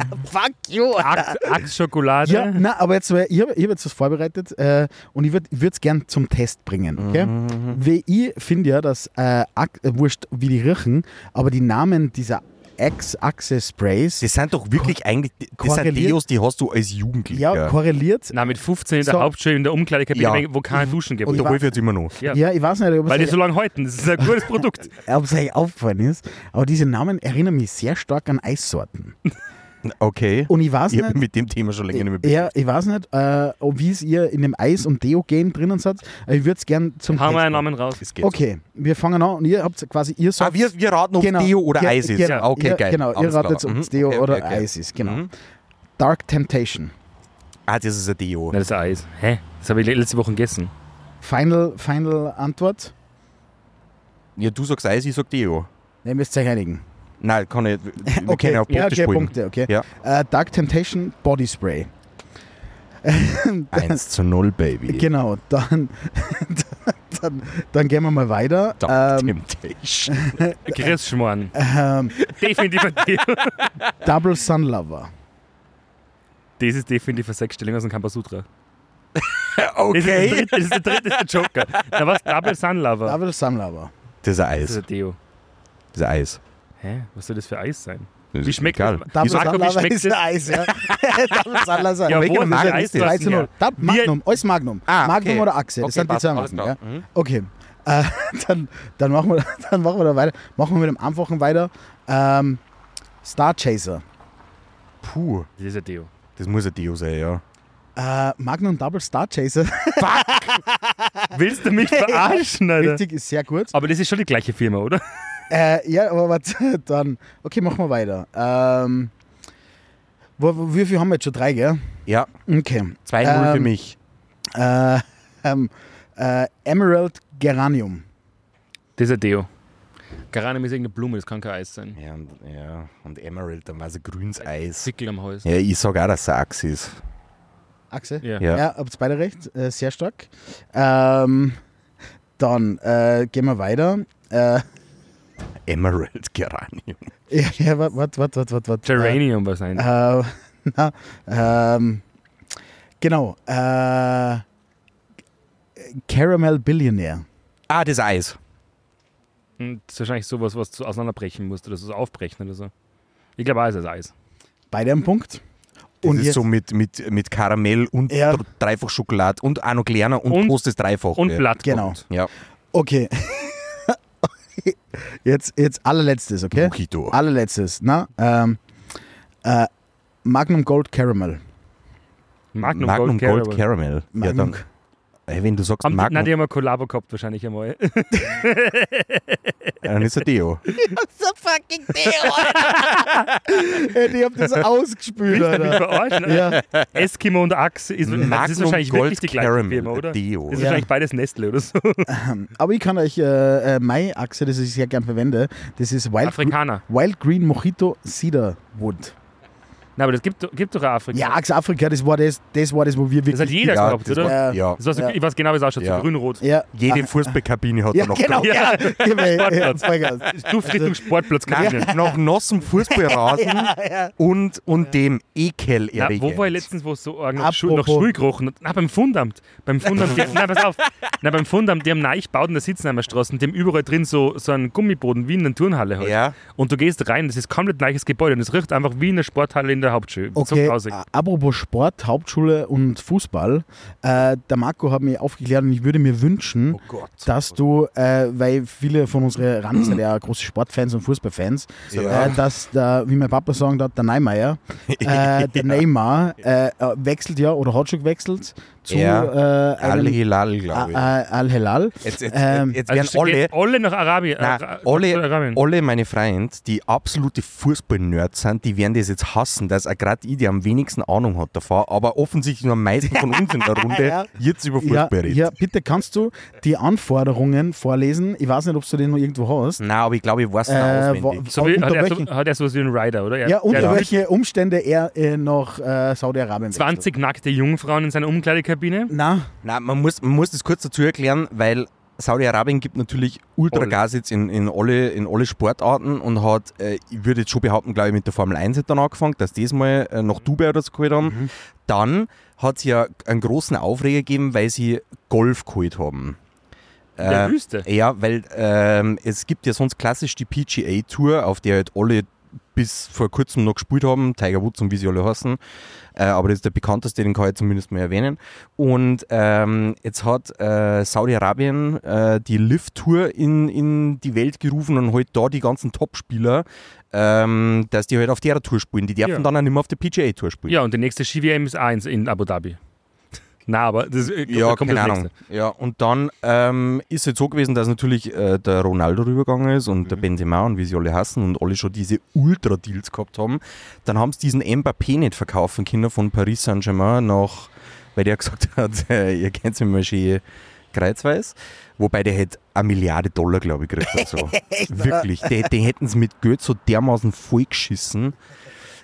Speaker 3: Axt, Axt Schokolade.
Speaker 4: Ja, na, aber jetzt, weil ich habe ich hab jetzt was vorbereitet äh, und ich würde es gern zum Test bringen. Okay?
Speaker 3: Mhm,
Speaker 4: Weil ich finde ja, dass, äh, Ak- äh, wurscht, wie die riechen, aber die Namen dieser Ex-Achse-Sprays
Speaker 2: Das sind doch wirklich eigentlich, das sind
Speaker 4: korreliert-
Speaker 2: Deos, die hast du als Jugendlicher.
Speaker 4: ja, korreliert.
Speaker 3: Na, mit 15 in der
Speaker 4: So.
Speaker 3: Hauptschule in der Umkleidekabine,
Speaker 2: Ja.
Speaker 3: wo kein Duschen gibt.
Speaker 2: und da
Speaker 4: wa-
Speaker 2: hol ich jetzt immer noch.
Speaker 3: Ja.
Speaker 4: Ja, ich weiß nicht, ob
Speaker 3: Weil die
Speaker 4: es
Speaker 3: so lange halten. Das ist ein gutes Produkt.
Speaker 4: euch- ob es euch aufgefallen ist, aber diese Namen erinnern mich sehr stark an Eissorten.
Speaker 2: Okay.
Speaker 4: Und ich weiß
Speaker 2: Ich
Speaker 4: nicht,
Speaker 2: habe mich mit dem Thema schon länger nicht mehr
Speaker 4: ja, ich weiß nicht äh, ob wie es ihr in dem Eis- und Deo-Game drinnen seid. Ich würde es gern zum
Speaker 3: Haben wir einen
Speaker 4: Test bringen.
Speaker 3: Namen raus.
Speaker 2: beschäftigt.
Speaker 4: Okay, wir fangen an und ihr habt quasi, ihr
Speaker 2: Ah,
Speaker 4: sagt
Speaker 2: wir, wir raten, ob
Speaker 4: Genau.
Speaker 2: Deo oder
Speaker 4: Ja,
Speaker 2: Eis ist.
Speaker 4: genau.
Speaker 2: Okay,
Speaker 4: Ja,
Speaker 2: geil.
Speaker 4: Genau, ihr
Speaker 2: Alles
Speaker 4: ratet,
Speaker 2: klar.
Speaker 4: ob es
Speaker 2: Mhm.
Speaker 4: Deo
Speaker 2: Okay,
Speaker 4: oder
Speaker 2: okay, okay.
Speaker 4: Eis ist. Genau.
Speaker 2: Mhm.
Speaker 4: Dark Temptation.
Speaker 2: Ah, das ist ein Deo.
Speaker 3: Nein, das ist ein Eis. Hä? Das habe ich letzte Woche gegessen.
Speaker 4: Final, final Antwort.
Speaker 2: Ja, du sagst Eis, ich sag Deo.
Speaker 4: Ne, müsst ihr euch einigen.
Speaker 2: Nein, kann ich. Wir können ja auf Punkte
Speaker 4: ja, okay,
Speaker 2: spielen.
Speaker 4: Punkte, okay.
Speaker 2: Ja.
Speaker 4: Äh, Dark Temptation Body Spray.
Speaker 2: 1 zu 0, Baby.
Speaker 4: Genau, dann, dann, dann gehen wir mal weiter.
Speaker 2: Dark
Speaker 4: Ähm,
Speaker 2: Temptation.
Speaker 3: Chris Schmorn.
Speaker 4: Äh, ähm,
Speaker 3: Definitiv ein Deo.
Speaker 4: Double Sun Lover.
Speaker 3: Das ist definitiv eine Sechsstellung aus dem Kampasutra. Das, ist
Speaker 2: Okay.
Speaker 3: der dritte- das ist der dritte das ist der Joker. Na was? Double Sun Lover.
Speaker 4: Double Sun Lover.
Speaker 2: Das ist ein
Speaker 3: Das ist
Speaker 2: Eis.
Speaker 3: ein Deo.
Speaker 2: Das ist ein Eis.
Speaker 3: Hä? Was soll das für Eis sein?
Speaker 2: Das
Speaker 3: Wie
Speaker 2: ist
Speaker 3: schmeckt
Speaker 2: egal.
Speaker 3: das?
Speaker 4: Double
Speaker 3: Marco,
Speaker 4: Sun
Speaker 3: wie
Speaker 4: Lover
Speaker 3: schmeckt
Speaker 4: ist
Speaker 3: das?
Speaker 4: ein Eis, ja. Double Sun Lover.
Speaker 3: Ja,
Speaker 2: welcher
Speaker 3: wo ist
Speaker 2: Marke
Speaker 3: das
Speaker 2: ist
Speaker 3: Eis?
Speaker 2: das?
Speaker 3: draußen
Speaker 4: 13 0.
Speaker 3: her?
Speaker 4: Dab-
Speaker 3: Wir-
Speaker 4: Magnum, alles Magnum.
Speaker 2: Ah,
Speaker 4: Magnum
Speaker 2: okay.
Speaker 4: oder Achse, das
Speaker 2: Okay,
Speaker 4: sind die
Speaker 2: passt,
Speaker 4: zwei
Speaker 2: alles
Speaker 4: Marken. Ja.
Speaker 2: klar. Mhm.
Speaker 4: Okay, äh, dann, dann, machen wir, dann machen wir da weiter. Machen wir mit dem einfachen weiter. Ähm, Star Chaser.
Speaker 2: Puh.
Speaker 3: Das ist ein Deo.
Speaker 2: Das muss ein Deo sein, ja.
Speaker 4: Äh, Magnum Double Star Chaser.
Speaker 3: Willst du mich verarschen, Alter?
Speaker 4: Richtig, ist sehr gut.
Speaker 3: Aber das ist schon die gleiche Firma, oder?
Speaker 4: Äh, ja, aber warte, dann. Okay, machen wir weiter. Ähm, wo, wo, wie viel haben wir jetzt schon? Drei, gell?
Speaker 2: Ja,
Speaker 4: Okay.
Speaker 2: 2-0 für
Speaker 4: Ähm,
Speaker 2: mich.
Speaker 4: Äh, ähm, äh, Emerald Geranium.
Speaker 3: Das ist ein Deo. Garanum ist irgendeine Blume, das kann kein Eis sein.
Speaker 2: Ja, und, ja, und Emerald, dann war es ein grünes Eis.
Speaker 3: Sickel am Hals.
Speaker 2: Ja, ich sag auch, dass es eine Achse ist.
Speaker 4: Achse?
Speaker 3: Ja.
Speaker 2: Ja.
Speaker 4: Ja, habt beide recht. Äh, sehr stark. Ähm, dann äh, gehen wir weiter. Äh,
Speaker 2: Emerald Geranium.
Speaker 4: ja, ja, warte, warte, warte, warte. Wart, wart.
Speaker 3: Geranium was sein.
Speaker 4: Äh, äh, na, ähm, genau. Äh, Caramel Billionaire.
Speaker 2: Ah, das Eis.
Speaker 3: Und Hm, Das ist wahrscheinlich sowas, was du auseinanderbrechen musst oder so aufbrechen oder so. Ich glaube, Eis ist Eis.
Speaker 4: Beide am Punkt.
Speaker 2: Das
Speaker 4: Und
Speaker 2: ist
Speaker 4: jetzt-
Speaker 2: so mit, mit, mit Karamell und
Speaker 4: Ja.
Speaker 2: dr- dreifach Schokolade und auch noch kleiner und,
Speaker 3: Und-
Speaker 2: Toast ist dreifach.
Speaker 3: Und
Speaker 2: ja.
Speaker 3: Blatt.
Speaker 4: Genau.
Speaker 2: Ja,
Speaker 4: Okay. jetzt, jetzt allerletztes, okay?
Speaker 2: Mojito.
Speaker 4: Allerletztes. Na, ähm, äh, Magnum Gold Caramel.
Speaker 3: Magnum,
Speaker 2: Magnum Gold,
Speaker 3: Caramel.
Speaker 2: Caramel. Ja,
Speaker 4: Magnum-
Speaker 2: dann, ey, wenn du sagst
Speaker 3: Haben die,
Speaker 2: Magnum,
Speaker 3: nein, die haben eine Kollabo gehabt wahrscheinlich einmal.
Speaker 2: dann ist er Deo.
Speaker 4: Ey, die habt das ausgespült,
Speaker 3: Mich
Speaker 4: Alter.
Speaker 3: verarschen.
Speaker 4: Ja,
Speaker 3: ne? Eskimo und Axe ist, das ist wahrscheinlich wirklich die gleiche Firma, oder? Das
Speaker 2: Deo.
Speaker 3: ist
Speaker 4: Ja.
Speaker 3: wahrscheinlich beides Nestle oder so.
Speaker 4: aber ich kann euch äh, äh, meine Achse, das ich sehr gern verwende, das ist Wild, Gre-
Speaker 3: Afrikaner.
Speaker 4: Wild Green Mojito Cedarwood.
Speaker 3: Nein, aber das gibt, gibt doch auch Afrika.
Speaker 4: Ja, Achse Afrika, das war das, das war das, wo wir wirklich.
Speaker 3: das hat jeder
Speaker 2: Ja,
Speaker 3: gehabt,
Speaker 2: das
Speaker 3: oder?
Speaker 4: war-
Speaker 2: Ja. ja.
Speaker 3: Das war so,
Speaker 4: Ja.
Speaker 3: Ich weiß genau, wie es ausschaut.
Speaker 2: Ja.
Speaker 3: So grün-rot.
Speaker 4: ja,
Speaker 2: halt Jede Fußballkabine hat
Speaker 4: Ah. ja,
Speaker 2: da noch
Speaker 4: genau, ja. Gib mir- ja, Also,
Speaker 3: Sportplatz.
Speaker 4: Vollgas.
Speaker 3: Duftrichtung Sportplatz.
Speaker 2: Nein,
Speaker 3: Kabine.
Speaker 2: nach nassem Fußballrasen und, und dem Ekel
Speaker 3: Na,
Speaker 2: erregend.
Speaker 3: wo war ich letztens, wo es so arg nach, Schu nach
Speaker 4: Apropos.
Speaker 3: Schul gerochen hat? Nein, beim Fundamt. Beim Fundamt, die, nein, pass auf. Nein, beim Fundamt, die haben neu gebaut in der Sitzenheimer Straße, und die haben überall drin so, so einen Gummiboden, wie in einer Turnhalle halt.
Speaker 2: Ja.
Speaker 3: Und du gehst rein, das ist komplett neues Gebäude und es riecht einfach wie in der Sporthalle in der Hauptschule. So
Speaker 4: Okay,
Speaker 3: grausig.
Speaker 2: Ah,
Speaker 4: a- apropos Sport, Hauptschule und Fußball. Äh, der Marco hat mich aufgeklärt und ich würde mir wünschen,
Speaker 2: Oh Gott.
Speaker 4: dass du, äh, weil viele von unseren Rand sind ja große Sportfans und Fußballfans,
Speaker 2: Ja.
Speaker 4: äh, dass, der, wie mein Papa sagen hat, der Neymar, äh, der Neymar äh, äh, wechselt ja oder hat schon gewechselt zu
Speaker 2: Ja.
Speaker 4: äh, einem-
Speaker 2: Al-Hilal,
Speaker 4: A-
Speaker 2: glaube ich.
Speaker 4: A- Al-Hilal.
Speaker 2: Jetzt, jetzt,
Speaker 4: äh, ähm,
Speaker 2: jetzt
Speaker 3: Also Äh,
Speaker 2: werden alle,
Speaker 3: geht alle nach Arabien.
Speaker 2: Nein,
Speaker 3: Ara-
Speaker 2: alle,
Speaker 3: Arabien.
Speaker 2: alle meine Freunde, die absolute Fußball-Nerds sind, die werden das jetzt hassen, dass auch gerade ich, der am wenigsten Ahnung hat davon, aber offensichtlich nur am meisten von uns in der Runde, jetzt über
Speaker 4: Ja,
Speaker 2: Fußball redet.
Speaker 4: ja, bitte kannst du die Anforderungen vorlesen? Ich weiß nicht, ob du den noch irgendwo hast.
Speaker 2: Nein, aber ich glaube, ich weiß es
Speaker 4: Äh,
Speaker 2: nicht
Speaker 4: wa-
Speaker 2: auswendig.
Speaker 3: So wie,
Speaker 4: unter
Speaker 3: hat, er
Speaker 4: welchen-
Speaker 3: so, hat er sowas wie einen Rider, oder? Er,
Speaker 4: Ja, unter
Speaker 3: der
Speaker 4: welche Umstände er äh, nach äh, Saudi-Arabien wechselt.
Speaker 3: 20 nackte Jungfrauen in seiner Umkleidekabine.
Speaker 4: Na,
Speaker 2: Nein, man muss, man muss das kurz dazu erklären, weil Saudi-Arabien gibt natürlich Ultragas jetzt in, in, alle, in alle Sportarten und hat, äh, ich würde jetzt schon behaupten, glaube ich, mit der Formel 1 hat dann angefangen, dass die das mal äh, nach Dubai oder so geholt haben. Dann hat es ja einen großen Aufreger gegeben, weil sie Golf geholt haben.
Speaker 3: In der
Speaker 2: Äh,
Speaker 3: Wüste.
Speaker 2: Ja, weil ähm, es gibt ja sonst klassisch die PGA-Tour, auf der halt alle bis vor kurzem noch gespielt haben, Tiger Woods und wie sie alle heißen. Äh, aber das ist der bekannteste, den kann ich zumindest mal erwähnen. Und ähm, jetzt hat äh, Saudi-Arabien äh, die Lift-Tour in, in die Welt gerufen und halt da die ganzen Top-Spieler, ähm, dass die halt auf der Tour spielen. Die dürfen
Speaker 3: Ja.
Speaker 2: dann auch nicht mehr auf der PGA-Tour spielen.
Speaker 3: Ja, und die nächste Ski-WM ist 1 in Abu Dhabi. Na, aber das äh,
Speaker 2: Ja,
Speaker 3: kommt
Speaker 2: keine
Speaker 3: das
Speaker 2: Ahnung.
Speaker 3: nächste.
Speaker 2: Ja, und dann ähm, ist es jetzt so gewesen, dass natürlich äh, der Ronaldo rübergegangen ist und der Benzema und wie sie alle hassen und alle schon diese Ultra-Deals gehabt haben. Dann haben sie diesen Mbappé nicht verkaufen können von Paris Saint-Germain nach, weil der gesagt hat, äh, ihr kennt mich mal schön kreuzweis. Wobei der hätte eine Milliarde Dollar, glaube ich, gekriegt oder so. Wirklich. Die, die hätten es mit Geld so dermaßen vollgeschissen.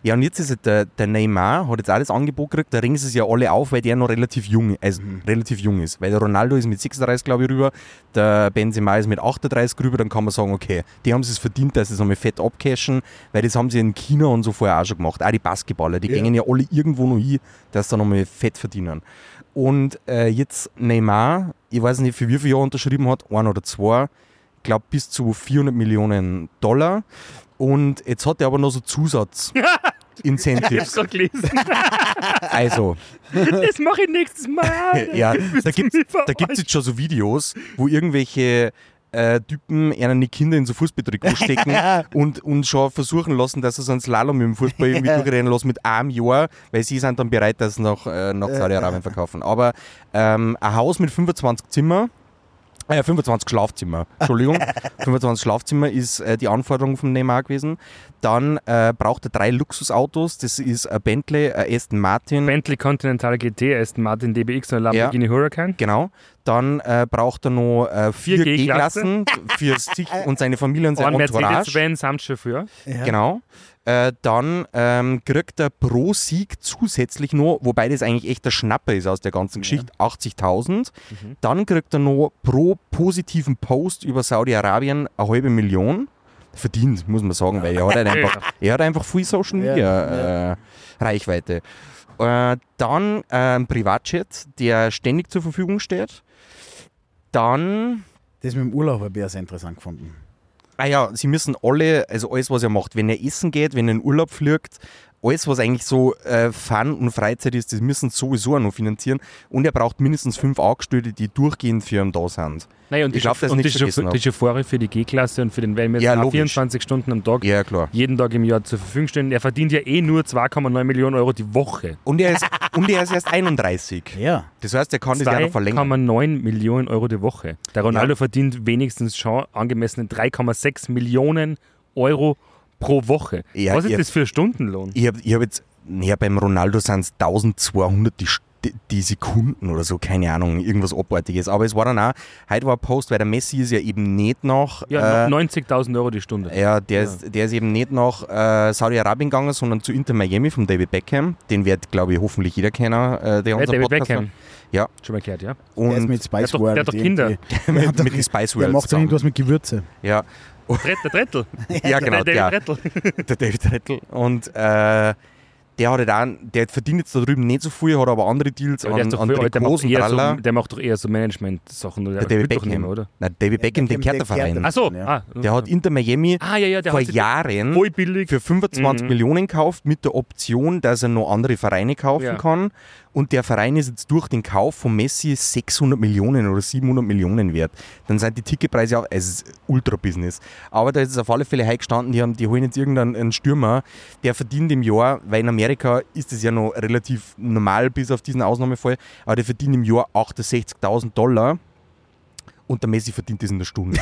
Speaker 2: Ja, und jetzt ist es der, der Neymar, hat jetzt alles Angebot gekriegt, da ringen sie es ja alle auf, weil der noch relativ jung, also relativ jung ist. Weil der Ronaldo ist mit 36, glaube ich, rüber, der Benzema ist mit 38 rüber, dann kann man sagen, okay, die haben es verdient, dass sie es einmal fett abcashen, weil das haben sie in China und so vorher auch schon gemacht. Auch die Basketballer, die gingen ja alle irgendwo noch hin, dass sie dann nochmal fett verdienen. Und äh, jetzt Neymar, ich weiß nicht, für wie viele Jahre unterschrieben hat, ein oder zwei, ich glaube bis zu 400 Millionen Dollar. Und jetzt hat er aber noch so Zusatz.
Speaker 3: Ich hab's
Speaker 2: Incentives.
Speaker 3: doch gelesen.
Speaker 2: Also,
Speaker 3: Das mache ich nächstes Mal.
Speaker 2: ja, da
Speaker 3: Willst du
Speaker 2: gibt
Speaker 3: mich
Speaker 2: da gibt's jetzt schon so Videos, wo irgendwelche äh, Typen ihnen die Kinder in so Fußbetrieb stecken und, und schon versuchen lassen, dass sie so einen Slalom im Fußball irgendwie durchrennen lassen mit einem Jahr, weil sie sind dann bereit, das nach, äh, nach Saudi-Arabien verkaufen. Aber ähm, ein Haus mit 25 Zimmer, äh, 25 Schlafzimmer, Entschuldigung, 25 Schlafzimmer ist äh, die Anforderung vom Neymar gewesen. Dann äh, braucht er drei Luxusautos, das ist ein Bentley, ein Aston Martin,
Speaker 3: Bentley Continental GT, Aston Martin DBX und ein Lamborghini Huracan.
Speaker 2: Genau. Dann äh, braucht er noch äh, vier
Speaker 3: Vier
Speaker 2: G-Klassen für sich und seine Familie und sein
Speaker 3: Und
Speaker 2: Entourage.
Speaker 3: Mercedes-Benz samt Chauffeur.
Speaker 2: Genau. Äh, dann ähm, kriegt er pro Sieg zusätzlich noch, wobei das eigentlich echt der Schnapper ist aus der ganzen Geschichte, 80.000. Dann kriegt er noch pro positiven Post über Saudi-Arabien eine halbe Million. Verdient, muss man sagen, weil er hat, halt einfach, er hat einfach viel Social Media äh, Reichweite. Äh, dann äh, ein Privatjet, der ständig zur Verfügung steht. Dann
Speaker 4: Das mit dem Urlaub habe ich ja sehr interessant gefunden.
Speaker 2: Ah ja, sie müssen alle, also alles, was er macht, wenn er essen geht, wenn er in Urlaub fliegt, alles, was eigentlich so äh, Fun und Freizeit ist, das müssen sie sowieso auch noch finanzieren. Und er braucht mindestens fünf Angestellte, die durchgehend für ihn da sind.
Speaker 3: Nein, und
Speaker 2: Ich
Speaker 3: die,
Speaker 2: glaub, dass
Speaker 3: und
Speaker 2: ich
Speaker 3: die,
Speaker 2: nichts vergessen
Speaker 3: Chauffeure,
Speaker 2: hab.
Speaker 3: die Chauffeure für die G-Klasse und für den Weltmeister
Speaker 2: Ja,
Speaker 3: haben
Speaker 2: logisch.
Speaker 3: 24 Stunden am Tag,
Speaker 2: Ja, klar.
Speaker 3: jeden Tag im Jahr zur Verfügung stehen. Er verdient ja eh nur 2,9 Millionen Euro die Woche.
Speaker 2: Und er ist, und er ist erst 31.
Speaker 4: Ja.
Speaker 2: Das heißt, er kann das ja noch verlängern.
Speaker 3: 2,9 Millionen Euro die Woche. Der Ronaldo
Speaker 2: Ja.
Speaker 3: verdient wenigstens schon angemessene 3,6 Millionen Euro pro Woche.
Speaker 2: Ja,
Speaker 3: Was ist
Speaker 2: ihr-
Speaker 3: das für ein Stundenlohn?
Speaker 2: Ich habe ich hab jetzt, naja, beim Ronaldo sind es 1200 die, St- die Sekunden oder so, keine Ahnung, irgendwas Abartiges. Aber es war dann auch, heute war ein Post, weil der Messi ist ja eben nicht noch.
Speaker 3: Ja,
Speaker 2: äh,
Speaker 3: 90.000 Euro die Stunde.
Speaker 2: Ja, der, Ist, der ist eben nicht nach äh, Saudi-Arabien gegangen, sondern zu Inter Miami vom David Beckham. Den wird, glaube ich, hoffentlich jeder kennen, äh, der
Speaker 3: Ja,
Speaker 2: unser
Speaker 3: David
Speaker 2: Podcast
Speaker 3: Beckham.
Speaker 2: Ja.
Speaker 3: Schon mal gehört, ja.
Speaker 2: Und
Speaker 4: der ist mit
Speaker 3: Der hat
Speaker 4: Spice
Speaker 3: doch- der
Speaker 4: World.
Speaker 3: hat doch
Speaker 4: irgendwie.
Speaker 3: Kinder.
Speaker 2: mit, mit den Spice
Speaker 4: Der
Speaker 2: World
Speaker 4: macht doch
Speaker 2: zusammen.
Speaker 4: irgendwas mit Gewürze.
Speaker 2: Ja,
Speaker 3: Dret- Der Drettel.
Speaker 2: ja genau,
Speaker 3: Der
Speaker 2: der,
Speaker 3: David Drettel.
Speaker 2: der David Rettel. Und äh, der, hat halt auch, der verdient jetzt da drüben nicht so viel, hat aber andere Deals
Speaker 3: Aber
Speaker 2: an,
Speaker 3: der, ist doch
Speaker 2: an
Speaker 3: voll alt, der, macht
Speaker 2: großen
Speaker 3: eher
Speaker 2: Tralla.
Speaker 3: so, der macht doch eher so Management-Sachen. oder?
Speaker 2: der David
Speaker 3: spielt doch
Speaker 2: Beckham.
Speaker 3: nicht mehr, oder?
Speaker 2: Nein, David Beckham,
Speaker 4: Beckham,
Speaker 2: den kehrt
Speaker 4: der
Speaker 2: der
Speaker 4: kehrt
Speaker 2: Verein.
Speaker 4: er.
Speaker 3: Ach so.
Speaker 4: Ja.
Speaker 3: Ah,
Speaker 2: Der hat Inter Miami
Speaker 3: ah, ja, ja, der
Speaker 2: vor
Speaker 3: hat sich
Speaker 2: Jahren
Speaker 3: voll billig.
Speaker 2: für 25
Speaker 3: Mhm.
Speaker 2: Millionen kauft, mit der Option, dass er noch andere Vereine kaufen
Speaker 3: Ja.
Speaker 2: kann. Und der Verein ist jetzt durch den Kauf von Messi 600 Millionen oder 700 Millionen wert. Dann sind die Ticketpreise auch, es ist Ultra-Business. Aber da ist es auf alle Fälle high gestanden, die, haben, die holen jetzt irgendeinen einen Stürmer, der verdient im Jahr, weil in Amerika ist es ja noch relativ normal, bis auf diesen Ausnahmefall, aber der verdient im Jahr 68.000 Dollar. Und der Messi verdient das in der Stunde.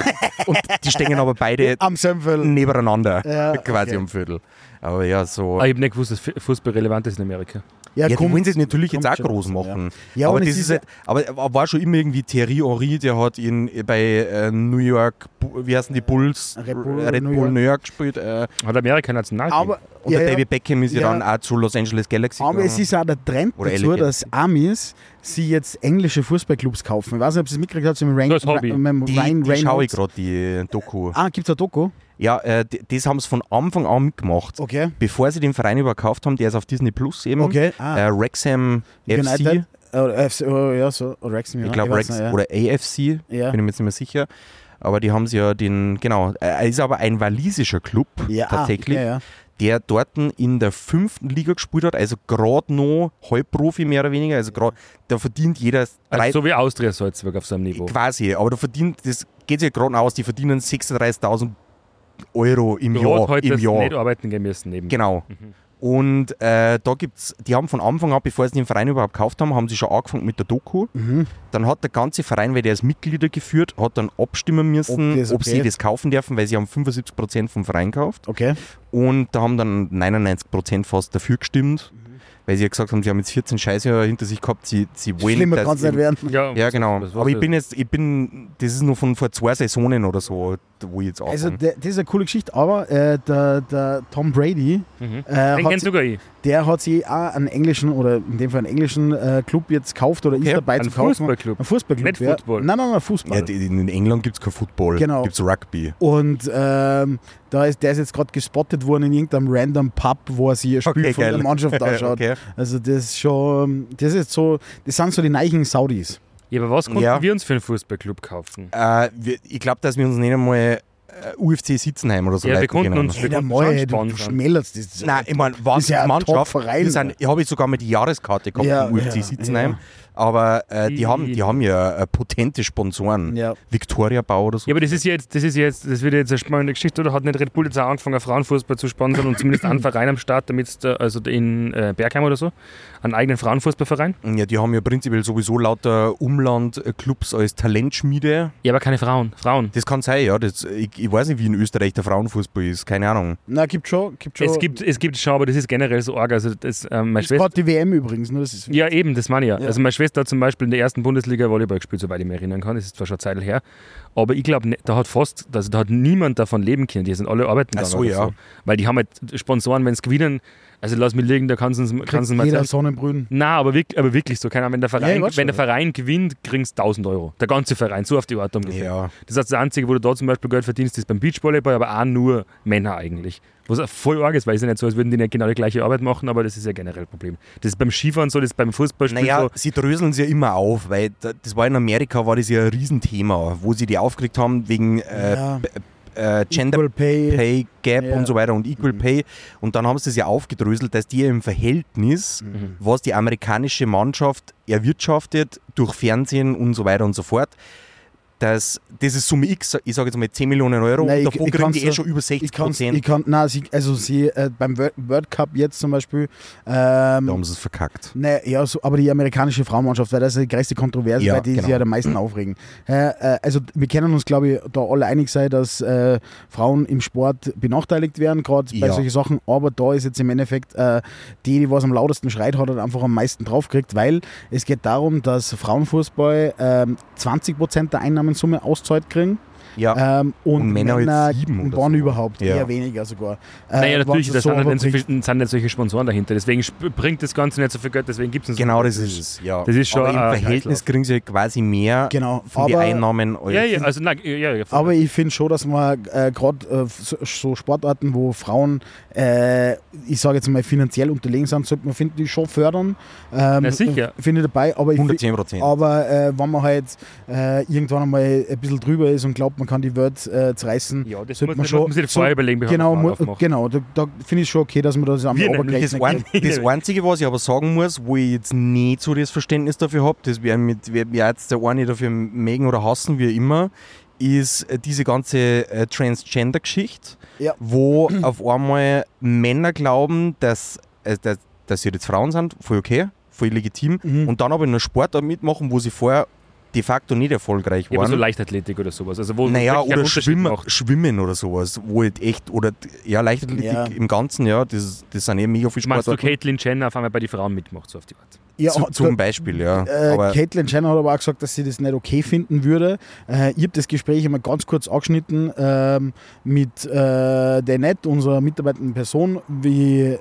Speaker 2: Und die stehen aber beide
Speaker 4: Am Sömpfel.
Speaker 2: nebeneinander,
Speaker 4: Ja,
Speaker 2: quasi
Speaker 4: okay.
Speaker 2: am Viertel. Aber ja, so.
Speaker 3: Ah, ich habe nicht gewusst, dass Fu- Fußball relevant ist in Amerika.
Speaker 2: Ja, die wollen sie es natürlich jetzt auch
Speaker 4: kommt schon
Speaker 2: groß
Speaker 4: langsam, ja.
Speaker 2: machen.
Speaker 4: Ja,
Speaker 2: aber
Speaker 4: und
Speaker 2: das
Speaker 4: es
Speaker 2: ist
Speaker 4: ist
Speaker 2: halt, aber er war schon immer irgendwie Thierry Henry, der hat in, bei äh, New York, Bu- wie heißen die Bulls? äh,
Speaker 4: Red Bull
Speaker 2: Red
Speaker 4: New
Speaker 2: Bull
Speaker 4: York.
Speaker 2: New York gespielt. Äh,
Speaker 3: Hat Amerika national
Speaker 4: Aber,
Speaker 2: und
Speaker 4: ja,
Speaker 2: der
Speaker 4: ja.
Speaker 2: David Beckham ist ja,
Speaker 4: Ja.
Speaker 2: dann auch zu Los Angeles Galaxy
Speaker 4: aber
Speaker 2: gegangen.
Speaker 4: es ist auch der Trend
Speaker 2: Oder
Speaker 4: dazu,
Speaker 2: Elegant.
Speaker 4: dass Amis sie jetzt englische Fußballclubs kaufen. Ich weiß nicht, ob Sie es mitgekriegt haben, so mit Rain,
Speaker 3: Das Hobby.
Speaker 4: Ra- mit
Speaker 2: die,
Speaker 4: Ryan
Speaker 2: die schaue ich
Speaker 4: Reynolds.
Speaker 2: gerade, die Doku.
Speaker 4: Ah, gibt es ein Doku?
Speaker 2: Ja, äh, d- das haben sie von Anfang an mitgemacht.
Speaker 4: Okay.
Speaker 2: Bevor sie den Verein überkauft haben, der ist auf Disney Plus eben.
Speaker 4: Okay. Ah,
Speaker 2: Äh, Wrexham FC,
Speaker 4: United. Oder FC, oh, ja, so. Oder Wrexham, ja.
Speaker 2: Ähm, ich glaube
Speaker 4: weiß
Speaker 2: Wrex
Speaker 4: nicht,
Speaker 2: oder AFC,
Speaker 4: ja.
Speaker 2: bin ich mir jetzt nicht mehr sicher. Aber die haben sie ja den, genau, äh, ist aber ein walisischer Club
Speaker 4: ja.
Speaker 2: tatsächlich,
Speaker 4: Ah, ja, ja.
Speaker 2: der dort in der fünften Liga gespielt hat, also gerade noch Halbprofi mehr oder weniger, also gerade, da verdient jeder drei,
Speaker 3: Also so wie Austria Salzburg auf so einem Niveau.
Speaker 2: quasi, aber da verdient, das geht sich ja gerade aus, die verdienen 36.000 Euro im
Speaker 3: Rot
Speaker 2: Jahr,
Speaker 3: heute
Speaker 2: im
Speaker 3: hast du
Speaker 2: Jahr.
Speaker 3: nicht arbeiten gehen müssen. Neben.
Speaker 2: Genau.
Speaker 3: Mhm.
Speaker 2: Und äh, da gibt's, die haben von Anfang an, bevor sie den Verein überhaupt gekauft haben, haben sie schon angefangen mit der Doku.
Speaker 4: Mhm.
Speaker 2: Dann hat der ganze Verein, weil der ist Mitglieder geführt, hat dann abstimmen müssen,
Speaker 4: Ob
Speaker 2: ob,
Speaker 4: das okay
Speaker 2: sie
Speaker 4: ist.
Speaker 2: das kaufen dürfen, weil sie haben 75% vom Verein gekauft.
Speaker 4: Okay.
Speaker 2: Und da haben dann 99% fast dafür gestimmt,
Speaker 4: Mhm.
Speaker 2: weil sie ja gesagt haben, sie haben jetzt 14 Scheiße hinter sich gehabt, sie, sie wollen
Speaker 4: Schlimmer
Speaker 2: dass
Speaker 4: kann es nicht
Speaker 2: im-
Speaker 4: werden.
Speaker 3: Ja,
Speaker 2: Ja, genau.
Speaker 3: was- was
Speaker 2: Aber ich
Speaker 3: ist-
Speaker 2: bin jetzt, ich bin, das ist nur von vor zwei Saisonen oder so, wo ich jetzt anfange.
Speaker 4: Also, der- das ist eine coole Geschichte, aber äh, der, der Tom Brady,
Speaker 3: Mhm.
Speaker 4: äh,
Speaker 3: Den
Speaker 4: hat,
Speaker 3: kennt
Speaker 4: si-
Speaker 3: sogar ich.
Speaker 4: der hat sich auch einen englischen oder in dem Fall einen englischen äh, Club jetzt gekauft oder ist
Speaker 2: Okay,
Speaker 4: dabei zu
Speaker 3: Ein
Speaker 4: kaufen.
Speaker 3: Fußballclub.
Speaker 4: Ein Fußballclub.
Speaker 3: Nicht
Speaker 4: ja.
Speaker 3: Football.
Speaker 4: Nein, nein, nein, Fußball.
Speaker 2: ja, die- in England gibt es kein Football,
Speaker 4: Genau.
Speaker 2: gibt es Rugby.
Speaker 4: und ähm, da ist, der ist jetzt gerade gespottet worden in irgendeinem random Pub, wo er sich ein Spiel
Speaker 2: Okay,
Speaker 4: von
Speaker 2: geil.
Speaker 4: der Mannschaft anschaut.
Speaker 2: Okay.
Speaker 4: Also das ist schon, das ist so, das sind so die neichen Saudis.
Speaker 3: Ja, aber was konnten
Speaker 2: Ja.
Speaker 3: wir uns für einen Fußballclub kaufen?
Speaker 2: Äh, wir, ich glaube, dass wir uns nicht einmal äh, UFC Sitzenheim oder so
Speaker 3: Ja, wir
Speaker 2: Leute
Speaker 3: konnten
Speaker 2: genommen.
Speaker 3: uns-
Speaker 4: Hey, der Mai, du, du
Speaker 3: Sponsor.
Speaker 4: schmälerst das.
Speaker 2: Nein, ich meine, was
Speaker 4: Ist ja ein
Speaker 2: Mannschaft,
Speaker 4: Top-Verein.
Speaker 2: die sind, ich habe ich sogar mal die Jahreskarte gehabt
Speaker 4: Ja,
Speaker 2: im UFC
Speaker 4: ja,
Speaker 2: Sitzenheim, aber äh, die,
Speaker 3: Die-
Speaker 2: haben, die haben ja äh, potente Sponsoren.
Speaker 4: Ja.
Speaker 2: Victoria Bau oder so.
Speaker 3: Ja, aber das ist jetzt, das ist jetzt, das wird jetzt eine spannende Geschichte, oder? Hat nicht Red Bull jetzt auch angefangen, Frauenfußball zu sponsern und zumindest einen Verein am Start, damit also in äh, Bergheim oder so, einen eigenen Frauenfußballverein?
Speaker 2: Ja, die haben ja prinzipiell sowieso lauter Umlandclubs als Talentschmiede.
Speaker 3: Ja, aber keine Frauen. Frauen.
Speaker 2: Das kann sein, ja. Das, ich, ich weiß nicht, wie in Österreich der Frauenfußball ist, keine Ahnung.
Speaker 4: Na, gibt schon. Gibt schon.
Speaker 3: Es gibt, es gibt schon, aber das ist generell so arg. Also das, ähm, meine
Speaker 4: Es ist
Speaker 3: Schwester,
Speaker 4: gerade die WM übrigens, nur das ist
Speaker 3: ja, eben, das meine ich ja.
Speaker 4: Ja.
Speaker 3: Also meine Schwester hat zum Beispiel in der ersten Bundesliga Volleyball gespielt, soweit ich mich erinnern kann. Das ist zwar schon eine Zeit her. Aber ich glaube, da hat fast, also da hat niemand davon leben können. Die sind alle arbeiten
Speaker 2: Ach
Speaker 3: gegangen
Speaker 2: so,
Speaker 3: oder
Speaker 2: ja.
Speaker 3: Weil die haben halt Sponsoren, wenn es gewinnen, also lass mich liegen, da kannst du uns kannst du uns mal
Speaker 4: jeder
Speaker 3: zeigen.
Speaker 4: Sonnenbrühen.
Speaker 3: Na, aber wirklich, aber wirklich so, keine Ahnung, wenn der
Speaker 4: Ja, ich
Speaker 3: Verein,
Speaker 4: weiß schon.
Speaker 3: wenn der Verein gewinnt, kriegst du 1000 Euro. Der ganze Verein, so auf die Art ungefähr.
Speaker 2: Ja.
Speaker 3: Das heißt, das Einzige, wo du da zum Beispiel Geld verdienst, ist beim Beachvolleyball, aber auch nur Männer eigentlich. Was auch voll arg ist, weil es ist ja nicht so, als würden die nicht genau die gleiche Arbeit machen, aber das ist ja generell ein Problem. Das ist beim Skifahren so, das ist beim Fußballspielen
Speaker 2: Naja,
Speaker 3: so.
Speaker 2: sie dröseln es ja immer auf, weil da- das war in Amerika, war das ja ein Riesenthema, wo sie die aufgeregt haben wegen äh,
Speaker 4: Ja.
Speaker 2: b- äh, Gender
Speaker 4: Equal Pay.
Speaker 2: Pay Gap
Speaker 4: Ja. Mhm.
Speaker 2: und so weiter und Equal Pay. Und dann haben sie es ja aufgedröselt, dass die im Verhältnis,
Speaker 4: Mhm.
Speaker 2: was die amerikanische Mannschaft erwirtschaftet, durch Fernsehen und so weiter und so fort, dass das ist Summe X, ich sage jetzt mal 10 Millionen Euro, und
Speaker 4: Nein, ich-
Speaker 2: davon
Speaker 4: ich
Speaker 2: kriegen die
Speaker 4: kann's-
Speaker 2: eh schon über 60
Speaker 4: Ich kann, ich
Speaker 2: Prozent.
Speaker 4: kann, nein, sie, also sie äh, beim World, World Cup jetzt zum Beispiel, ähm,
Speaker 2: Da haben sie es verkackt.
Speaker 4: Nee, Ne, ja, so, aber die amerikanische Frauenmannschaft, weil das ist die größte Kontroverse,
Speaker 2: Ja,
Speaker 4: weil die
Speaker 2: genau.
Speaker 4: sich ja am meisten aufregen. Äh, äh, also wir können uns, glaube ich, da alle einig sein, dass äh, Frauen im Sport benachteiligt werden, gerade bei
Speaker 2: Ja.
Speaker 4: solchen Sachen. Aber da ist jetzt im Endeffekt äh, die, die was am lautesten schreit, hat halt einfach am meisten draufkriegt, weil es geht darum, dass Frauenfußball ähm, 20% der Einnahmensumme auszahlt kriegen
Speaker 2: Ja.
Speaker 4: ähm, und,
Speaker 2: Und Männer jetzt sieben
Speaker 4: und
Speaker 2: oder
Speaker 4: wann
Speaker 2: so.
Speaker 4: überhaupt,
Speaker 2: Ja.
Speaker 4: eher weniger sogar. Äh,
Speaker 3: Naja,
Speaker 4: wenn
Speaker 3: natürlich,
Speaker 4: es
Speaker 3: da
Speaker 4: so
Speaker 3: sind, halt nicht so
Speaker 4: überbringt.
Speaker 3: viel, sind nicht solche Sponsoren dahinter. Deswegen sp- bringt das Ganze nicht so viel Geld, deswegen gibt es
Speaker 2: Genau das ist es, ja.
Speaker 3: Das ist schon
Speaker 2: Aber
Speaker 3: ein
Speaker 2: im Verhältnis kriegen sie quasi mehr
Speaker 4: Genau,
Speaker 2: von den
Speaker 4: aber-
Speaker 2: Einnahmen als
Speaker 3: Ja, ja, also nein, ja, ja,
Speaker 4: Aber ich finde schon, dass man äh, gerade äh, so, so Sportarten, wo Frauen, äh, ich sage jetzt mal, finanziell unterlegen sind, sollte man finden, die schon fördern. Ähm,
Speaker 3: Na sicher.
Speaker 4: Finde ich dabei, aber ich fi-
Speaker 2: 110 Prozent.
Speaker 4: aber äh, wenn man halt äh, irgendwann einmal ein bisschen drüber ist und glaubt, man kann die Welt äh, zerreißen,
Speaker 3: Ja, das
Speaker 4: sollte
Speaker 3: muss-
Speaker 4: man
Speaker 3: das
Speaker 4: schon.
Speaker 3: muss man sich vorher überlegen, bevor
Speaker 4: genau,
Speaker 3: man
Speaker 4: mu-
Speaker 3: aufmacht.
Speaker 4: genau, da, da finde ich schon okay, dass man das am
Speaker 3: Wir nämlich,
Speaker 2: Das, ein, das Einzige, was ich aber sagen muss, wo ich jetzt nicht so das Verständnis dafür habe, das wäre mit wär wär jetzt der eine dafür mögen oder hassen, wie immer, ist äh, diese ganze äh, Transgender-Geschichte,
Speaker 4: Ja.
Speaker 2: wo auf einmal Männer glauben, dass, äh, dass, dass sie jetzt Frauen sind, voll okay, voll legitim,
Speaker 4: Mhm.
Speaker 2: und dann aber in einer Sportart mitmachen, wo sie vorher de facto nicht erfolgreich
Speaker 3: ja, aber
Speaker 2: waren.
Speaker 3: so Leichtathletik oder sowas. Also wo
Speaker 2: Naja,
Speaker 3: wirklich ein
Speaker 2: oder
Speaker 3: Unterschied
Speaker 2: Schwimmen,
Speaker 3: macht.
Speaker 2: Schwimmen oder sowas, wo halt echt, oder ja, Leichtathletik
Speaker 4: Ja.
Speaker 2: im Ganzen, ja, das, das sind eh mega viel
Speaker 3: Meinst du,
Speaker 2: Sportarten.
Speaker 3: Caitlyn Jenner auf einmal bei den Frauen mitmacht, so auf die Art?
Speaker 4: ja,
Speaker 2: Zu,
Speaker 4: da-
Speaker 2: zum Beispiel, ja.
Speaker 4: Äh,
Speaker 2: aber
Speaker 4: Caitlyn Jenner hat aber auch gesagt, dass sie das nicht okay finden würde. Äh, ich habe das Gespräch einmal ganz kurz angeschnitten ähm, mit äh, der Net, unserer mitarbeitenden Person, wie, äh,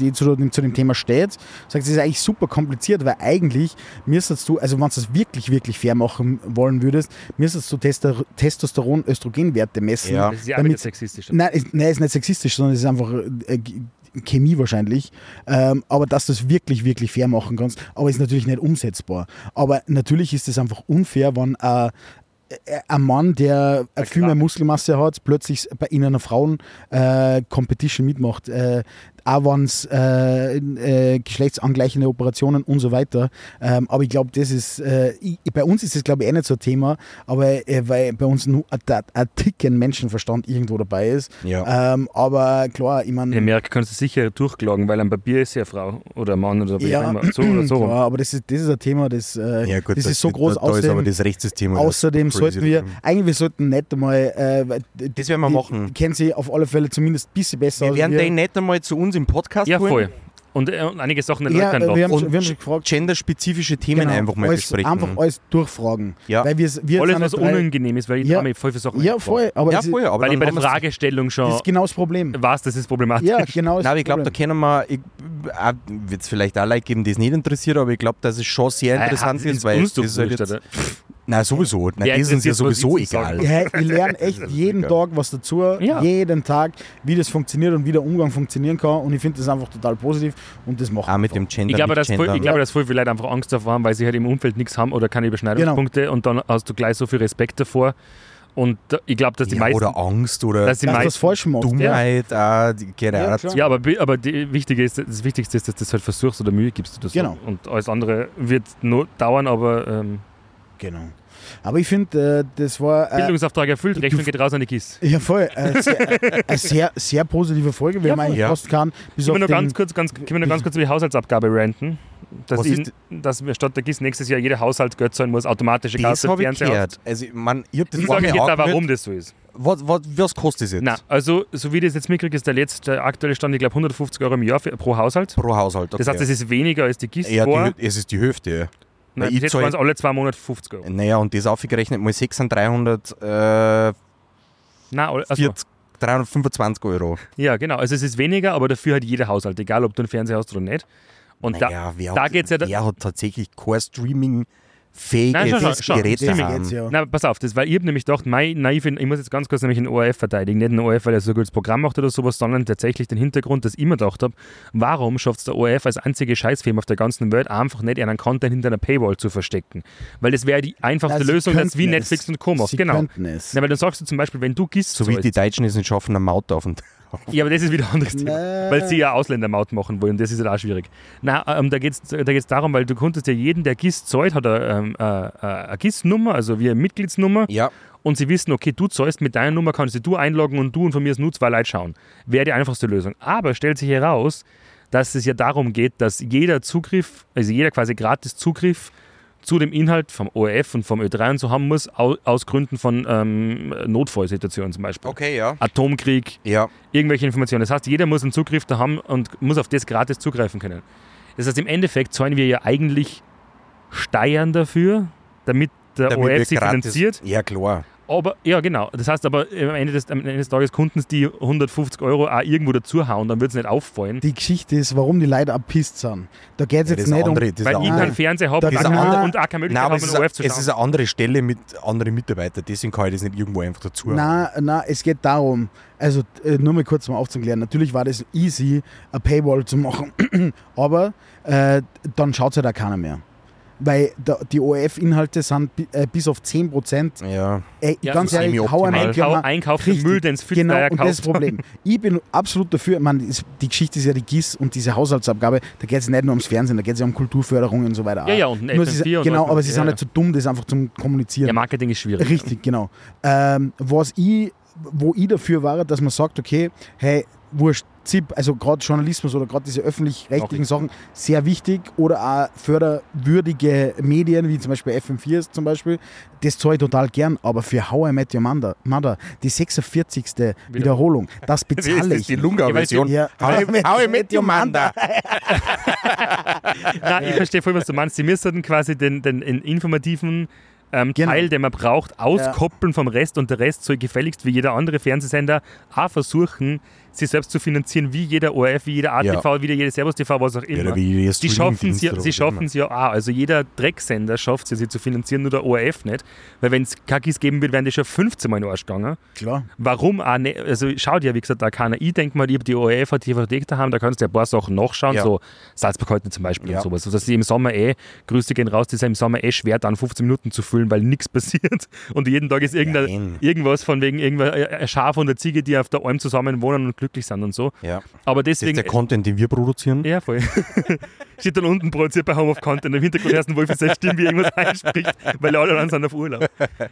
Speaker 4: die zu dem, zu dem Thema steht. Sagt, es ist eigentlich super kompliziert, weil eigentlich müsstest du, also wenn du es wirklich, wirklich fair machen wollen würdest, müsstest du Tester- Testosteron-Östrogenwerte messen.
Speaker 2: Ja.
Speaker 3: Das ist ja auch
Speaker 4: Damit-
Speaker 3: wieder sexistisch.
Speaker 4: Nein, ist, nein, ist nicht sexistisch, sondern es ist einfach äh, G- Chemie wahrscheinlich. Ähm, aber dass du es wirklich, wirklich fair machen kannst, aber ist natürlich nicht umsetzbar. Aber natürlich ist es einfach unfair, wenn äh, äh, ein Mann, der äh, viel mehr Muskelmasse hat, plötzlich bei in einer Frauen-Competition mitmacht. Äh, auch wenn es äh, äh, geschlechtsangleichende Operationen und so weiter. Ähm, aber ich glaube, das ist, äh, ich, bei uns ist das glaube ich eh nicht so ein Thema, aber äh, weil bei uns nur ein, ein, ein Ticken Menschenverstand irgendwo dabei ist.
Speaker 2: ja.
Speaker 4: Ähm, aber klar, ich
Speaker 3: In
Speaker 4: meine,
Speaker 3: Amerika kannst du sicher durchklagen, weil am Papier ist ja eine Frau oder ein Mann oder wie
Speaker 4: Ja.
Speaker 3: auch immer. So oder so.
Speaker 4: klar,
Speaker 3: rum.
Speaker 4: aber das ist, das ist ein Thema, das, äh,
Speaker 2: ja gut,
Speaker 4: das ist so groß.
Speaker 2: da, da ist aber
Speaker 4: außerdem
Speaker 2: das Rechtssystem. wieder
Speaker 4: außerdem
Speaker 2: crazy
Speaker 4: sollten wir,
Speaker 2: drin.
Speaker 4: eigentlich wir sollten nicht einmal, äh, weil d-
Speaker 2: Das werden wir
Speaker 4: die
Speaker 2: machen.
Speaker 4: kennen sie auf alle Fälle zumindest ein bisschen besser.
Speaker 2: Wir
Speaker 4: als
Speaker 2: werden den nicht einmal zu uns im Podcast
Speaker 3: Ja,
Speaker 2: holen
Speaker 3: voll. Und, äh, und einige Sachen
Speaker 4: ja,
Speaker 3: erläutern
Speaker 4: wir,
Speaker 3: ja,
Speaker 4: haben,
Speaker 2: und
Speaker 4: schon- wir haben schon gefragt. Genau,
Speaker 2: genderspezifische Themen einfach mal
Speaker 4: alles,
Speaker 2: besprechen. Mhm.
Speaker 4: Einfach alles durchfragen.
Speaker 2: Ja.
Speaker 4: Weil wir, wir
Speaker 3: Alles,
Speaker 4: sind
Speaker 3: was
Speaker 4: ja drei-
Speaker 3: unangenehm ist, weil ich
Speaker 4: Ja.
Speaker 3: ja. habe voll für Sachen
Speaker 4: Ja,
Speaker 3: eingebracht.
Speaker 4: voll. Aber
Speaker 2: ja,
Speaker 4: das,
Speaker 2: voll, aber
Speaker 3: Weil ich
Speaker 2: dann
Speaker 3: bei der
Speaker 2: haben wir's-
Speaker 3: Fragestellung
Speaker 4: Ist, das
Speaker 3: schon
Speaker 4: ist genau das Problem.
Speaker 3: was, das ist problematisch.
Speaker 4: Ja, genau. das
Speaker 2: Nein, aber ich glaube, da
Speaker 4: Problem.
Speaker 2: können wir, ich, wird es vielleicht auch Leute geben, die es nicht interessiert, aber ich glaube, dass es schon sehr
Speaker 3: Äh,
Speaker 2: interessant
Speaker 3: ist
Speaker 2: ist, weil
Speaker 3: uns
Speaker 2: das
Speaker 3: doch
Speaker 2: ist halt
Speaker 3: wurscht,
Speaker 2: jetzt,
Speaker 3: oder?
Speaker 2: Nein, sowieso.
Speaker 3: Wer
Speaker 2: Nein, das ist ja
Speaker 3: interessiert, was
Speaker 2: sowieso
Speaker 3: ich zu sagen
Speaker 2: egal.
Speaker 3: habe?
Speaker 4: Ja, ich lerne echt jeden
Speaker 2: egal.
Speaker 4: Tag was dazu,
Speaker 3: Ja.
Speaker 4: jeden Tag, wie das funktioniert und wie der Umgang funktionieren kann. Und ich finde das einfach total positiv und das macht
Speaker 2: Auch mit dem Gender.
Speaker 3: Ich glaube,
Speaker 2: nicht
Speaker 3: dass voll,
Speaker 2: Gendern.
Speaker 3: ich glaube, dass voll viele Leute einfach
Speaker 4: Genau.
Speaker 3: Angst davor haben, weil sie halt im Umfeld nichts haben oder keine Überschneidungspunkte und dann hast du gleich so viel Respekt davor. Und äh, ich glaube, dass die
Speaker 2: Ja,
Speaker 3: meisten.
Speaker 2: oder Angst oder
Speaker 3: dass die
Speaker 4: Dass du das
Speaker 3: meisten
Speaker 4: falsch machst.
Speaker 2: Dummheit, ja. äh,
Speaker 4: Ja,
Speaker 2: Gerard.
Speaker 4: klar.
Speaker 3: Ja, aber, bi- aber die Wichtige ist, das Wichtigste ist, dass du das halt versuchst oder Mühe gibst. Oder so.
Speaker 4: Genau.
Speaker 3: Und alles andere wird nur dauern, aber ähm,
Speaker 4: Genau. Aber ich finde, äh, das war äh,
Speaker 3: Bildungsauftrag erfüllt, Rechnung geht raus an die KISS.
Speaker 4: ja, voll, äh, sehr, äh, sehr, sehr positive Folge, wenn
Speaker 3: Ja, voll.
Speaker 4: man eigentlich
Speaker 2: Ja.
Speaker 4: fast kann. Bis
Speaker 3: Können
Speaker 4: auf
Speaker 3: wir noch
Speaker 4: den,
Speaker 3: ganz kurz, ganz, können wir noch ganz kurz über die Haushaltsabgabe ranten? Dass,
Speaker 2: Was
Speaker 3: ich,
Speaker 2: ist-
Speaker 3: dass wir statt der GIS nächstes Jahr jeder Haushalt Geld zahlen muss, automatisch egal, ob
Speaker 2: Das
Speaker 3: der
Speaker 2: habe ich
Speaker 3: Fernseher hat.
Speaker 2: gehört. Also, ich mein, ich hab das
Speaker 3: Ich sage jetzt auch,
Speaker 2: angeatmet.
Speaker 3: warum das so ist.
Speaker 2: Was, was, was kostet das jetzt?
Speaker 3: Nein, also so wie ich das jetzt mitkriege, ist der letzte der aktuelle Stand, ich glaube 150 Euro im Jahr für, pro Haushalt.
Speaker 2: Pro Haushalt. Okay.
Speaker 3: Das heißt, das ist weniger als die GIS
Speaker 2: ja,
Speaker 3: war.
Speaker 2: die, Hü- es ist die Hälfte.
Speaker 3: Nein,
Speaker 2: ich
Speaker 3: bis jetzt
Speaker 2: zahl-
Speaker 3: waren es alle zwei Monate 50 Euro.
Speaker 2: Ja. Naja, und das aufgerechnet mal 6 sind 300, äh,
Speaker 3: Nein, alle- also,
Speaker 2: 40, 325 Euro.
Speaker 3: ja, genau. Also es ist weniger, aber dafür hat jeder Haushalt, egal ob du einen Fernseher hast oder nicht. Und da,
Speaker 2: naja, wer,
Speaker 3: da
Speaker 2: hat,
Speaker 3: geht's ja da-
Speaker 2: wer hat tatsächlich kein
Speaker 3: Nein, schau, schau,
Speaker 2: Streaming-fähiges
Speaker 3: schau,
Speaker 2: Gerät
Speaker 4: Stimmig
Speaker 2: daheim?
Speaker 4: jetzt, ja.
Speaker 3: Na, pass auf, das, weil ich hab nämlich gedacht, mein naiv, ich muss jetzt ganz kurz nämlich den ORF verteidigen. Nicht den ORF, weil er so ein gutes Programm macht oder sowas, sondern tatsächlich den Hintergrund, dass ich mir gedacht habe, warum schafft es der ORF als einzige Scheißfirma auf der ganzen Welt einfach nicht, einen Content hinter einer Paywall zu verstecken? Weil das wäre die einfachste
Speaker 4: Na, sie
Speaker 3: Lösung, das wie
Speaker 4: könnten
Speaker 3: Netflix
Speaker 4: es.
Speaker 3: und Co. macht.
Speaker 4: Sie
Speaker 3: Genau.
Speaker 4: könnten es.
Speaker 3: Na, weil dann sagst du zum Beispiel, wenn du GIS
Speaker 2: So wie die
Speaker 3: zahlst-
Speaker 2: Deutschen es nicht schaffen, eine Maut auf den
Speaker 3: Ja, aber das ist wieder ein anderes Thema.
Speaker 4: Na.
Speaker 3: Weil sie ja Ausländermaut machen wollen, das ist ja halt auch schwierig. Na, ähm, da geht es da geht's darum, weil du konntest ja jeden, der GIS zahlt, hat eine, ähm, äh, äh, eine GIS-Nummer, also wie eine Mitgliedsnummer.
Speaker 2: Ja,
Speaker 3: und sie wissen, okay, du zahlst mit deiner Nummer, kannst dich du einloggen und du und von mir ist nur zwei Leute schauen. Wäre die einfachste Lösung. Aber stellt sich heraus, dass es ja darum geht, dass jeder Zugriff, also jeder quasi gratis Zugriff zu dem Inhalt vom ORF und vom Ö3 und so haben muss, au- aus Gründen von ähm, Notfallsituationen zum Beispiel.
Speaker 2: okay, ja.
Speaker 3: Atomkrieg,
Speaker 2: Ja,
Speaker 3: irgendwelche Informationen. Das heißt, jeder muss einen Zugriff da haben und muss auf das gratis zugreifen können. Das heißt, im Endeffekt zahlen wir ja eigentlich Steuern dafür, damit der ORF sich finanziert.
Speaker 2: Ja, klar.
Speaker 3: Aber, ja, genau. Das heißt aber, am Ende des, am Ende des Tages konnten es die 150 Euro auch irgendwo dazuhauen, dann wird es nicht auffallen.
Speaker 4: Die Geschichte ist, warum die Leute abpisst sind. Da geht es
Speaker 2: Ja,
Speaker 4: jetzt nicht um.
Speaker 2: das
Speaker 3: Weil halt ich
Speaker 4: andere-
Speaker 3: keinen Fernseher habe
Speaker 4: Da
Speaker 3: und,
Speaker 4: ist
Speaker 3: auch-
Speaker 4: eine andere-
Speaker 3: und auch keine
Speaker 2: Nein,
Speaker 3: Möglichkeit
Speaker 2: aber
Speaker 3: habe,
Speaker 2: es ist,
Speaker 3: einen ORF zu
Speaker 2: es ist
Speaker 3: schauen.
Speaker 2: eine andere Stelle mit anderen Mitarbeitern, deswegen kann ich das nicht irgendwo einfach dazu haben.
Speaker 4: Na, na, es geht darum, also äh, nur mal kurz mal aufzuklären, natürlich war das easy, eine Paywall zu machen, aber äh, dann schaut es halt auch keiner mehr. Weil da, die ORF-Inhalte sind bi- äh, bis auf 10%,
Speaker 2: Ja,
Speaker 4: äh,
Speaker 3: Ja,
Speaker 4: ganz
Speaker 2: so
Speaker 4: ehrlich, hau
Speaker 2: semi-optimal.
Speaker 4: einen
Speaker 3: Einkau- Einkauf den Müll, den es für
Speaker 4: genau,
Speaker 3: teuer
Speaker 4: und das ist das
Speaker 3: kauft.
Speaker 4: Problem. Ich bin absolut dafür, man, die Geschichte ist ja die GIS und diese Haushaltsabgabe, da geht es nicht nur ums Fernsehen, da geht es ja um Kulturförderung und so weiter.
Speaker 3: Ja, ja, und ein
Speaker 4: Nur sie,
Speaker 3: FM4 und
Speaker 4: Genau,
Speaker 3: was-
Speaker 4: aber sie
Speaker 3: ja,
Speaker 4: sind
Speaker 3: ja.
Speaker 4: nicht so dumm, das einfach zum Kommunizieren.
Speaker 3: Ja, Marketing ist schwierig.
Speaker 4: Richtig, genau. Ähm, was ich, wo ich dafür war, dass man sagt, okay, hey, wurscht, ZIP, also gerade Journalismus oder gerade diese
Speaker 3: Okay.
Speaker 4: öffentlich-rechtlichen Sachen, sehr wichtig oder auch förderwürdige Medien, wie zum Beispiel FM4 ist zum Beispiel, das zahle ich total gern, aber für How I Met Your Mother, Mother die 46. Wiederholung, das bezahle ich.
Speaker 2: Lunga-Version.
Speaker 4: Ja,
Speaker 2: How I Met Your Manda.
Speaker 3: Nein, ich verstehe voll, was du meinst. Sie müssen quasi den, den, den informativen ähm,
Speaker 4: Genau.
Speaker 3: Teil, den man braucht, auskoppeln vom Rest und der Rest soll gefälligst wie jeder andere Fernsehsender auch versuchen, sich selbst zu finanzieren, wie jeder ORF, wie jeder ATV, wie jeder Servus TV, was auch immer.
Speaker 2: oder wie jeder
Speaker 3: die schaffen es
Speaker 2: Streamingdienst
Speaker 3: ja,
Speaker 2: oder
Speaker 3: sie
Speaker 2: was auch
Speaker 3: schaffen es ja auch. Also jeder Drecksender schafft es ja, sie zu finanzieren, nur der ORF nicht. Weil wenn es Kakis geben würde, wären die schon 15 Mal in den Arsch gegangen.
Speaker 4: Klar.
Speaker 3: Warum auch nicht? Also schaut ja, wie gesagt, da keiner. Ich denke mal, ich habe die ORF hat die Verdick daheim, da kannst du ja ein paar Sachen nachschauen,
Speaker 2: Ja.
Speaker 3: so Salzburg heute zum Beispiel
Speaker 2: Ja.
Speaker 3: und sowas. Dass sie im Sommer eh, Grüße gehen raus, das ist ja im Sommer eh schwer, dann 15 Minuten zu füllen, weil nichts passiert. Und jeden Tag ist irgendein,
Speaker 2: Nein.
Speaker 3: irgendwas von wegen irgendwer äh, ein Schaf und eine Ziege, die auf der Alm zusammen wohnen und glücklich sind und so.
Speaker 2: Ja.
Speaker 3: Aber
Speaker 2: Das ist
Speaker 3: deswegen.
Speaker 2: der Content, den wir produzieren.
Speaker 3: ja, voll. Steht dann unten produziert bei Home of Content. Im Hintergrund erst ein Wolf ist selbst stimmt, wie irgendwas einspricht, weil alle anderen sind auf Urlaub.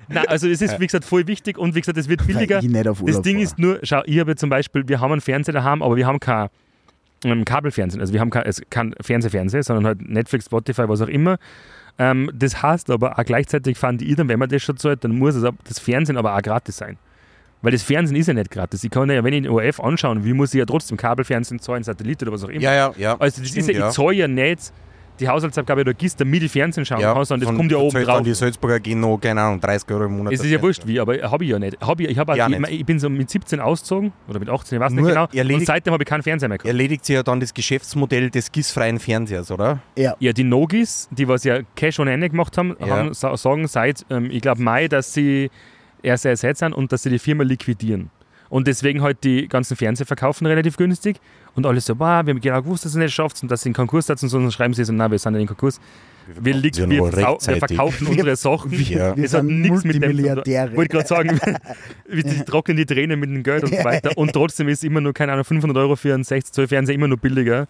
Speaker 3: Nein, also es ist, wie gesagt, voll wichtig und wie gesagt, es wird billiger.
Speaker 4: Weil ich nicht auf Urlaub
Speaker 3: Das Ding
Speaker 4: war.
Speaker 3: ist nur, schau, ich habe zum Beispiel, wir haben einen Fernseher daheim, aber wir haben kein ähm, Kabelfernsehen. Also wir haben kein, also kein Fernsehfernsehen, sondern halt Netflix, Spotify, was auch immer. Ähm, das heißt aber auch gleichzeitig fand ich dann, wenn man das schon zahlt, dann muss es ab- das Fernsehen aber auch gratis sein. Weil das Fernsehen ist ja nicht gratis. Ich kann ja, wenn ich den ORF anschauen will, muss ich ja trotzdem Kabelfernsehen zahlen, Satellit oder was auch immer.
Speaker 2: ja, ja.
Speaker 3: Also das
Speaker 2: Stimmt,
Speaker 3: ist ja,
Speaker 2: ja.
Speaker 3: ich zahle ja nicht die Haushaltsabgabe oder GIS, damit ich Fernsehen schauen kann, sondern das
Speaker 2: von-
Speaker 3: kommt ja oben
Speaker 2: zahlt
Speaker 3: drauf.
Speaker 2: dann Die Salzburger gehen noch, keine Ahnung, 30 Euro im Monat.
Speaker 3: Es ist ja wurscht wie, aber habe ich ja nicht. Hab ich, ich, hab auch
Speaker 2: Ja,
Speaker 3: die,
Speaker 2: nicht.
Speaker 3: ich bin so mit 17 ausgezogen oder mit 18, ich weiß nicht
Speaker 2: Nur
Speaker 3: genau. Und
Speaker 2: erledigt-
Speaker 3: seitdem habe ich keinen Fernseher mehr gehabt.
Speaker 2: Erledigt sich ja dann das Geschäftsmodell des gissfreien Fernsehers, oder?
Speaker 4: Ja,
Speaker 3: Ja, die Nogis, die was ja Cash ohne Ende gemacht haben,
Speaker 2: Ja.
Speaker 3: haben sa sagen seit, ähm, ich glaube, Mai, dass sie erst ersetzt sind und dass sie die Firma liquidieren. Und deswegen halt die ganzen Fernseher verkaufen relativ günstig. Und alle so, wow, wir haben genau gewusst, dass ihr nicht schafft und dass sie in Konkurs setzen, sondern schreiben sie so, na, wir sind nicht in Konkurs. Wir, liegt,
Speaker 2: sie
Speaker 3: wir,
Speaker 2: ja noch
Speaker 3: versau- wir
Speaker 2: rechtzeitig.
Speaker 3: verkaufen unsere Sachen.
Speaker 2: Wir-
Speaker 4: wir
Speaker 3: es hat
Speaker 4: sind
Speaker 3: nichts mit dem.
Speaker 4: Multimilliardäre.
Speaker 3: Wollte gerade sagen, wir die trocknen die Tränen mit dem Geld und so weiter. Und trotzdem ist immer nur, keine Ahnung, 500 Euro für einen 60 Zoll Fernseher immer nur billiger,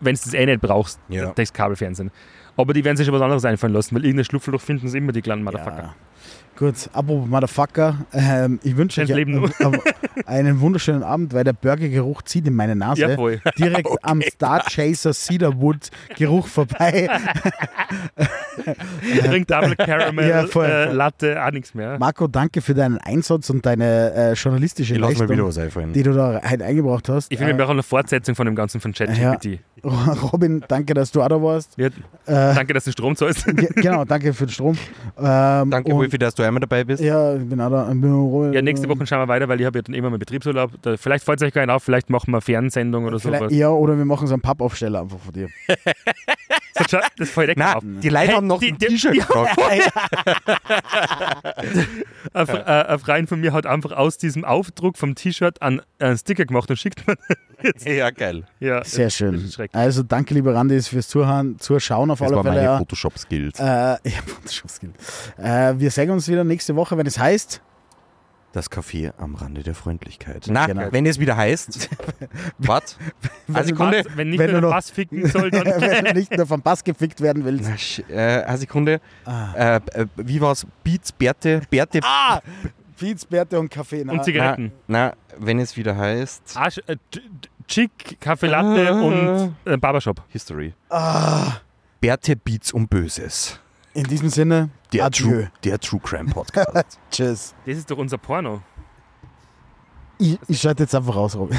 Speaker 3: wenn du das eh nicht brauchst,
Speaker 2: Ja.
Speaker 3: das Kabelfernsehen. Aber die werden sich schon was anderes einfallen lassen, weil irgendein Schlupfloch finden sie immer, die kleinen Motherfucker.
Speaker 4: Ja. Gut, apropos Motherfucker, ähm, ich wünsche euch
Speaker 3: Schönes Leben nur.
Speaker 4: äh, äh, einen wunderschönen Abend, weil der Burgergeruch zieht in meine Nase.
Speaker 3: Jawohl.
Speaker 4: Direkt am Star Chaser Cedarwood Geruch vorbei.
Speaker 3: Trink Double Caramel,
Speaker 4: Ja, voll.
Speaker 3: äh, Latte, auch nichts mehr.
Speaker 4: Marco, danke für deinen Einsatz und deine äh, journalistische
Speaker 2: Ich lass mal wieder
Speaker 4: Leistung,
Speaker 2: was einfallen.
Speaker 4: die du da heute eingebracht hast.
Speaker 3: Ich finde, wir brauchen eine Fortsetzung von dem Ganzen von ChatGPT.
Speaker 4: äh, Robin, danke, dass du auch da warst.
Speaker 3: Wir-
Speaker 4: Äh.
Speaker 3: Danke, dass du Strom zahlst.
Speaker 4: Ge- genau, danke für den Strom. Ähm,
Speaker 2: Danke,
Speaker 4: und-
Speaker 2: Wolfi, dass du einmal dabei bist.
Speaker 4: Ja, ich bin auch da. Ich bin Robin.
Speaker 3: Ja, nächste Woche schauen wir weiter, weil ich habe ja dann immer meinen Betriebsurlaub. Da, vielleicht fällt es euch gar nicht auf, vielleicht machen wir eine Fernsendung oder
Speaker 4: Vielleicht-
Speaker 3: sowas.
Speaker 4: Ja, oder wir machen so einen Pappaufsteller einfach von dir.
Speaker 3: Das, scha- das fällt echt
Speaker 2: Na,
Speaker 3: auf.
Speaker 2: die Leute haben noch
Speaker 3: die-
Speaker 2: ein
Speaker 3: die-
Speaker 2: T-Shirt gefragt.
Speaker 3: Ein, Fre- äh, ein Freund von mir hat einfach aus diesem Aufdruck vom T-Shirt einen, einen Sticker gemacht und schickt mir.
Speaker 2: Ja, geil.
Speaker 3: Ja,
Speaker 4: Sehr
Speaker 3: das
Speaker 4: schön.
Speaker 3: ist schrecklich.
Speaker 4: Also danke, liebe Randis, fürs Zuhören, Zuschauen auf
Speaker 2: Das
Speaker 4: alle
Speaker 2: waren
Speaker 4: Fälle.
Speaker 2: meine
Speaker 4: ja.
Speaker 2: Photoshop-Skills.
Speaker 4: Äh, ja, Photoshop-Skill. Äh, wir sehen uns wieder nächste Woche, wenn es heißt.
Speaker 2: Das Café am Rande der Freundlichkeit. Na,
Speaker 4: Genau.
Speaker 2: wenn es wieder heißt. Was? Eine Sekunde.
Speaker 3: Wenn Also nicht
Speaker 4: Wenn
Speaker 3: nur
Speaker 4: du
Speaker 3: der
Speaker 4: noch-
Speaker 3: Pass ficken soll, dann.
Speaker 4: wenn du nicht nur vom Bass gefickt werden willst.
Speaker 2: Na, sch- äh, eine Sekunde. Äh, äh, wie war's? Beats, Bärte, Bärte.
Speaker 4: Ah! Pizza, Bärte und Kaffee. Na,
Speaker 3: Und
Speaker 2: na,
Speaker 3: Zigaretten.
Speaker 2: na, wenn es wieder heißt.
Speaker 3: Arsch, äh, Ch- Chick, Kaffee Latte
Speaker 2: Ah.
Speaker 3: und äh, Barbershop.
Speaker 2: History.
Speaker 4: ah,
Speaker 2: Bärte, Beats und Böses.
Speaker 4: in diesem Sinne,
Speaker 2: Der
Speaker 4: adieu.
Speaker 2: True, der True Crime Podcast.
Speaker 4: Tschüss.
Speaker 3: Das ist doch unser Porno.
Speaker 4: Ich, ich schalte jetzt einfach raus, Robin.